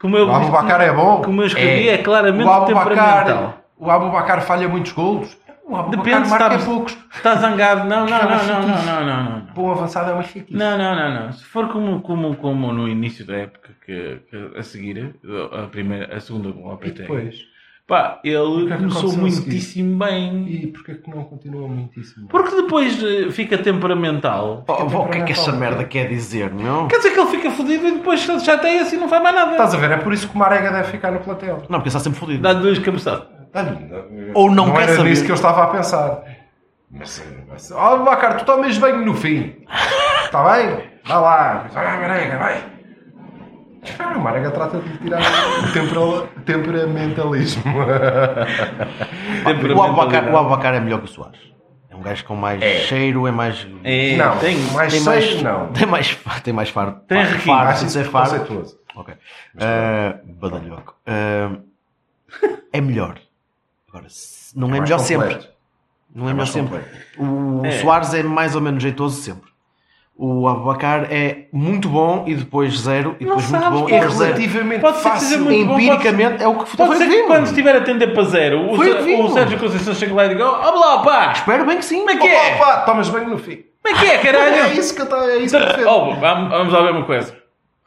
Speaker 2: Como eu,
Speaker 3: O Abubacar é bom.
Speaker 2: Como eu escrevi, é, claramente
Speaker 3: o Abubacar,
Speaker 2: temperamental.
Speaker 3: o Abubacar falha muitos golos. O Abubacar
Speaker 2: Depende se
Speaker 3: marca
Speaker 2: está-
Speaker 3: poucos.
Speaker 2: Está Tá zangado? Não, não, não, não, não, não, não, não. não.
Speaker 3: Bom avançado é uma chatice.
Speaker 2: Não, não, não, não. Se for como, como, como no início da época que, que a seguir, a primeira, a segunda com o
Speaker 3: E
Speaker 2: APT,
Speaker 3: depois?
Speaker 2: pá, ele
Speaker 3: que é que
Speaker 2: começou
Speaker 3: aconteceu a seguir?
Speaker 2: muitíssimo bem.
Speaker 3: E porquê que não continua muitíssimo?
Speaker 2: Porque depois eh, fica temperamental.
Speaker 1: Oh, vó, o que é que essa merda quer dizer, meu?
Speaker 2: Quer dizer que ele fica fodido e depois ele já tem assim não faz mais nada.
Speaker 3: Estás a ver? É por isso que o Marega deve ficar no platel.
Speaker 1: Não, porque está sempre fodido.
Speaker 2: Dá duas cabeçadas.
Speaker 3: Dá-lhe-
Speaker 1: Ou não quer
Speaker 3: Tá era
Speaker 1: saber.
Speaker 3: nisso que eu estava a pensar. Mas, mas oh, Bacar, tu tomas banho no fim. Está bem? Vá lá. Vai, Marega, vai. Ah, o Marega trata de lhe tirar o tempera- temperamentalismo.
Speaker 1: O Abubacar, o Abubacar é melhor que o Soares. É um gajo com mais cheiro, é mais.
Speaker 2: É,
Speaker 3: não,
Speaker 2: tem.
Speaker 3: mais
Speaker 1: tem mais,
Speaker 3: seis, não. Ah,
Speaker 1: Tem mais, fa- tem mais faro.
Speaker 2: Tem
Speaker 1: faro,
Speaker 2: requinte.
Speaker 1: faro,
Speaker 3: Acho
Speaker 1: se
Speaker 3: isso
Speaker 1: dizer faro.
Speaker 3: preconceituoso.
Speaker 1: Ok. Ah, badalhoco. Ah, é melhor. Agora, se- não é,
Speaker 3: mais
Speaker 1: melhor
Speaker 3: completo.
Speaker 1: sempre. Não é,
Speaker 3: É
Speaker 1: melhor
Speaker 3: mais
Speaker 1: sempre.
Speaker 3: completo.
Speaker 1: O
Speaker 2: É.
Speaker 1: Soares é mais ou menos jeitoso sempre. O Abubacar é muito bom e depois zero, e
Speaker 2: Não
Speaker 1: depois muito
Speaker 2: sabes,
Speaker 1: bom e
Speaker 3: É
Speaker 2: porra.
Speaker 1: depois zero.
Speaker 3: relativamente
Speaker 2: Pode ser que seja
Speaker 3: fácil.
Speaker 2: muito bom,
Speaker 1: Empiricamente é o que o futebol
Speaker 2: Pode ser que
Speaker 1: vimos.
Speaker 2: quando estiver a tender para zero, o,
Speaker 1: Foi o que
Speaker 2: Sé-
Speaker 1: vimos.
Speaker 2: o Sérgio Conceição chega lá e diga: Ó lá, pá!
Speaker 1: Espero bem que sim.
Speaker 2: Como é que
Speaker 3: Opa,
Speaker 2: é?
Speaker 3: opa, tomas banho no fim.
Speaker 2: Como é que é, caralho?
Speaker 3: É isso que eu estou é isso que eu defendo.
Speaker 2: Oh, vamos, vamos lá ver uma coisa.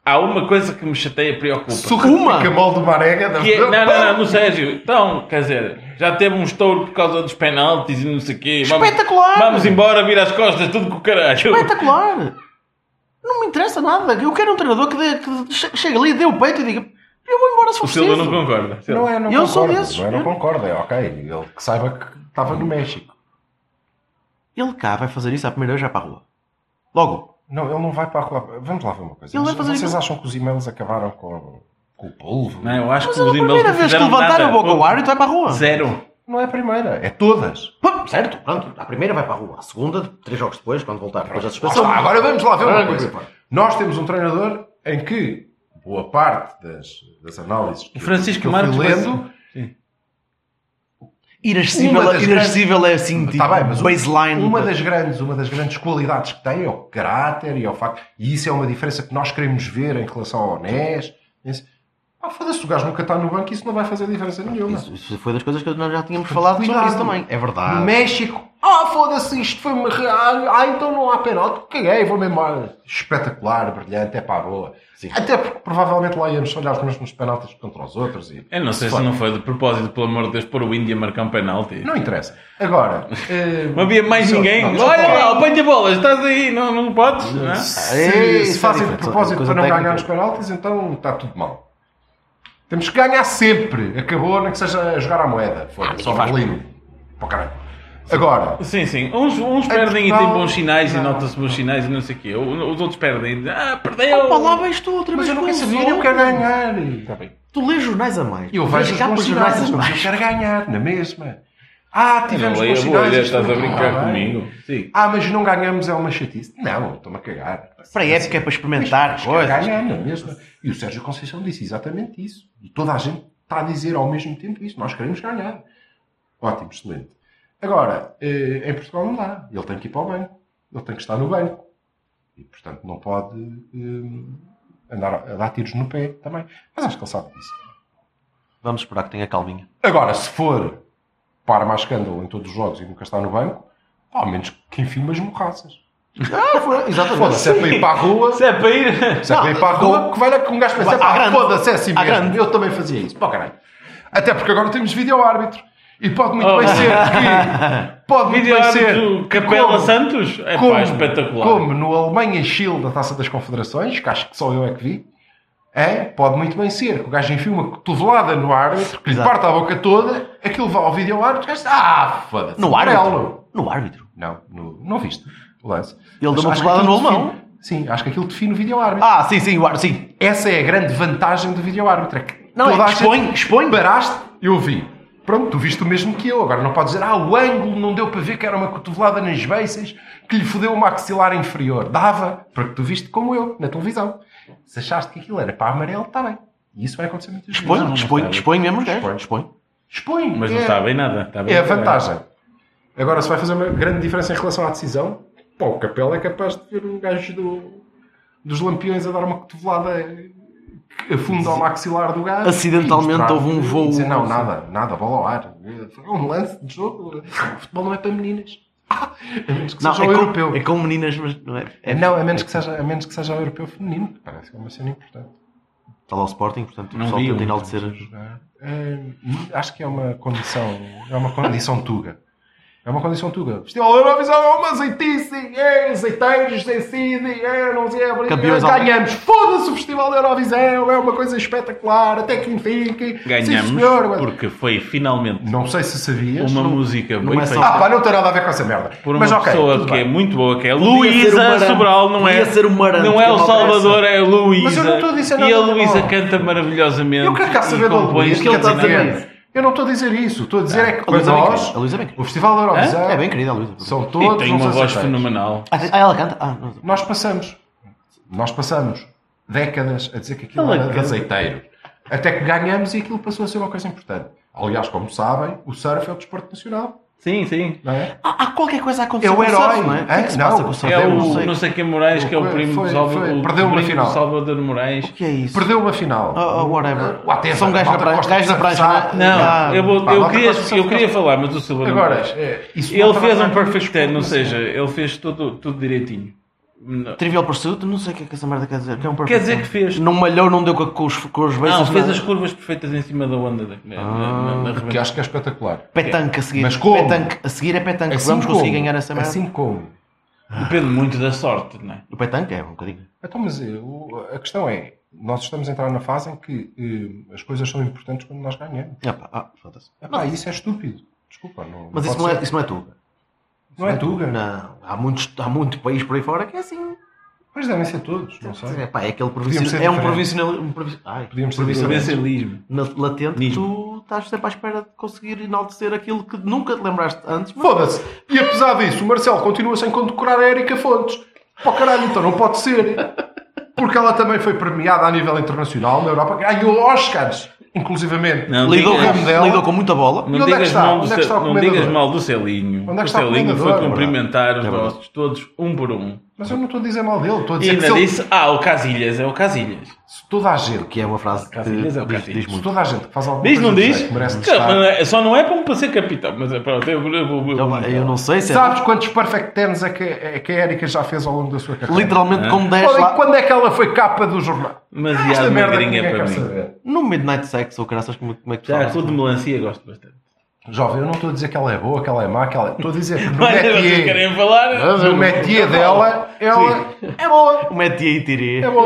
Speaker 2: há uma coisa que me chateia, preocupa.
Speaker 1: Uma?
Speaker 3: Surra mol do Marega. da-
Speaker 2: Oh, Que é- não, não, não, no Sérgio. Então, quer dizer, já teve um estouro por causa dos penaltis e não sei o quê. Vamos-
Speaker 1: Espetacular!
Speaker 2: Vamos embora, vira as costas, tudo com o caralho.
Speaker 1: Espetacular! Não me interessa nada. Eu quero um treinador que, dê- que che- chegue ali, dê o peito e diga: Eu vou embora se for
Speaker 2: O Silva não
Speaker 1: preciso.
Speaker 2: concorda.
Speaker 3: Não é, não
Speaker 1: Eu sou
Speaker 3: concordo,
Speaker 1: desses,
Speaker 3: Não é, não
Speaker 1: eu-
Speaker 3: concordo. É ok. Ele que saiba que estava no México.
Speaker 1: Ele cá vai fazer isso à primeira vez já para a rua. Logo.
Speaker 3: Não, ele não vai para a rua. Vamos lá ver uma coisa.
Speaker 1: Ele vai fazer
Speaker 3: Vocês
Speaker 1: isso.
Speaker 3: acham que os e-mails acabaram com, com o polvo?
Speaker 2: Não, eu acho
Speaker 1: Mas
Speaker 2: que
Speaker 1: é a
Speaker 2: os e-mails
Speaker 1: primeira
Speaker 2: não
Speaker 1: vez que
Speaker 2: fizeram
Speaker 1: levantaram
Speaker 2: nada.
Speaker 1: a boca então, ao ar e tu vai para a rua.
Speaker 2: Zero.
Speaker 3: Não é a primeira. É todas.
Speaker 1: Pum, certo, pronto. A primeira vai para a rua. A segunda, três jogos depois, quando voltar, depois da
Speaker 3: Lá
Speaker 1: suspensão.
Speaker 3: está, agora vamos lá ver
Speaker 1: Ah,
Speaker 3: uma coisa.
Speaker 1: pá.
Speaker 3: Nós temos um treinador em que boa parte das, das análises
Speaker 2: O
Speaker 3: que eu-
Speaker 2: Francisco
Speaker 3: que eu
Speaker 2: Marques assim.
Speaker 3: fui
Speaker 2: vai-
Speaker 3: lendo
Speaker 1: Irascível,
Speaker 3: Uma das
Speaker 1: irascível é assim, tipo,
Speaker 3: Tá bem, mas
Speaker 1: baseline.
Speaker 3: Uma das, grandes, uma das grandes qualidades que tem é o caráter e é o facto. E isso é uma diferença que nós queremos ver em relação ao NES. Isso- Ah, foda-se, o gajo nunca está no banco, isso não vai fazer diferença nenhuma.
Speaker 1: Isso, isso foi das coisas que nós já tínhamos falado sobre isso também. É verdade.
Speaker 3: No México, ah, foda-se, isto foi uma. Ah, ah, então não há penalti, caguei, vou-me embora. Espetacular, brilhante, é pá, boa.
Speaker 1: Sim.
Speaker 3: Até porque provavelmente lá íamos olhar os mesmos penaltis contra os outros. E...
Speaker 2: Eu não sei se não foi de propósito, pelo amor de Deus, pôr o Índia a marcar um penalti.
Speaker 3: Não interessa. Agora. eh,
Speaker 2: Não havia mais
Speaker 3: só-
Speaker 2: ninguém.
Speaker 3: não, só-
Speaker 2: Olha lá, apanha bolas, estás aí, não, não podes? Não é?
Speaker 1: É,
Speaker 3: Se,
Speaker 1: isso
Speaker 3: se
Speaker 1: é
Speaker 3: fazem de
Speaker 1: diferente,
Speaker 3: propósito
Speaker 1: coisa
Speaker 3: para não
Speaker 1: técnica.
Speaker 3: ganhar os penaltis, então está tudo mal. Temos que ganhar sempre. Acabou, nem que seja a jogar à moeda. Foda-se, só valino. Para o caralho. Agora,
Speaker 2: Sim, sim. Uns, uns perdem e
Speaker 3: Portugal-
Speaker 2: têm bons sinais e
Speaker 3: É não.
Speaker 2: notam-se bons sinais e não sei o quê. O- Os outros perdem e dizem, ah, perdeu.
Speaker 1: Opa, lá vais tu outra
Speaker 3: mas
Speaker 1: vez
Speaker 3: eu não
Speaker 1: com
Speaker 3: quero
Speaker 1: isso,
Speaker 3: saber,
Speaker 1: não.
Speaker 3: eu quero ganhar. então.
Speaker 1: Tu lês jornais a mais.
Speaker 3: Eu
Speaker 1: Tu
Speaker 3: vejo
Speaker 1: lês
Speaker 3: os
Speaker 1: capas
Speaker 3: bons
Speaker 1: de jornais
Speaker 3: sinais,
Speaker 1: a
Speaker 3: mas
Speaker 1: mais.
Speaker 3: eu quero ganhar, na mesma. Ah,
Speaker 2: Não
Speaker 3: tivemos
Speaker 2: leia
Speaker 3: bons
Speaker 2: a bolha,
Speaker 3: sinais. isto
Speaker 2: estás a
Speaker 3: não está
Speaker 2: brincar
Speaker 3: bem.
Speaker 2: comigo. Sim.
Speaker 3: Ah, mas não ganhamos, é uma chatice. Não, estou-me a cagar.
Speaker 1: Para a época é para experimentar coisas.
Speaker 3: ganhar na mesma. E o Sérgio Conceição disse exatamente isso. E toda a gente está a dizer ao mesmo tempo isso. Nós queremos ganhar. Ótimo, excelente. Agora, eh, em Portugal não dá. Ele tem que ir para o banco. Ele tem que estar no banco. E, portanto, não pode eh, andar a dar tiros no pé também. Mas acho que ele sabe disso.
Speaker 1: Vamos esperar que tenha calminha.
Speaker 3: Agora, se for para mais escândalo em todos os jogos e nunca está no banco, ao menos que enfie umas morraças.
Speaker 1: Ah, foi, exatamente.
Speaker 3: Foda-se, é para ir para a rua.
Speaker 2: Se é para ir.
Speaker 3: Se é para ir para a rua, que vai lá que um gajo pensa,
Speaker 1: À
Speaker 3: pá,
Speaker 1: grande.
Speaker 3: foda-se, é assim
Speaker 1: À
Speaker 3: mesmo.
Speaker 1: grande.
Speaker 3: Eu também fazia isso, pá, caralho. Até porque agora temos vídeo-árbitro. E pode muito
Speaker 2: Oh.
Speaker 3: bem ser que... Pode muito
Speaker 2: Vídeo
Speaker 3: bem ser...
Speaker 2: árbitro
Speaker 3: que
Speaker 2: Capela
Speaker 3: como-
Speaker 2: Santos? É
Speaker 3: como-
Speaker 2: pá, espetacular.
Speaker 3: Como no Alemanha e Chile da Taça das Confederações, que acho que só eu é que vi, é, pode muito bem ser que o gajo enfie uma cotovelada no árbitro, que lhe
Speaker 1: Exato.
Speaker 3: parta a boca toda, aquilo vá ao vídeo-árbitro, o gajo... Ah, foda-se.
Speaker 1: No
Speaker 3: amarelo.
Speaker 1: árbitro. No árbitro.
Speaker 3: Não, no- não viste o lance.
Speaker 1: deu
Speaker 3: Mas
Speaker 1: uma
Speaker 3: acho que
Speaker 1: cotovelada
Speaker 3: aquilo
Speaker 1: no alemão.
Speaker 3: define- Sim, acho que aquilo define o vídeo-árbitro.
Speaker 1: Ah, sim, sim, o árbitro, sim.
Speaker 3: Essa é a grande vantagem do vídeo-árbitro. é que
Speaker 1: Não,
Speaker 3: toda
Speaker 1: é
Speaker 3: a
Speaker 1: que
Speaker 3: gente-
Speaker 1: expõe, expõe.
Speaker 3: Paraste, eu vi. Pronto, tu viste o mesmo que eu. Agora não podes dizer, ah, o ângulo não deu para ver que era uma cotovelada nas beiças que lhe fodeu o maxilar inferior. Dava, porque tu viste como eu, na televisão. Se achaste que aquilo era para amarelo, está bem. E isso vai acontecer muitas
Speaker 1: Expõe,
Speaker 3: vezes.
Speaker 1: expõe, expõe mesmo os
Speaker 3: Expõe.
Speaker 1: gajos. Expõe.
Speaker 3: Expõe.
Speaker 2: Mas não
Speaker 3: é,
Speaker 2: está bem nada. está bem
Speaker 3: É a
Speaker 2: nada.
Speaker 3: vantagem. Agora, se vai fazer uma grande diferença em relação à decisão, pá, o Capela é capaz de ver um gajo do- dos lampiões a dar uma cotovelada que afunda ao maxilar do gajo.
Speaker 1: Acidentalmente
Speaker 3: E mostrar-
Speaker 1: houve um voo-
Speaker 3: e Dizer, não, nada, nada, bola ao ar. Foi um lance de jogo. O futebol não é para meninas. A menos que
Speaker 1: Não,
Speaker 3: seja
Speaker 1: é
Speaker 3: o
Speaker 1: com,
Speaker 3: europeu.
Speaker 1: é com meninas, mas não é. é-
Speaker 3: não, a menos, que seja, a menos que seja o europeu feminino, que parece que é uma cena importante.
Speaker 1: Está lá o Sporting, portanto, o
Speaker 2: Não
Speaker 1: pessoal
Speaker 2: vi,
Speaker 1: tenta
Speaker 2: eu-
Speaker 1: enaltecer.
Speaker 3: É, acho que é uma condição. É uma condição tuga. É uma condição tuga. Festival da Eurovisão é uma azeitice. É, azeiteiros, decidem. É, não sei. É,
Speaker 1: Campeões
Speaker 3: é, ganhamos. Foda-se o Festival da Eurovisão. É uma coisa espetacular. Até que enfim. que-
Speaker 2: Ganhamos
Speaker 3: Sim, senhor.
Speaker 2: porque foi finalmente
Speaker 3: Não sei se sabias.
Speaker 2: uma
Speaker 3: Não-
Speaker 2: música
Speaker 1: não
Speaker 2: bem
Speaker 1: é só-
Speaker 2: feita
Speaker 3: Ah, pá, não tem nada a ver com essa merda.
Speaker 2: por uma
Speaker 3: Mas ok.
Speaker 2: pessoa
Speaker 3: tudo
Speaker 2: que
Speaker 3: bem.
Speaker 2: é muito boa, que é
Speaker 1: Podia ser o
Speaker 2: Luísa
Speaker 1: Marante.
Speaker 2: Sobral, não é?
Speaker 1: Podia ser o Marante,
Speaker 2: não é
Speaker 1: que
Speaker 2: o
Speaker 1: não
Speaker 2: Salvador, é a Luísa.
Speaker 3: Mas eu não estou a dizer
Speaker 2: E
Speaker 3: nada
Speaker 2: a
Speaker 3: de
Speaker 2: Luísa
Speaker 3: mal.
Speaker 2: canta maravilhosamente.
Speaker 3: Eu quero cá
Speaker 2: e
Speaker 3: saber da
Speaker 2: compõe
Speaker 3: Luísa.
Speaker 1: que ele está a dizer
Speaker 2: exatamente.
Speaker 1: isso.
Speaker 3: Eu não estou a dizer isso. Estou a dizer é que
Speaker 1: A
Speaker 3: para
Speaker 1: Luísa é bem
Speaker 3: nós,
Speaker 1: querida. A Luísa é bem querida.
Speaker 3: o Festival da Eurovisão
Speaker 1: É bem querida a Luísa.
Speaker 3: são
Speaker 2: E
Speaker 3: todos
Speaker 2: tem
Speaker 3: uns
Speaker 2: uma voz
Speaker 3: azeiteiros.
Speaker 2: fenomenal.
Speaker 1: Ah, ela canta? Ah, não.
Speaker 3: nós passamos. Nós passamos décadas a dizer que aquilo
Speaker 2: Ela
Speaker 3: era de
Speaker 2: canta.
Speaker 3: azeiteiro. Até que ganhamos e aquilo passou a ser uma coisa importante. Aliás, como sabem, o surf é o desporto nacional.
Speaker 2: Sim, sim.
Speaker 3: Não é?
Speaker 1: Há, há qualquer coisa a acontecer.
Speaker 3: É o
Speaker 1: com
Speaker 3: herói,
Speaker 1: surf, não é? O que é que se
Speaker 3: não,
Speaker 1: passa com o surf?
Speaker 3: Só
Speaker 2: É
Speaker 3: tem
Speaker 2: o
Speaker 3: um,
Speaker 1: não sei.
Speaker 2: não sei quem Moraes, que é o primo
Speaker 3: Foi-
Speaker 2: do Salvador,
Speaker 3: foi-
Speaker 2: o
Speaker 3: perdeu uma
Speaker 2: primo do
Speaker 3: final.
Speaker 2: Salvador Moraes.
Speaker 1: O que é isso?
Speaker 3: Perdeu uma final.
Speaker 1: Oh, oh, whatever.
Speaker 3: O Ateza,
Speaker 1: São gajos
Speaker 3: a
Speaker 1: da
Speaker 3: malta
Speaker 1: praia.
Speaker 3: gosta
Speaker 1: Gajos
Speaker 3: de
Speaker 1: da praia.
Speaker 3: surfar.
Speaker 1: já-
Speaker 2: Não,
Speaker 1: já-
Speaker 2: eu, vou-
Speaker 3: é Pá,
Speaker 2: eu
Speaker 3: malta
Speaker 2: queria,
Speaker 3: gosta de
Speaker 2: eu
Speaker 3: surf.
Speaker 2: queria falar, mas o
Speaker 1: oh.
Speaker 2: Silva não
Speaker 3: Agora,
Speaker 2: gosta.
Speaker 3: é, isso não
Speaker 2: Ele
Speaker 3: está
Speaker 2: fez
Speaker 3: na
Speaker 2: um
Speaker 3: parte do
Speaker 2: perfect
Speaker 3: desporto
Speaker 2: ten, ou
Speaker 3: nacional.
Speaker 2: seja, ele fez tudo, tudo direitinho. Não.
Speaker 1: Trivial Pursuit, não sei o que é que essa merda quer dizer. Que é um
Speaker 2: Quer dizer que
Speaker 1: perfect
Speaker 2: fez.
Speaker 1: game. Não malhou, não deu com, com os, com os
Speaker 2: Não,
Speaker 1: beijos.
Speaker 2: fez
Speaker 1: nada.
Speaker 2: as curvas perfeitas em cima da onda. da- na- na- na- na
Speaker 3: Que
Speaker 2: rebenta-
Speaker 3: acho que é espetacular.
Speaker 1: Petanque a seguir.
Speaker 3: Mas como?
Speaker 1: Petanque. A seguir é petanque.
Speaker 3: Assim
Speaker 1: Vamos
Speaker 3: como?
Speaker 1: conseguir ganhar essa merda.
Speaker 3: Assim como?
Speaker 2: Depende muito da sorte, não é?
Speaker 1: O petanque é um bocadinho.
Speaker 3: Então, mas eh, o- a questão é, nós estamos a entrar na fase em que eh, as coisas são importantes quando nós ganhamos.
Speaker 1: Ah, pá, ah, foda-se.
Speaker 3: Epá, isso é estúpido. Desculpa, não
Speaker 1: Mas isso
Speaker 3: pode
Speaker 1: não, é,
Speaker 3: ser.
Speaker 1: isso não é tuga.
Speaker 3: Não é Tuga.
Speaker 1: Não. Há, muitos, há muito país por aí fora que é assim.
Speaker 3: Pois devem ser todos, não sei.
Speaker 1: É, pá, é aquele
Speaker 3: Podíamos ser
Speaker 1: provincial. É um
Speaker 3: diferentes.
Speaker 1: provincial. Um provi- ai,
Speaker 3: Podíamos ser
Speaker 1: provincial-
Speaker 3: diferentes.
Speaker 2: Provincialismo.
Speaker 1: na- latente que tu estás sempre à espera de conseguir enaltecer aquilo que nunca te lembraste antes. mas-
Speaker 3: Foda-se. E apesar disso, o Marcelo continua sem condecorar a Erika Fontes. Pô, caralho, então não pode ser. Porque ela também foi premiada a nível internacional na Europa. Ganhou Oscars, inclusivamente.
Speaker 2: Não,
Speaker 1: Lidou
Speaker 2: digas-
Speaker 3: ramo dela.
Speaker 1: com, lidou com muita bola.
Speaker 3: E
Speaker 2: Não
Speaker 3: onde é que
Speaker 2: digas,
Speaker 3: está?
Speaker 2: mal, do
Speaker 3: Onde é que
Speaker 2: Ce-
Speaker 3: está o
Speaker 2: não digas
Speaker 3: comendador?
Speaker 2: mal do Celinho.
Speaker 3: Onde é que
Speaker 2: o
Speaker 3: está o
Speaker 2: Celinho
Speaker 3: comendador?
Speaker 2: foi
Speaker 3: É verdade.
Speaker 2: cumprimentar os
Speaker 1: É verdade.
Speaker 2: nossos, todos, um por um.
Speaker 3: Mas eu não estou a dizer mal dele. Estou a
Speaker 2: E
Speaker 3: dizer que
Speaker 2: ainda
Speaker 3: se, ele-
Speaker 2: disse, ah, o Casilhas, é o Casilhas.
Speaker 3: se toda a gente...
Speaker 1: Que é uma frase que
Speaker 2: Casilhas é o
Speaker 1: diz,
Speaker 2: Casilhas.
Speaker 1: diz
Speaker 3: Se
Speaker 1: muito.
Speaker 3: toda a gente é que faz alguma
Speaker 2: Diz,
Speaker 3: coisa
Speaker 2: não
Speaker 3: de
Speaker 2: diz?
Speaker 3: jeito, merece
Speaker 2: Que-
Speaker 3: destaque.
Speaker 2: mas Só não é para, para ser capitão, mas é, pronto, eu, eu, eu, eu,
Speaker 1: Eu, eu não sei se é.
Speaker 3: Sabes quantos perfect tens é que, é que a Erika já fez ao longo da sua carreira?
Speaker 1: Literalmente como 10
Speaker 3: Quando,
Speaker 1: lá.
Speaker 3: quando é que ela foi capa do jornal?
Speaker 2: Mas e há
Speaker 3: Esta
Speaker 2: uma
Speaker 3: merda é que
Speaker 2: gringa
Speaker 3: ninguém
Speaker 2: para
Speaker 3: quer
Speaker 2: mim.
Speaker 3: saber.
Speaker 1: No Midnight Sex, ou caraças, como, como é que
Speaker 2: Já, a
Speaker 1: falas?
Speaker 2: cor de melancia gosto bastante.
Speaker 3: Jovem, eu não estou a dizer que ela é boa, que ela é má, que ela é... Estou a dizer que no
Speaker 2: Olha, vocês
Speaker 3: métier,
Speaker 2: querem falar?
Speaker 3: no métier dela, ela é boa.
Speaker 1: O Mete aí e tirei.
Speaker 3: É bom.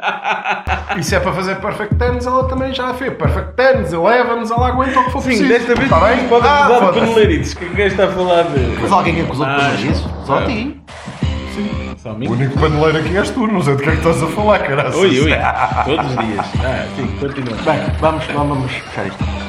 Speaker 1: Ah,
Speaker 3: E se é para fazer perfect tens, ela também já fez. Perfect tens, elevens, ela aguenta o que for preciso.
Speaker 2: Sim, desta vez
Speaker 3: Está bem?
Speaker 2: pode
Speaker 3: Ah,
Speaker 2: acusar de
Speaker 3: foda-se.
Speaker 2: paneleritos. Que quem está a falar de...
Speaker 1: Mas alguém acusou de
Speaker 2: Ah,
Speaker 1: fazer isso? Só a
Speaker 2: é.
Speaker 1: ti.
Speaker 2: Só um a
Speaker 3: O
Speaker 2: mim?
Speaker 3: único paneleiro aqui és tu, não sei do que é que estás a falar, caralho.
Speaker 2: Ui, ui. Todos os dias. Ah, sim, continua.
Speaker 1: Bem, vamos, vamos fechar isto.